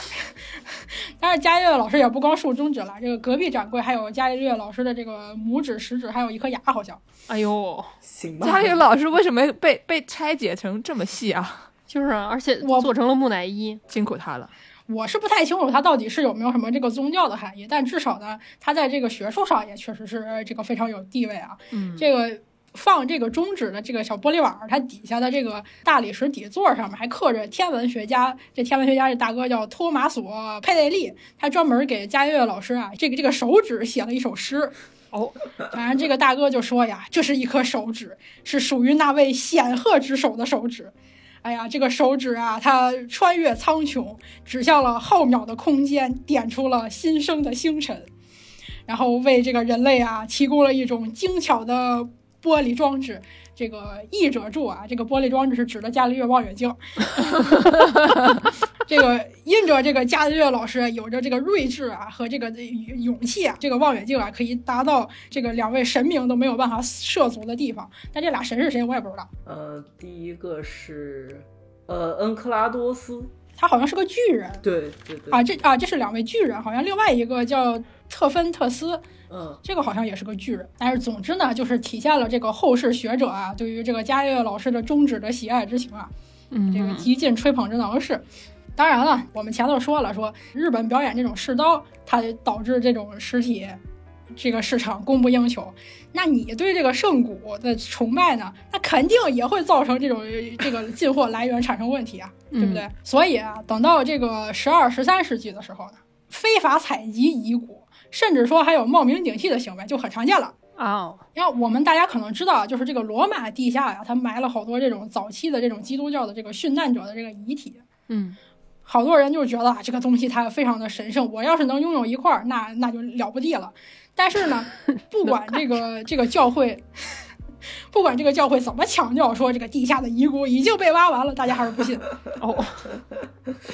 S4: 当然，伽利略老师也不光竖中指了，这个隔壁掌柜还有伽利略老师的这个拇指、食指，还有一颗牙，好像。
S3: 哎呦，
S2: 行”吧
S1: 伽？利略老师为什么被被拆解成这么细啊？
S3: 就是啊，而且
S4: 我
S3: 做成了木乃伊，
S1: 辛苦他了。
S4: 我是不太清楚它到底是有没有什么这个宗教的含义，但至少呢，它在这个学术上也确实是这个非常有地位啊。
S1: 嗯，
S4: 这个放这个中指的这个小玻璃碗儿，它底下的这个大理石底座上面还刻着天文学家，这天文学家这大哥叫托马索佩内利，他专门给伽利略老师啊这个这个手指写了一首诗。
S1: 哦，
S4: (laughs) 反正这个大哥就说呀，这是一颗手指，是属于那位显赫之手的手指。哎呀，这个手指啊，它穿越苍穹，指向了浩渺的空间，点出了新生的星辰，然后为这个人类啊提供了一种精巧的玻璃装置。这个译者注啊，这个玻璃装置是指的伽利略望远镜。这个因着这个伽利略老师有着这个睿智啊和这个勇气啊，这个望远镜啊可以达到这个两位神明都没有办法涉足的地方。但这俩神是谁我也不知道，
S2: 呃，第一个是呃恩克拉多斯，
S4: 他好像是个巨人
S2: 对对对，
S4: 啊，这啊这是两位巨人，好像另外一个叫特芬特斯，
S2: 嗯，
S4: 这个好像也是个巨人。但是总之呢，就是体现了这个后世学者啊对于这个伽利略老师的中指的喜爱之情啊。这个极尽吹捧这档子事。当然了，我们前头说了，说日本表演这种试刀，它导致这种尸体这个市场供不应求。那你对这个圣骨的崇拜呢，那肯定也会造成这种这个进货来源产生问题啊，对不对？所以啊，等到这个十二、十三世纪的时候呢，非法采集遗骨，甚至说还有冒名顶替的行为就很常见了。
S3: 哦， (laughs)
S4: 然后我们大家可能知道，就是这个罗马地下呀，它埋了好多这种早期的这种基督教的这个殉难者的这个遗体。
S3: 嗯，
S4: 好多人就觉得啊，这个东西它非常的神圣，我要是能拥有一块儿，那那就了不地了。但是呢，不管这个这个教会， (laughs) 不管这个教会怎么强调说这个地下的遗骨已经被挖完了，大家还是不信。
S3: 哦，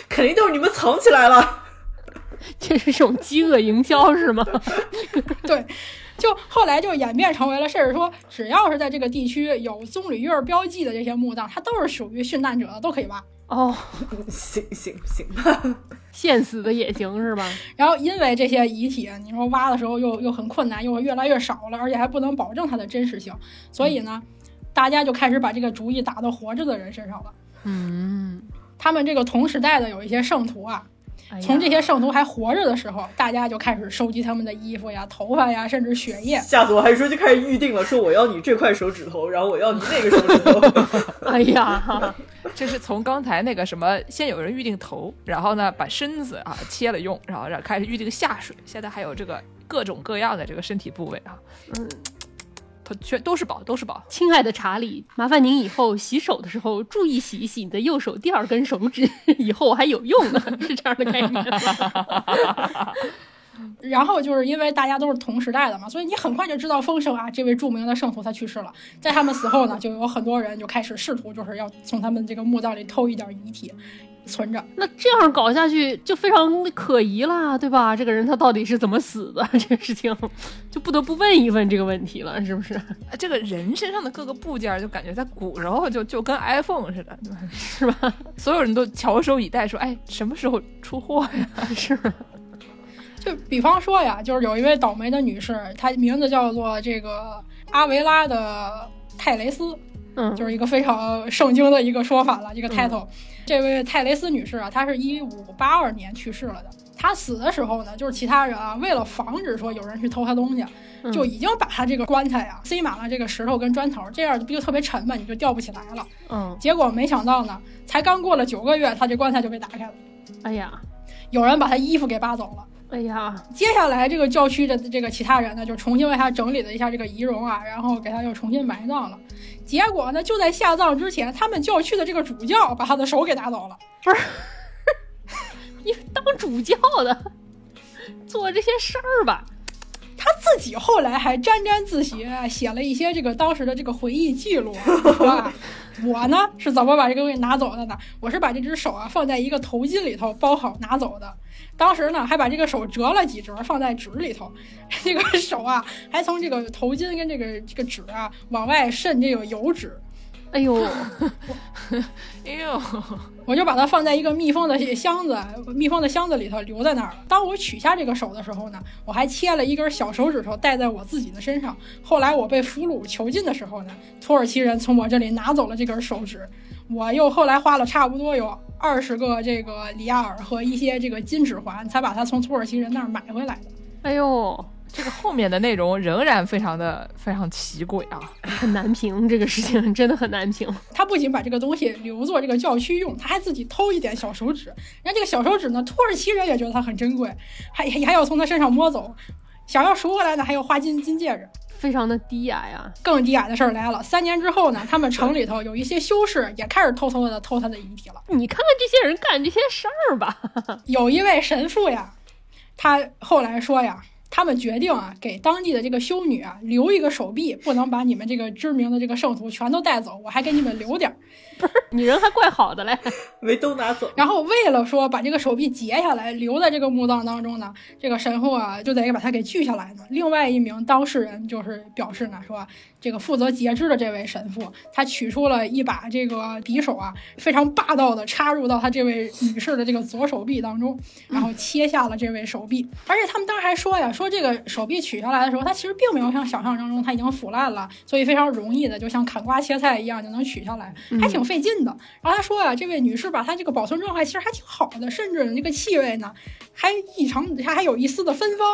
S2: 肯定都是你们藏起来了。 (laughs)
S3: 这是种饥饿营销是吗？
S4: 对，就后来就演变成为了，甚至说只要是在这个地区有棕榈叶标记的这些墓葬，它都是属于殉难者的，都可以挖。
S3: 哦，
S2: 行行行吧，
S3: 现死的也行是吧？
S4: 然后因为这些遗体，你说挖的时候又又很困难，又越来越少了，而且还不能保证它的真实性，所以
S3: 嗯
S4: 呢，大家就开始把这个主意打到活着的人身上了。
S3: 嗯，
S4: 他们这个同时代的有一些圣徒啊，
S3: 哎呀
S4: 从这些圣徒还活着的时候，大家就开始收集他们的衣服呀、头发呀，甚至血液。
S2: 吓死我！还说就开始预定了，说我要你这块手指头，然后我要你那个手指头。 (laughs)
S3: 哎呀，
S1: (laughs)
S3: (laughs)
S1: 这是从刚才那个什么，先有人预定头，然后呢把身子啊切了用，然后让开始预定下水，现在还有这个各种各样的这个身体部位啊，
S3: 嗯，
S1: 它全都是宝，都是宝。
S3: 亲爱的查理，麻烦您以后洗手的时候注意洗一洗你的右手第二根手指，以后还有用呢，是这样的概念吗。
S4: 然后就是因为大家都是同时代的嘛，所以你很快就知道风声啊，这位著名的圣徒他去世了。在他们死后呢，就有很多人就开始试图就是要从他们这个墓葬里偷一点遗体存着。
S3: 那这样搞下去就非常可疑啦，对吧？这个人他到底是怎么死的？这个事情就不得不问一问这个问题了，是不是？
S1: 啊这个人身上的各个部件儿，就感觉在古时候就就跟 iPhone 似的，对吧
S3: 是 (laughs) 吧？
S1: 所有人都翘首以待，说：“哎，什么时候出货呀
S3: 是吧？
S4: 就比方说呀，就是有一位倒霉的女士，她名字叫做这个阿维拉的泰雷斯，
S3: 嗯，
S4: 就是一个非常圣经的一个说法了，这个 title。这位泰雷斯女士啊，她是一五八二年去世了的。她死的时候呢，就是其他人啊，为了防止说有人去偷她东西，啊就已经把她这个棺材啊塞满了这个石头跟砖头，这样不就特别沉嘛，你就吊不起来了。
S3: 嗯，
S4: 结果没想到呢，才刚过了九个月，她这棺材就被打开了，
S3: 哎呀，
S4: 有人把她衣服给扒走了。
S3: 哎呀，
S4: 接下来，这个教区的这个其他人呢，就重新为他整理了一下这个仪容啊，然后给他又重新埋葬了。结果呢，就在下葬之前，他们教区的这个主教把他的手给打倒了。
S3: (laughs) 你当主教的做这些事儿吧？
S4: 他自己后来还沾沾自喜，写了一些这个当时的这个回忆记录，说啊，我呢是怎么把这个东西拿走的呢？我是把这只手啊放在一个头巾里头包好拿走的。当时呢还把这个手折了几折放在纸里头， (laughs) 这个手啊还从这个头巾跟这个这个纸啊往外渗这个啊油脂。
S3: 哎呦，？”
S1: 哎呦，
S4: 我就把它放在一个密封的箱子，密封的箱子里头留在那儿了。当我取下这个手的时候呢，我还切了一根小手指头戴在我自己的身上。后来我被俘虏囚禁的时候呢，土耳其人从我这里拿走了这根手指。我又后来花了差不多有二十个这个里亚尔和一些这个金指环，才把它从土耳其人那儿买回来的。
S3: 哎呦，
S1: 这个后面的内容仍然非常的非常奇诡啊！
S3: 很难评，这个事情真的很难评。
S4: 他不仅把这个东西留作这个教区用，他还自己偷一点小手指。然后这个小手指呢，土耳其人也觉得它很珍贵，还还要从他身上摸走，想要赎回来呢，还要花金金戒指。
S3: 非常的低矮呀、
S4: 更低矮的事儿来了，三年之后呢，他们城里头有一些修士也开始偷偷的偷他的遗体了。
S3: 你看看这些人干这些事儿吧，
S4: 有一位神父呀，他后来说呀。他们决定啊，给当地的这个修女啊留一个手臂，不能把你们这个知名的这个圣徒全都带走，我还给你们留点儿。
S3: 你人还怪好的嘞。
S2: 没都拿走，
S4: 然后为了说把这个手臂截下来留在这个墓葬当中呢，这个神父啊就得把它给锯下来呢。另外一名当事人就是表示呢，说这个负责截肢的这位神父，啊他取出了一把这个匕首啊，非常霸道的插入到他这位女士的这个左手臂当中，然后切下了这位手臂。而且他们当时还说呀，说说这个手臂取下来的时候，它其实并没有像想象当中它已经腐烂了，所以非常容易的就像砍瓜切菜一样就能取下来，还挺费劲的。然后他说啊，这位女士吧，她这个保存状态其实还挺好的，甚至那个气味呢还异常，还还有一丝的芬芳。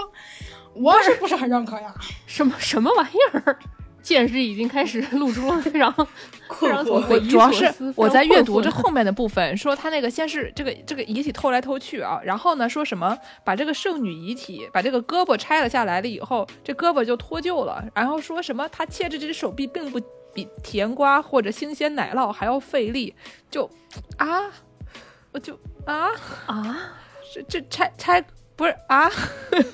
S4: 我是不是很认可呀？
S3: 什么什么玩意儿？见识已经开始露出了非常非
S2: 困
S3: 常
S2: 惑。
S3: 匪夷
S1: 主要
S3: 所
S1: 是
S3: 思
S1: 我在阅读这，
S3: 非常
S1: 后面的部分，说他那个先是这个这个遗体偷来偷去啊，然后呢说什么把这个剩女遗体把这个胳膊拆了下来了以后，这胳膊就脱臼了，然后说什么他切着这只手臂并不比甜瓜或者新鲜奶酪还要费力，就啊，我就啊，
S3: 困惑啊！
S1: 这这拆拆不是啊， (laughs)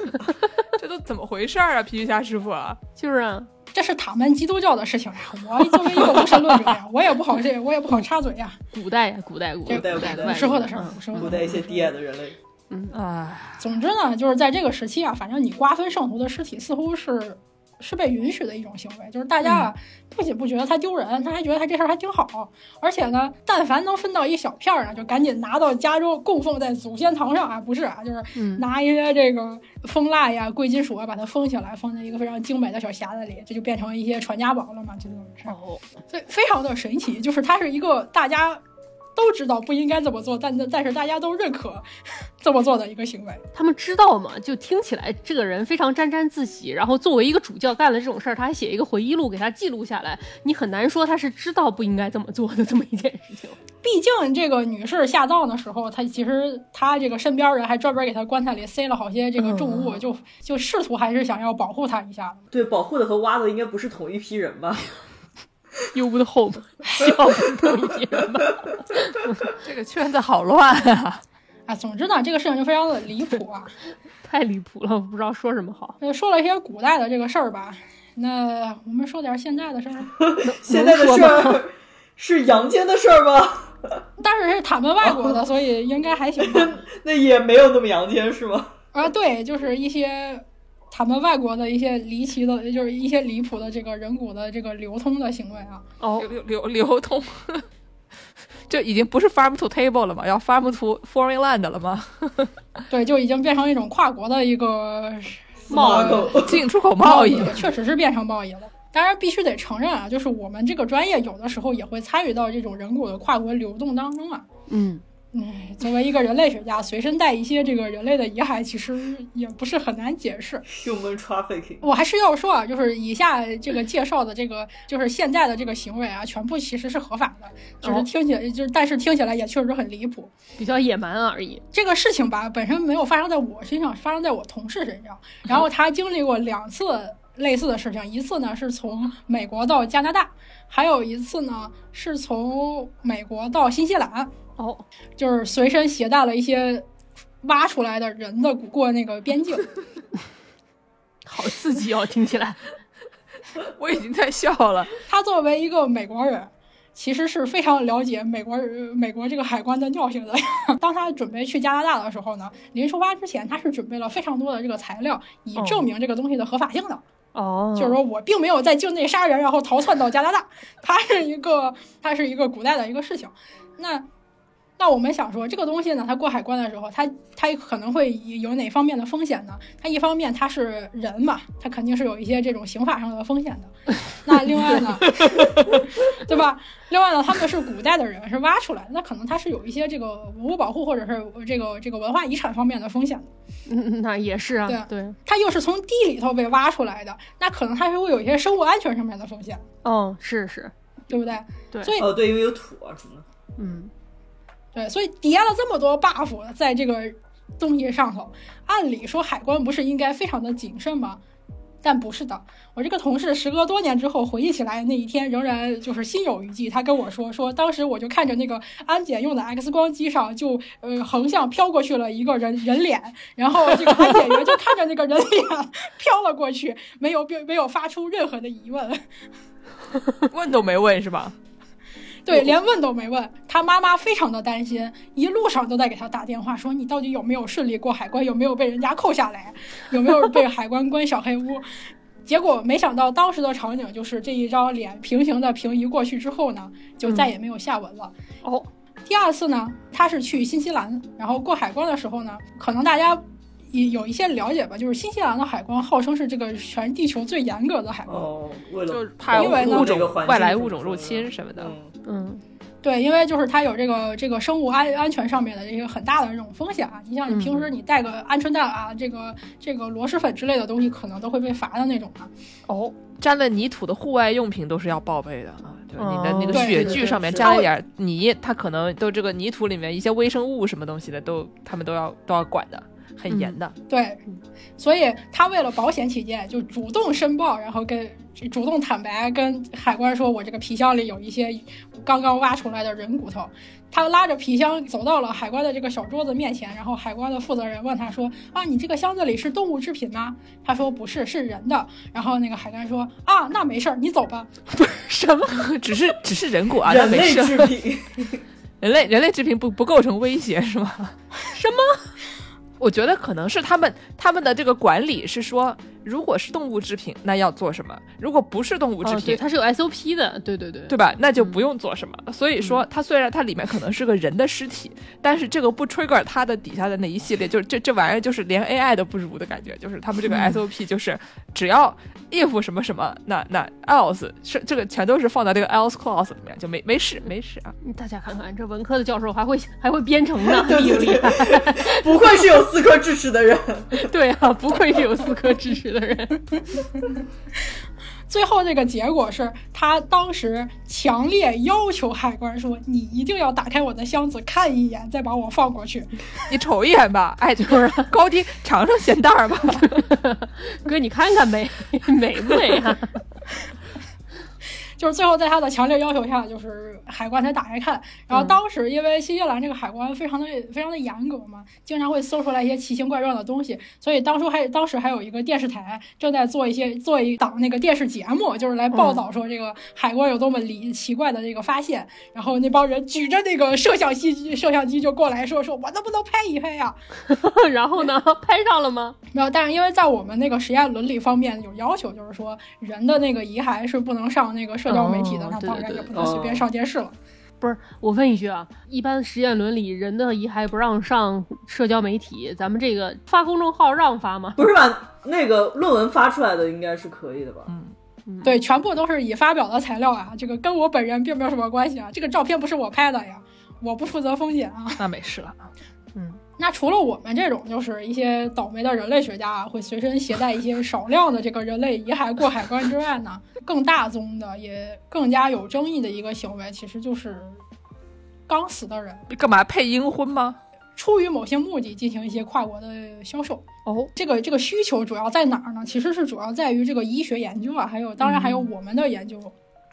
S1: 这都怎么回事儿啊，皮皮虾师傅啊，
S3: 就是啊，
S4: 这是他们基督教的事情呀，我作为一个无神论者呀，我也不好这，我也不好插嘴呀。
S3: 古代呀，古代古
S4: 这
S3: 代
S2: 古代古代
S3: 外
S4: 古时候的
S3: 语
S4: 事儿
S3: 嗯
S4: 古时候的
S2: 古代一些低矮的人类，
S1: 哎。
S4: 总之呢，就是在这个时期啊，反正你瓜分圣徒的尸体似乎是是被允许的一种行为，就是大家啊不仅不觉得它丢人，他还觉得他这事儿还挺好，而且呢，但凡能分到一小片儿啊，就赶紧拿到家中供奉在祖先堂上啊，不是啊，就是
S3: 嗯
S4: 拿一些这个蜂蜡呀、贵金属啊，把它封起来，放在一个非常精美的小匣子里，这就变成一些传家宝了嘛，这就是。
S3: 哦，
S4: 所以非常的神奇，就是它是一个大家都知道不应该这么做，但但是大家都认可 (laughs) 这么做的一个行为。
S3: 他们知道吗？就听起来这个人非常沾沾自喜，然后作为一个主教干了这种事儿，他还写一个回忆录给他记录下来，你很难说他是知道不应该这么做的这么一件事情。 (laughs)
S4: 毕竟这个女士下葬的时候，她其实她这个身边人还专门给她棺材里塞了好些这个重
S3: 嗯
S4: 物，就就试图还是想要保护她一下的。
S2: 对保护的和挖的应该不是同一批人吧？
S3: You would (laughs) hope，笑不同一天吧。
S1: 这个圈子好乱啊！
S4: 啊，总之呢，这个事情就非常的离
S3: (laughs)
S4: 谱啊。
S3: 太离谱了，我不知道说什么好。
S4: 呃，说了一些古代的这个事儿吧，那我们说点现在的事儿，
S2: 现在的事儿 (laughs) 是阳间的事儿吗？ (laughs)
S4: 但是是他们外国
S1: 哦
S4: 的，所以应该还行
S1: (laughs)
S4: 吧。
S2: 那也没有那么阳间是吗？
S4: 啊，对，就是一些他们外国的一些离奇的，就是一些离谱的这个人骨的这个流通的行为啊。
S3: 哦
S1: 流，流流流通， (laughs) 这已经不是 farm to table 了吗？要 farm to foreign land 了吗？
S4: 对，就已经变成一种跨国的一个
S2: 猫狗 (laughs)
S1: 进出口贸易，
S4: 了确实是变成贸易了。当然，必须得承认啊，就是我们这个专业有的时候也会参与到这种人骨的跨国流动当中啊。
S3: 嗯，
S4: 嗯，作为一个人类学家，随身带一些这个人类的遗骸，其实也不是很难解释。
S2: human trafficking。
S4: 我还是要说啊，就是以下这个介绍的这个，就是现在的这个行为啊，全部其实是合法的，就是
S3: 哦
S4: 听起来，就是但是听起来也确实很离谱。
S3: 比较野蛮而已。
S4: 这个事情吧，本身没有发生在我身上，发生在我同事身上。然后他经历过两次类似的事情，一次呢是从美国到加拿大，还有一次呢是从美国到新西兰，
S3: 哦，
S4: 就是随身携带了一些挖出来的人的骨过那个边境。
S3: 好刺激哦，听起来。
S1: 我已经在笑 (laughs) 了。
S4: 他作为一个美国人，其实是非常了解美国人美国这个海关的尿性的。 (laughs) 当他准备去加拿大的时候呢，临出发之前，他是准备了非常多的这个材料，以证明这个东西的合法性的。
S3: 哦，
S4: 就是说我并没有在境内杀人，然后逃窜到加拿大，它是一个它是一个古代的一个事情。那那我们想说，这个东西呢，它过海关的时候，它它可能会有哪方面的风险呢？它一方面它是人嘛，它肯定是有一些这种刑法上的风险的。那另外呢，对吧？另外呢，他们是古代的人，是挖出来的，那可能它是有一些这个文物保护或者是这个这个文化遗产方面的风险的。
S3: 嗯，那也是
S4: 对
S3: 啊
S4: 啊，
S3: 对，
S4: 它又是从地里头被挖出来的，那可能它是会有一些生物安全上面的风险。
S3: 哦，是是，
S4: 对不对？
S3: 对
S4: 所以
S2: 哦，对，因为有土啊什么的。
S3: 嗯，
S4: 对，所以叠了这么多 buff 在这个东西上头，按理说海关不是应该非常的谨慎吗？但不是的，我这个同事时隔多年之后回忆起来那一天，仍然就是心有余悸。他跟我说，说当时我就看着那个安检用的 X 光机上就呃横向飘过去了一个人人脸，然后这个安检员就看着那个人脸 (laughs) 飘了过去，没有并没有发出任何的疑问。
S1: 问都没问是吧？
S4: 对，连问都没问。他妈妈非常的担心，一路上都在给他打电话，说你到底有没有顺利过海关，有没有被人家扣下来，有没有被海关关小黑屋。结果没想到当时的场景就是这一张脸平行的平移过去之后呢，就再也没有下文了。
S3: 哦，
S4: 第二次呢，他是去新西兰，然后过海关的时候呢，可能大家也有一些了解吧，就是新西兰的海关号称是这个全地球最严格的海关。
S2: 哦，为了
S1: 就是怕
S4: 因为呢
S1: 物
S2: 这
S1: 种
S2: 个环境
S1: 外来物种入侵什么的。
S2: 嗯
S3: 嗯，
S4: 对，因为就是它有这个这个生物安安全上面的一个很大的这种风险啊。你像你平时你带个鹌鹑蛋啊，这个这个螺蛳粉之类的东西，可能都会被罚的那种啊。
S1: 哦，沾了泥土的户外用品都是要报备的啊。就是你的
S3: 哦
S1: 那个
S4: 对
S1: 雪
S2: 对
S1: 具
S2: 对
S1: 上面
S2: 是
S1: 沾了点儿泥，它可能都这个泥土里面一些微生物什么东西的，都他们都要都要管的，很严的。 (laughs)
S4: 对，所以他为了保险起见，就主动申报，然后跟主动坦白跟海关说，我这个皮箱里有一些刚刚挖出来的人骨头。他拉着皮箱走到了海关的这个小桌子面前，然后海关的负责人问他说：“啊，你这个箱子里是动物制品吗？”他说：“不是，是人的。”然后那个海关说：“啊，那没事儿，你走吧。
S1: 什么？只是只是人骨啊，那
S2: 人
S1: 没
S2: 类
S1: 事。
S2: 制品，
S1: 人类人类制品不不构成威胁 (laughs) 是吗？
S3: (laughs)
S1: 什么？我觉得可能是他们他们的这个管理是说，如果是动物制品，那要做什么；如果不是动物制
S3: 哦，对，
S1: 品，
S3: 嗯它是有 SOP 的，对对对，
S1: 对吧？那就不用做什么。所以说，它虽然它里面可能是个人的尸体，但是这个不 trigger 它的底下的那一系列，就是这这玩意儿就是连 AI 都不如的感觉，就是他们
S3: 嗯
S1: 这个 SOP 就是只要 if 什么什么，那那 else 是这个全都是放在这个 else clause 里面，就没没事没事啊。
S3: 大家看看，这文科的教授还会还会编程 (laughs) 呢，
S2: 对
S3: 厉
S2: 对
S3: 不厉害？
S2: 不愧是有四颗智齿的人。
S3: 对啊，不愧是有思科知识的人。 (laughs)
S4: 最后这个结果是他当时强烈要求海关说：“你一定要打开我的箱子看一眼，再把我放过去。”
S1: 你瞅一眼吧，哎，就是高低尝尝咸淡儿吧。
S3: 哥，你看看美 (laughs) 美不美啊？ (laughs)
S4: 就是最后在他的强烈要求下，就是海关才打开看。然后当时因为新西兰这个海关非常的非常的严格嘛，经常会搜出来一些奇形怪状的东西，所以当初还当时还有一个电视台正在做一些做一档那个电视节目，就是来报道说这个海关有多么离奇怪的这个发现。然后那帮人举着那个摄像机摄像机就过来说说，我能不能拍一拍呀、
S3: 然后呢，拍上了吗？
S4: 没有，但是因为在我们那个实验伦理方面有要求，就是说人的那个遗骸是不能上那个社交媒体的，
S3: 哦
S4: 那
S3: 对
S4: 当
S3: 对
S4: 然
S3: 对
S4: 也不能随便上电视了。
S3: 不是，我问一句啊，一般实验伦理，人的遗骸不让上社交媒体，咱们这个发公众号让发吗？
S2: (laughs) 不是吧？那个论文发出来的应该是可以的吧？
S4: 对，全部都是已发表的材料啊，这个跟我本人并没有什么关系啊，这个照片不是我拍的呀，我不负责风险啊。
S1: 那没事了，
S4: 那除了我们这种就是一些倒霉的人类学家啊，会随身携带一些少量的这个人类遗骸过海关之外呢，更大宗的也更加有争议的一个行为，其实就是刚死的人
S1: 干嘛配阴婚吗？
S4: 出于某些目的进行一些跨国的销售。
S1: 哦，
S4: 这个这个需求主要在哪儿呢？其实是主要在于这个医学研究啊，还有当然还有我们的研究，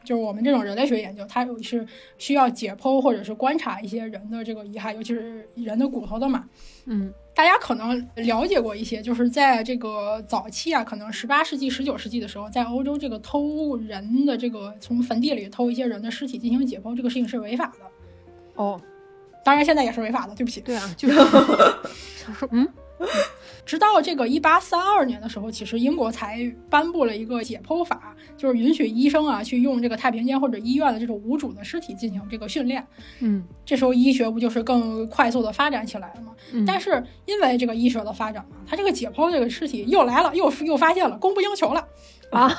S4: 就是我们这种人类学研究，它是需要解剖或者是观察一些人的这个遗骸，尤其是人的骨头的嘛。
S3: 嗯，
S4: 大家可能了解过一些，就是在这个早期啊，可能十八世纪、十九世纪的时候，在欧洲这个偷人的这个从坟地里偷一些人的尸体进行解剖，这个事情是违法的。
S3: 哦，
S4: 当然，现在也是违法的，对不起。
S3: 对 (laughs) 啊，就是想说，嗯，
S4: 直到这个一八三二年的时候，其实英国才颁布了一个解剖法，就是允许医生啊去用这个太平间或者医院的这种无主的尸体进行这个训练。
S3: 嗯，
S4: 这时候医学不就是更快速的发展起来了吗？
S3: 嗯
S4: 但是因为这个医学的发展嘛，它这个解剖这个尸体又来了，又又发现了，供不应求了
S3: 啊！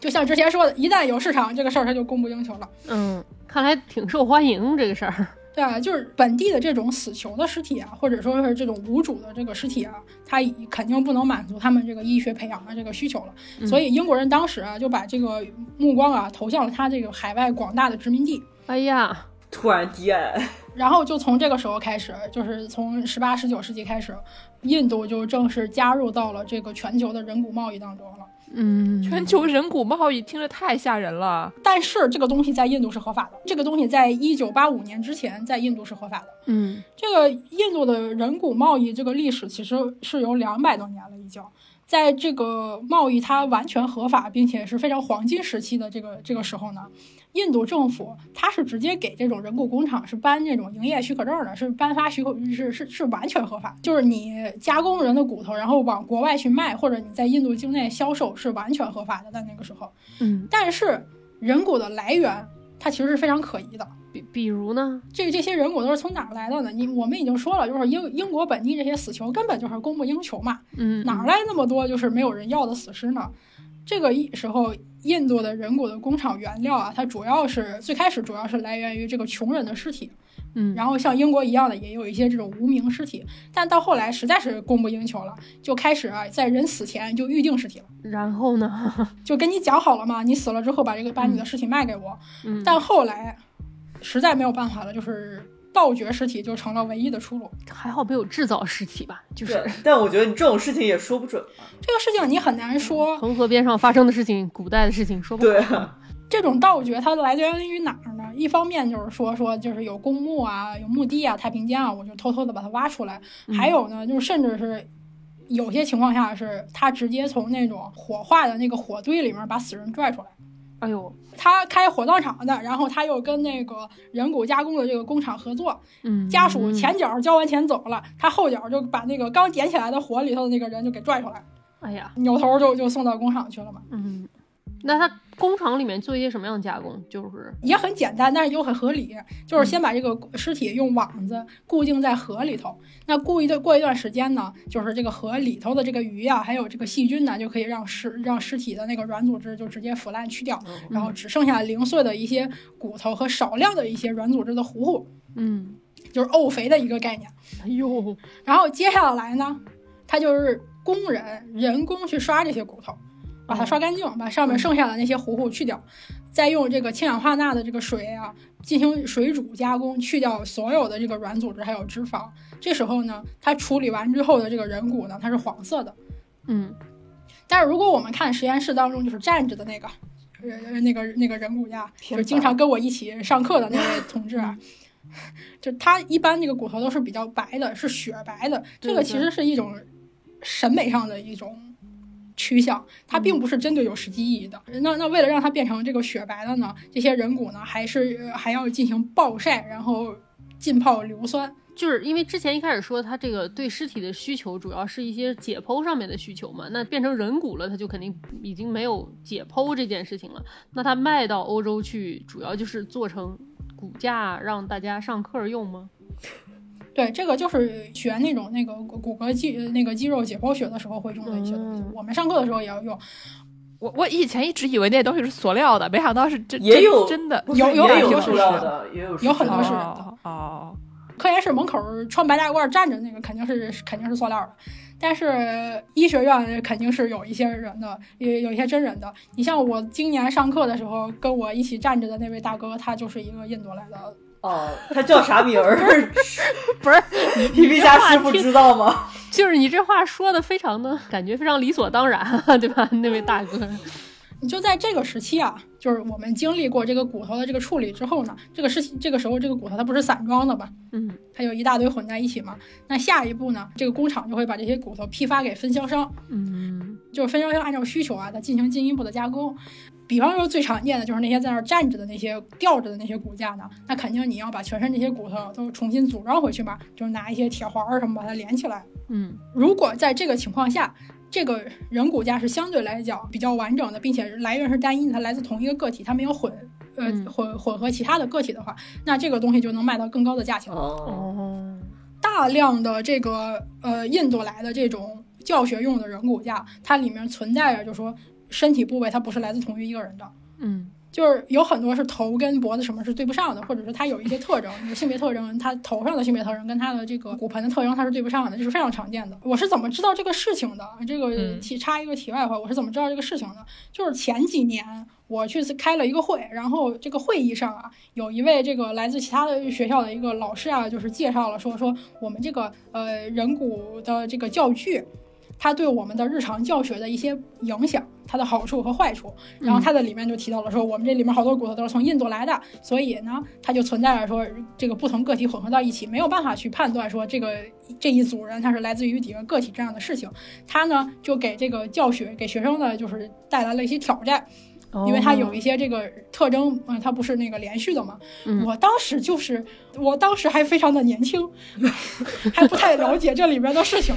S4: 就像之前说的，一旦有市场，这个事儿它就供不应求了。
S3: 嗯，看来挺受欢迎这个事儿。
S4: 对啊，就是本地的这种死囚的尸体啊，或者说是这种无主的这个尸体啊，它已肯定不能满足他们这个医学培养的这个需求了。
S3: 嗯
S4: 所以英国人当时啊，就把这个目光啊投向了他这个海外广大的殖民地。
S3: 哎呀，
S2: 突然低矮，
S4: 然后就从这个时候开始，就是从十八、十九世纪开始，印度就正式加入到了这个全球的人骨贸易当中了。
S3: 嗯，
S1: 全球人骨贸易听着太吓人了。
S4: 但是这个东西在印度是合法的，这个东西在一九八五年之前在印度是合法的。
S3: 嗯，
S4: 这个印度的人骨贸易这个历史其实是有两百多年了，已经。在这个贸易它完全合法，并且是非常黄金时期的这个这个时候呢，印度政府它是直接给这种人骨工厂是颁这种营业许可证的，是颁发许可是是是完全合法，就是你加工人的骨头，然后往国外去卖，或者你在印度境内销售是完全合法的，在那个时候。
S3: 嗯，
S4: 但是人骨的来源它其实是非常可疑的，
S3: 比比如呢？
S4: 这这些人骨都是从哪儿来的呢？你我们已经说了，就是英英国本地这些死囚根本就是供不应求嘛，
S3: 嗯，
S4: 哪儿来那么多就是没有人要的死尸呢？这个一时候，印度的人骨的工厂原料啊，它主要是最开始主要是来源于这个穷人的尸体，
S3: 嗯，
S4: 然后像英国一样的也有一些这种无名尸体，但到后来实在是供不应求了，就开始啊在人死前就预定尸体了，
S3: 然后呢？
S4: 就跟你讲好了嘛，你死了之后把这个把你的尸体卖给我，
S3: 嗯，
S4: 但后来实在没有办法了，就是盗掘尸体就成了唯一的出路。
S3: 还好没有制造尸体吧，就是
S2: 对， (laughs) 但我觉得你这种事情也说不准。
S4: 这个事情你很难说，
S3: (laughs) 恒河边上发生的事情，古代的事情，说不
S2: 对
S3: 好。
S2: 啊，
S4: 这种盗掘它来源于哪儿呢？一方面就是说说就是有公墓啊、有墓地啊、太平间啊，我就偷偷的把它挖出来。
S3: 嗯
S4: 还有呢，就是甚至是。有些情况下是他直接从那种火化的那个火堆里面把死人拽出来，
S3: 哎呦，
S4: 他开火葬场的，然后他又跟那个人骨加工的这个工厂合作，
S3: 嗯，
S4: 家属前脚交完钱走了，他后脚就把那个刚捡起来的火里头的那个人就给拽出来，
S3: 哎呀，
S4: 扭头就就送到工厂去了嘛，
S3: 嗯，那他工厂里面做一些什么样的加工？就是
S4: 也很简单，但是又很合理，就是先把这个尸体用网子固定在河里头，那固一段过一段时间呢，就是这个河里头的这个鱼呀、啊还有这个细菌呢，就可以让尸让尸体的那个软组织就直接腐烂去掉，然后只剩下零碎的一些骨头和少量的一些软组织的糊糊，
S3: 嗯，
S4: 就是沤肥的一个概念。
S3: 哎呦，
S4: 然后接下来呢，他就是工人人工去刷这些骨头，把它刷干净，把上面剩下的那些糊糊去掉，再用这个氢氧化钠的这个水啊进行水煮加工，去掉所有的这个软组织还有脂肪。这时候呢，它处理完之后的这个人骨呢，它是黄色的。
S3: 嗯，
S4: 但是如果我们看实验室当中就是站着的那个，呃，那个那个人骨架，
S2: 偏
S4: 就
S2: 白
S4: 经常跟我一起上课的那位同志啊， (laughs) 就他一般这个骨头都是比较白的，是雪白的。
S3: 对
S4: 这个
S3: 对
S4: 其实是一种审美上的一种趋向，它并不是针对有实际意义的。那那为了让它变成这个雪白的呢，这些人骨呢还是呃还要进行暴晒，然后浸泡硫酸。
S3: 就是因为之前一开始说他这个对尸体的需求，主要是一些解剖上面的需求嘛。那变成人骨了，他就肯定已经没有解剖这件事情了。那他卖到欧洲去，主要就是做成骨架让大家上课用吗？
S4: 对，这个就是学那种那个骨骨骼肌呃那个肌肉解剖学的时候会用的一些东西
S3: 嗯。
S4: 我们上课的时候也要用。
S1: 我我以前一直以为那东西是塑料的，没想到是真
S2: 也
S1: 真
S2: 有
S1: 真的
S2: (laughs) 不是
S4: 有有
S2: 也
S4: 有
S2: 有
S4: 是
S2: 塑料的，也有
S4: 有很多
S2: 塑料
S4: 是
S2: 的
S1: 哦哦，
S4: 科研室门口儿穿白大褂站着那个肯定是肯定是塑料的，但是医学院肯定是有一些人的，也有一些真人的。你像我今年上课的时候，跟我一起站着的那位大哥，他就是一个印度来的。
S2: 哦，他叫啥名
S1: (laughs)
S2: 儿？
S3: 不
S2: (laughs)
S3: 是，
S2: 皮皮虾师傅知道吗？
S3: 就是你这话说的非常的感觉非常理所当然， (laughs) 对吧？那位大哥，
S4: 你就在这个时期啊，就是我们经历过这个骨头的这个处理之后呢，这个时期这个时候这个骨头它不是散装的嘛，
S3: 嗯，
S4: 它有一大堆混在一起嘛。那下一步呢，这个工厂就会把这些骨头批发给分销商，
S3: 嗯，
S4: 就是分销商按照需求啊，再进行进一步的加工。比方说最常见的就是那些在那儿站着的那些吊着的那些骨架呢，那肯定你要把全身这些骨头都重新组装回去嘛，就是拿一些铁环儿什么把它连起来。
S3: 嗯，
S4: 如果在这个情况下，这个人骨架是相对来讲比较完整的，并且来源是单一的，它来自同一个个体，它没有混呃
S3: 嗯
S4: 混混合其他的个体的话，那这个东西就能卖到更高的价钱了。
S2: 哦，
S3: 哦，
S4: 大量的这个呃印度来的这种教学用的人骨架，它里面存在着就说身体部位它不是来自同于一个人的，
S3: 嗯，
S4: 就是有很多是头跟脖子什么是对不上的，或者是它有一些特征，比如性别特征，它头上的性别特征跟它的这个骨盆的特征它是对不上的，这是非常常见的。我是怎么知道这个事情的？这个
S1: 嗯
S4: 题插一个题外话，我是怎么知道这个事情的？就是前几年我去开了一个会，然后这个会议上啊，有一位这个来自其他的学校的一个老师啊，就是介绍了说说我们这个呃人骨的这个教具。它对我们的日常教学的一些影响，它的好处和坏处，然后他在里面就提到了说，我们这里面好多骨头都是从印度来的，所以呢，它就存在着说这个不同个体混合到一起，没有办法去判断说这个这一组人他是来自于几个个体这样的事情。他呢就给这个教学给学生呢就是带来了一些挑战，
S3: 哦
S4: 因为它有一些这个特征，嗯、它不是那个连续的嘛。
S3: 嗯
S4: 我当时就是，我 (laughs) 当时还非常的年轻，还不太了解这里边的事情。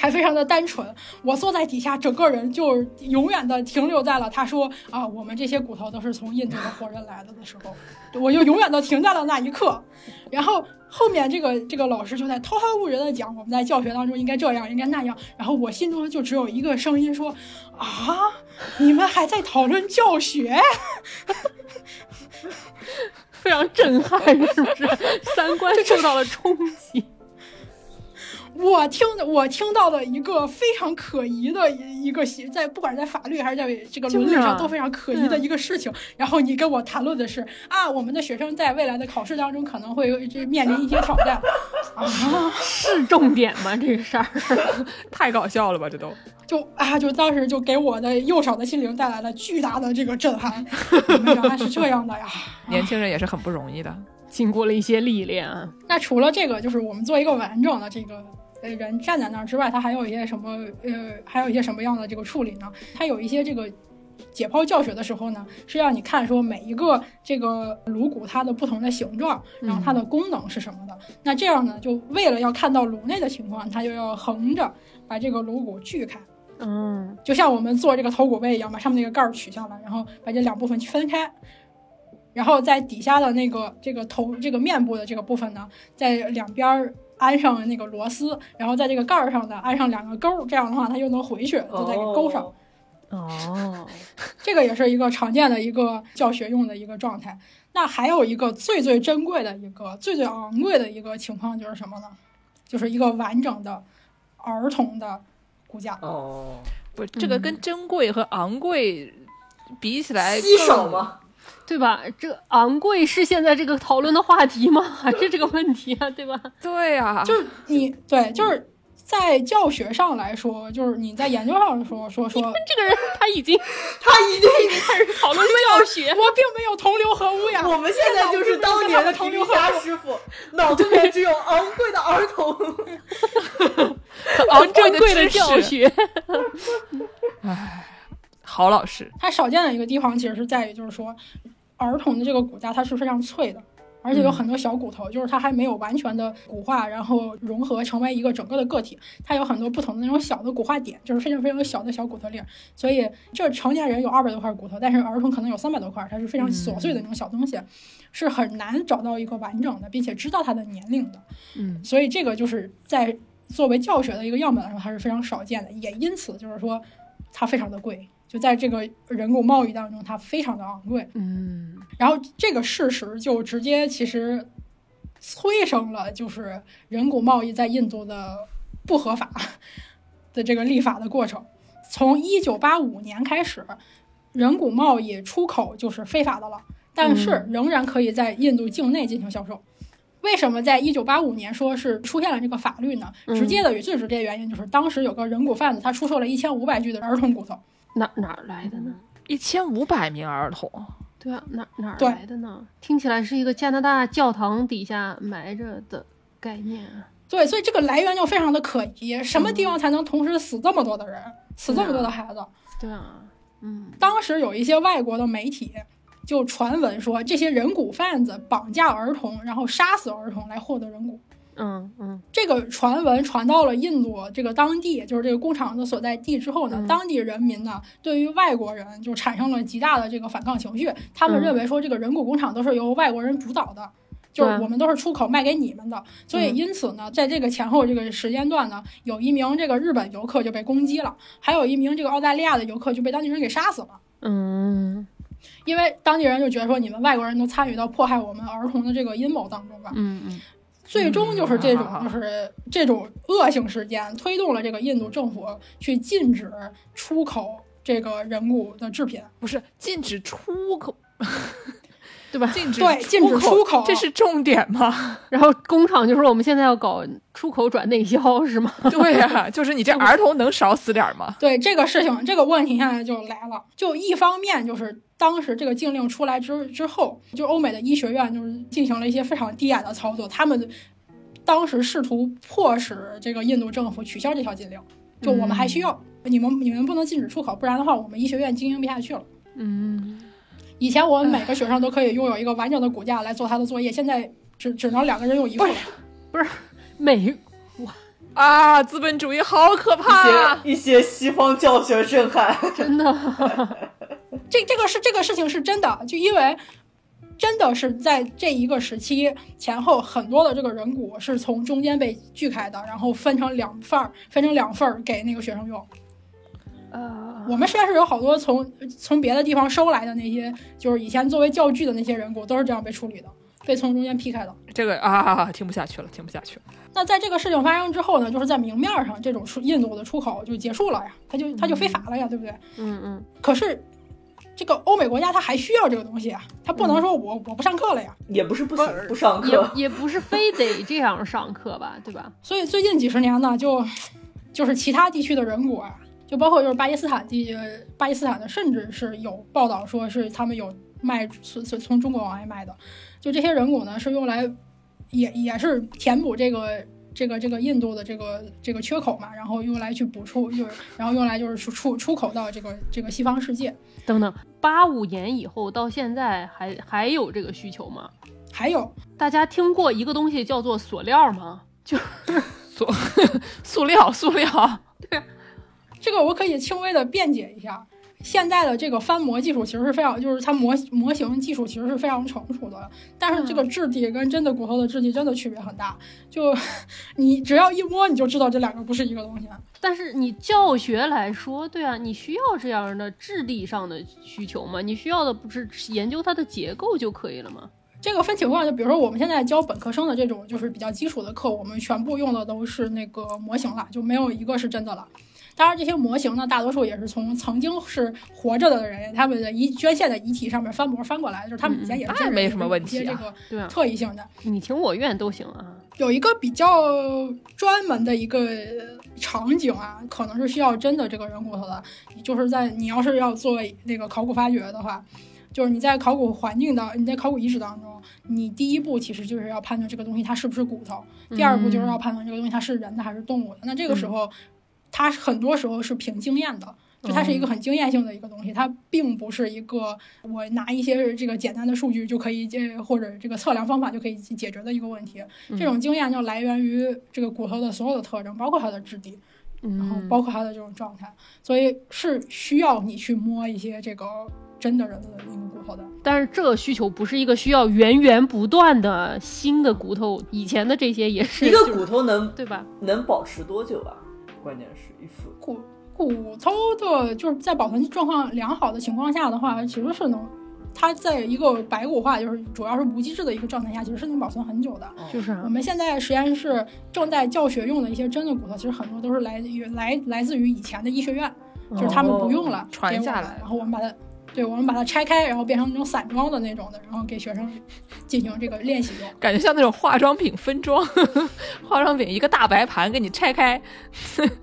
S4: 还非常的单纯。我坐在底下，整个人就永远的停留在了他说啊，我们这些骨头都是从印度的活人来的的时候，我就永远的停在了那一刻。然后后面这个这个老师就在滔滔不绝的讲我们在教学当中应该这样，应该那样。然后我心中就只有一个声音说啊，你们还在讨论教学？
S3: 非常震撼，是不是？三观受到了冲击。
S4: 我听的我听到的一个非常可疑的一一个习，在不管是在法律还是在这个伦理
S3: 就是啊
S4: 上都非常可疑的
S3: 对啊
S4: 一个事情。然后你跟我谈论的是啊，我们的学生在未来的考试当中可能会这面临一些挑战 (laughs) 啊，
S3: 是重点吗？这个事儿， (laughs)
S1: 太搞笑了吧，这都。
S4: 就啊，就当时就给我的幼小的心灵带来了巨大的这个震撼。你们原来是这样的呀！
S1: 年轻人也是很不容易的。
S3: 经过了一些历练啊，
S4: 那除了这个，就是我们做一个完整的这个呃人站在那儿之外，它还有一些什么呃，还有一些什么样的这个处理呢？它有一些这个。解剖教学的时候呢，是让你看说每一个这个颅骨它的不同的形状，然后它的功能是什么的。那这样呢，就为了要看到颅内的情况，它就要横着把这个颅骨锯开，
S3: 嗯，
S4: 就像我们做这个头骨杯一样，把上面那个盖儿取下来，然后把这两部分分开，然后在底下的那个这个头这个面部的这个部分呢，在两边儿安上那个螺丝，然后在这个盖儿上呢安上两个钩儿，这样的话它又能回
S1: 嗯
S4: 去，就在给勾上。
S2: 哦
S3: 哦，
S4: 这个也是一个常见的一个教学用的一个状态。那还有一个最最珍贵的一个最最昂贵的一个情况就是什么呢？就是一个完整的儿童的骨架。
S2: 哦，
S1: 不，这个跟珍贵和昂贵比起来，
S2: 稀少？吗？
S3: 对吧？这个昂贵是现在这个讨论的话题吗？ (laughs) 还是这个问题啊？对吧？
S1: 对啊，
S4: 就是你对，就是在教学上来说，就是你在研究上说说说，我
S3: 这个人他已经
S2: 他一定，
S3: 开始讨论教学，
S4: 并没有同流合污呀。
S2: 我们现在就是当年的皮皮虾师傅，脑子里面只有昂贵的儿童。
S1: 昂贵
S3: 珍
S1: 的
S3: 贵的
S1: 知识
S3: 教学。
S1: 好老师，
S4: 它少见的一个地方其实是在于，就是说儿童的这个骨架它是非常脆的。而且有很多小骨头，就是它还没有完全的骨化，然后融合成为一个整个的个体。它有很多不同的那种小的骨化点，就是非常非常小的小骨头粒儿。所以这成年人有二百多块骨头，但是儿童可能有三百多块，它是非常琐碎的那种小东西，是很难找到一个完整的，并且知道它的年龄的。
S1: 嗯，
S4: 所以这个就是在作为教学的一个样本来说，它是非常少见的，也因此就是说它非常的贵，就在这个人口贸易当中，它非常的昂贵。
S3: 嗯，
S4: 然后这个事实就直接其实催生了就是人骨贸易在印度的不合法的这个立法的过程。从一九八五年开始，人骨贸易出口就是非法的了，但是仍然可以在印度境内进行销售。为什么在一九八五年说是出现了这个法律呢？
S3: 嗯
S4: 直接的与最直接的原因就是当时有个人骨贩子，他出售了一千五百具的儿童骨头。
S3: 哪哪儿来的呢？
S1: 一千五百名儿童，
S3: 对啊，哪哪儿
S4: 对
S3: 来的呢？听起来是一个加拿大教堂底下埋着的概念啊。
S4: 对，所以这个来源就非常的可疑，什么地方才能同时死这么多的人，死这么多的孩子？
S3: 对啊，嗯，
S4: 当时有一些外国的媒体就传闻说，这些人骨贩子绑架儿童，然后杀死儿童来获得人骨。
S3: 嗯嗯
S4: 这个传闻传到了印度这个当地，就是这个工厂的所在地之后呢，
S3: 嗯
S4: 当地人民呢对于外国人就产生了极大的这个反抗情绪，他们
S3: 嗯
S4: 认为说这个人骨工厂都是由外国人主导的。就是
S3: 对
S4: 我们都是出口卖给你们的，所以
S3: 嗯
S4: 因此呢，在这个前后这个时间段呢，有一名这个日本游客就被攻击了，还有一名这个澳大利亚的游客就被当地人给杀死了。
S3: 嗯
S4: 因为当地人就觉得说你们外国人都参与到迫害我们儿童的这个阴谋当中吧，
S3: 嗯嗯，
S4: 最终就是这种
S1: 嗯
S4: 就是这种恶性事件推动了这个印度政府去禁止出口这个人骨的制品，
S1: 不是禁止出口， (laughs)
S3: 对吧？
S1: 禁止
S4: 对，禁止出口，
S1: 这是重点吗？
S3: 然后工厂就说我们现在要搞出口转内销是吗？
S1: (laughs) 对呀、就是你这儿童能少死点儿吗？
S4: 对这个事情，这个问题现在就来了。就一方面就是当时这个禁令出来之之后，就欧美的医学院就是进行了一些非常低矮的操作，他们当时试图迫使这个印度政府取消这条禁令，就我们
S1: 嗯
S4: 还需要、你们你们不能禁止出口，不然的话我们医学院经营不下去了。
S3: 嗯，
S4: 以前我们每个学生都可以拥有一个完整的骨架来做他的作业，现在只只能两个人用一个。
S3: (laughs) 美哇，
S1: 啊，资本主义好可怕、啊！
S2: 一些一些西方教学震撼。
S3: 真的，
S4: 这这个是这个事情是真的，就因为真的是在这一个时期前后，很多的这个人骨是从中间被锯开的，然后分成两份儿，分成两份儿给那个学生用。
S3: (laughs) 呃，
S4: 我们实验室有好多从从别的地方收来的那些，就是以前作为教具的那些人骨，都是这样被处理的，被从中间劈开的。
S1: 这个啊，听不下去了，听不下去了。
S4: 那在这个事情发生之后呢，就是在明面上，这种出印度的出口就结束了呀，它就它就非法了呀，对不对？
S3: 嗯嗯，
S4: 可是这个欧美国家它还需要这个东西啊，它不能说我、我不上课了呀。
S2: 也不是不行，不上课，
S3: 也也不是非得这样上课吧，对吧？
S4: 所以最近几十年呢，就就是其他地区的人骨啊，就包括就是巴基斯坦地呃巴基斯坦的，甚至是有报道说是他们有卖从从从中国往外卖的，就这些人骨呢是用来也也是填补这个这个这个印度的这个这个缺口嘛，然后用来去补出，就是然后用来就是出出出口到这个这个西方世界。
S3: 等等，八五年以后到现在还还有这个需求吗？
S4: 还有，
S3: 大家听过一个东西叫做锁料吗？就是
S1: 塑塑料，塑料，
S4: 这个我可以轻微的辩解一下。现在的这个翻模技术其实是非常，就是它模模型技术其实是非常成熟的，但是
S1: 嗯
S4: 这个质地跟真的骨头的质地真的区别很大。就你只要一摸你就知道这两个不是一个东西。
S3: 但是你教学来说，对啊，你需要这样的质地上的需求吗？你需要的不是研究它的结构就可以了吗？
S4: 这个分情况，就比如说我们现在教本科生的这种就是比较基础的课，我们全部用的都是那个模型了，就没有一个是真的了。当然，这些模型呢，大多数也是从曾经是活着的人，他们的遗捐献的遗体上面翻模翻过来的，就是他们以前也是这
S1: 那
S4: 样
S1: 没什么问题啊
S4: 有一些这
S3: 对
S4: 个
S3: 啊，
S4: 特异性的。
S3: 你情我愿都行啊。
S4: 有一个比较专门的一个场景啊，可能是需要真的这个人骨头的，就是在你要是要做那个考古发掘的话，就是你在考古环境当，你在考古遗址当中，你第一步其实就是要判断这个东西它是不是骨头，第二步就是要判断这个东西它是人的还是动物的。那这个时候，它很多时候是凭经验的。就它是一个很经验性的一个东西，它并不是一个我拿一些这个简单的数据就可以解或者这个测量方法就可以解决的一个问题。
S3: 嗯
S4: 这种经验就来源于这个骨头的所有的特征，包括它的质地，
S3: 嗯
S4: 然后包括它的这种状态，所以是需要你去摸一些这个真的人的那个骨头的。
S3: 但是这个需求不是一个需要源源不断的新的骨头，以前的这些也是
S2: 一个
S3: 就是
S2: 骨头能
S3: 对吧？
S2: 能保持多久啊？关键是一副
S4: 骨骨头的，就是在保存状况良好的情况下的话，其实是能，它在一个白骨化，就是主要是无机质的一个状态下，其实是能保存很久的。
S3: 就是
S4: 我
S3: 啊，
S4: 们现在实验室正在教学用的一些真的骨头，其实很多都是来于来来自于以前的医学院，就是他们不用了，
S1: 哦传
S4: 给我
S1: 下
S4: 们
S1: 来
S4: 然后我们把它，对我们把它拆开，然后变成那种散装的那种的，然后给学生进行这个练习用。
S1: 感觉像那种化妆品分装， (laughs) 化妆品一个大白盘给你拆开，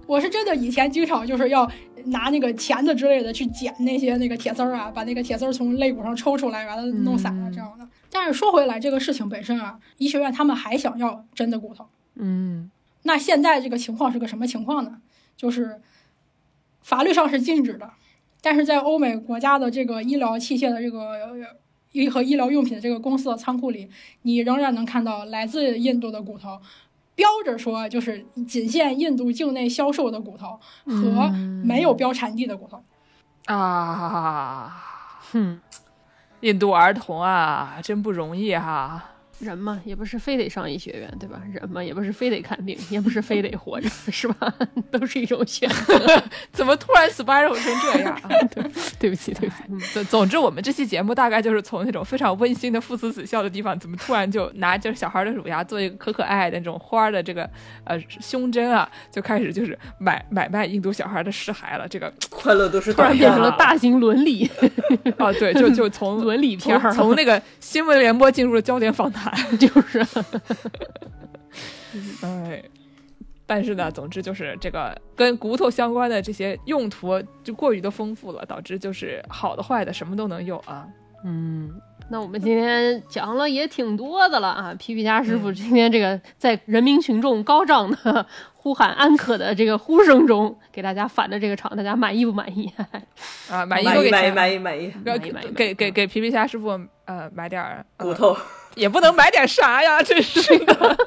S4: 我是真的以前经常就是要拿那个钳子之类的去剪那些那个铁丝儿啊，把那个铁丝儿从肋骨上抽出来，把它弄散
S1: 嗯
S4: 了这样的。但是说回来，这个事情本身啊，医学院他们还想要真的骨头。
S1: 嗯，
S4: 那现在这个情况是个什么情况呢？就是法律上是禁止的，但是在欧美国家的这个医疗器械的这个呃医和医疗用品的这个公司的仓库里，你仍然能看到来自印度的骨头，标着说就是仅限印度境内销售的骨头和
S1: 嗯
S4: 没有标产地的骨头。
S1: 啊，
S3: 哼，
S1: 印度儿童啊，真不容易啊哈、
S3: 人嘛也不是非得上医学院，对吧？人嘛也不是非得看病，也不是非得活着，是吧？ (laughs) 都是一种选择。
S1: 怎么突然 spiral 成这样啊？
S3: 对不起，对不起，嗯
S1: (laughs) 总总之，我们这期节目大概就是从那种非常温馨的父慈子孝的地方，怎么突然就拿着小孩的乳牙做一个可可爱爱的那种花儿的这个呃胸针啊，就开始就是买买卖印度小孩的尸骸了。这个
S2: 快乐都是
S3: 突
S2: 短
S3: 然
S2: 暂
S3: 变成了
S2: 的
S3: 大型伦理 (laughs)
S1: 哦，对，就就从
S3: 伦理片
S1: 从
S3: 儿，
S1: 从那个新闻联播进入了焦点访谈。 (laughs)
S3: (laughs) 就是
S1: 哎，但是呢，总之就是这个跟骨头相关的这些用途就过于的丰富了，导致就是好的坏的什么都能有啊。
S3: 嗯，那我们今天讲了也挺多的了啊。皮皮虾师傅今天这个在人民群众高涨的呼喊安可的这个呼声中，给大家返的这个场，大家满意不满意？
S1: 啊，买一
S2: 满
S1: 都
S2: 意
S1: 给
S2: 满意
S1: 钱
S2: 满意满意
S1: 给
S3: 满意满意
S1: 给给给皮皮虾师傅呃买点儿
S2: 骨头，
S1: 也不能买点啥呀，真是的。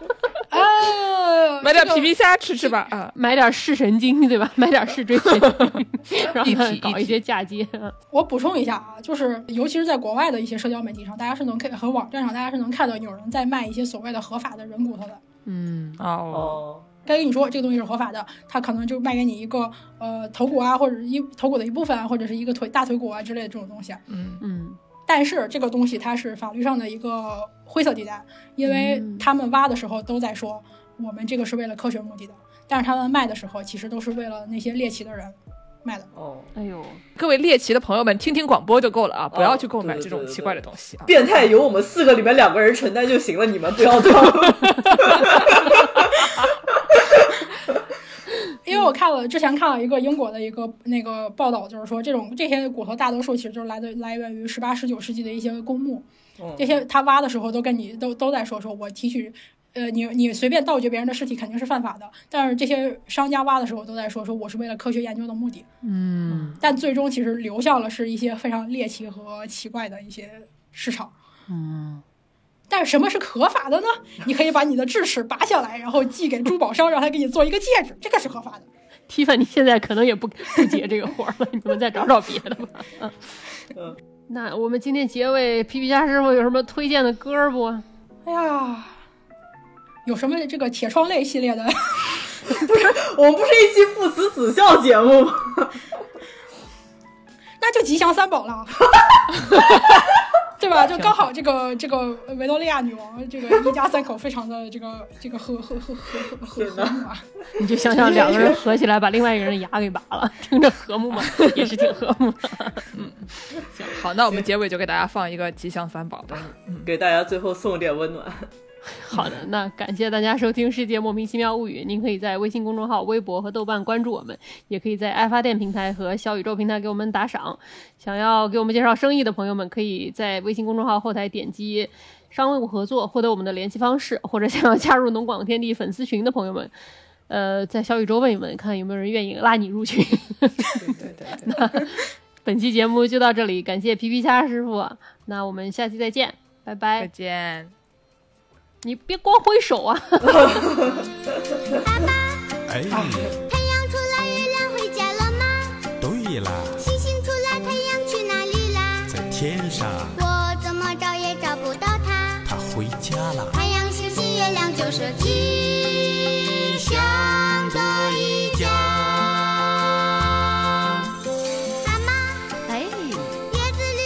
S4: 啊，呃，
S1: 哎买点
S4: 这个
S1: 皮皮虾吃吃吧
S3: (laughs)
S1: 啊！
S3: 买点视神经，对吧？买点视锥神经， (laughs) 然后
S1: 一体
S3: 搞
S1: 一
S3: 一
S1: 体
S3: 些嫁接。啊
S4: 我补充一下啊，就是尤其是在国外的一些社交媒体上，大家是能看和网站上，大家是能看到有人在卖一些所谓的合法的人骨头的。
S3: 嗯，
S1: 哦，
S2: 哦，
S4: 他跟你说这个东西是合法的，他可能就卖给你一个呃头骨啊，或者一头骨的一部分啊，或者是一个腿大腿骨啊之类的这种东西。
S1: 嗯，
S3: 嗯，
S4: 但是这个东西它是法律上的一个灰色地带，因为
S3: 嗯
S4: 他们挖的时候都在说我们这个是为了科学目的的，但是他们卖的时候其实都是为了那些猎奇的人卖的。
S2: 哦，
S3: 哎呦，
S1: 各位猎奇的朋友们，听听广播就够了啊，不要
S2: 哦
S1: 去购买
S2: 对对
S1: 这种
S2: 对对
S1: 奇怪的东西啊。
S2: 变态由我们四个里面两个人承担就行了，你们不要当。
S4: 因为我看了之前看了一个英国的一个那个报道，就是说这种这些骨头大多数其实就是来的来源于十八十九世纪的一些公墓，
S2: 嗯
S4: 这些他挖的时候都跟你都都在说说我提取。呃，你你随便盗掘别人的尸体肯定是犯法的，但是这些商家挖的时候都在说说我是为了科学研究的目的，
S3: 嗯
S4: 但最终其实流向了是一些非常猎奇和奇怪的一些市场。
S3: 嗯，
S4: 但是什么是合法的呢？你可以把你的智齿拔下来，然后寄给珠宝商，让他给你做一个戒指，这个是合法的。
S3: 蒂凡，你现在可能也不不接这个活儿了，你们再找找别的吧。 (laughs) 嗯
S2: 嗯，
S3: 那我们今天结尾，皮皮虾师傅有什么推荐的歌儿不？
S4: 哎呀，有什么这个铁窗泪系列的？ (laughs)
S2: 我们不是一期父慈子孝节目吗？
S4: 那就吉祥三宝了， (laughs) 对吧？就刚好这个这个维多利亚女王这个一家三口非常的这个这个和和和和和和睦啊，
S3: 你就想想两个人合起来把另外一个人的牙给拔了，听着和睦吗？ (laughs) 也是挺和睦的。
S1: 行，好，那我们结尾就给大家放一个吉祥三宝吧。
S2: 给大家最后送点温暖。
S3: 好的，那感谢大家收听《世界莫名其妙物语》。您可以在微信公众号、微博和豆瓣关注我们，也可以在爱发电平台和小宇宙平台给我们打赏。想要给我们介绍生意的朋友们，可以在微信公众号后台点击商务合作，获得我们的联系方式；或者想要加入农广天地粉丝群的朋友们，呃，在小宇宙问一问，看有没有人愿意拉你入群。呃
S2: 对对对对，
S3: 本期节目就到这里，感谢皮皮虾师傅，那我们下期再见，
S1: 再
S3: 拜拜！
S1: 见。
S3: 你别光挥手啊。
S5: 哎，
S6: 太阳出来，月亮回家了吗？
S5: 对啦，
S6: 星星出来，太阳去哪里啦？
S5: 在天上
S6: 我怎么找也找不到它。
S5: 他回家啦。
S6: 太阳、星星、月亮就是吉祥的一家。妈妈，
S7: 哎，
S6: 叶子绿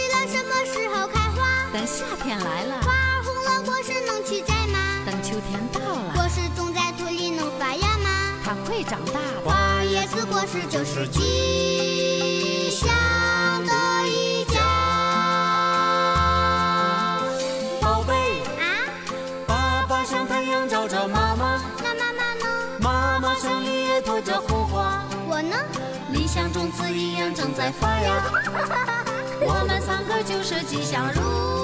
S6: 了，什么时候开花？
S7: 等夏天来了，
S6: 花儿红了，果实能去摘吗？
S7: 等秋天到了，
S6: 果实种在土里能发芽吗？
S7: 它会长大的。
S6: 花儿、叶子、果实就是吉祥的一家。
S8: 宝贝，
S6: 啊。
S8: 爸爸像太阳照着妈妈，
S6: 那妈妈呢？
S8: 妈妈像绿叶拖着红花，
S6: 我呢？ (laughs)
S8: 你像种子一样正在发芽。
S6: 我们三个就是吉祥如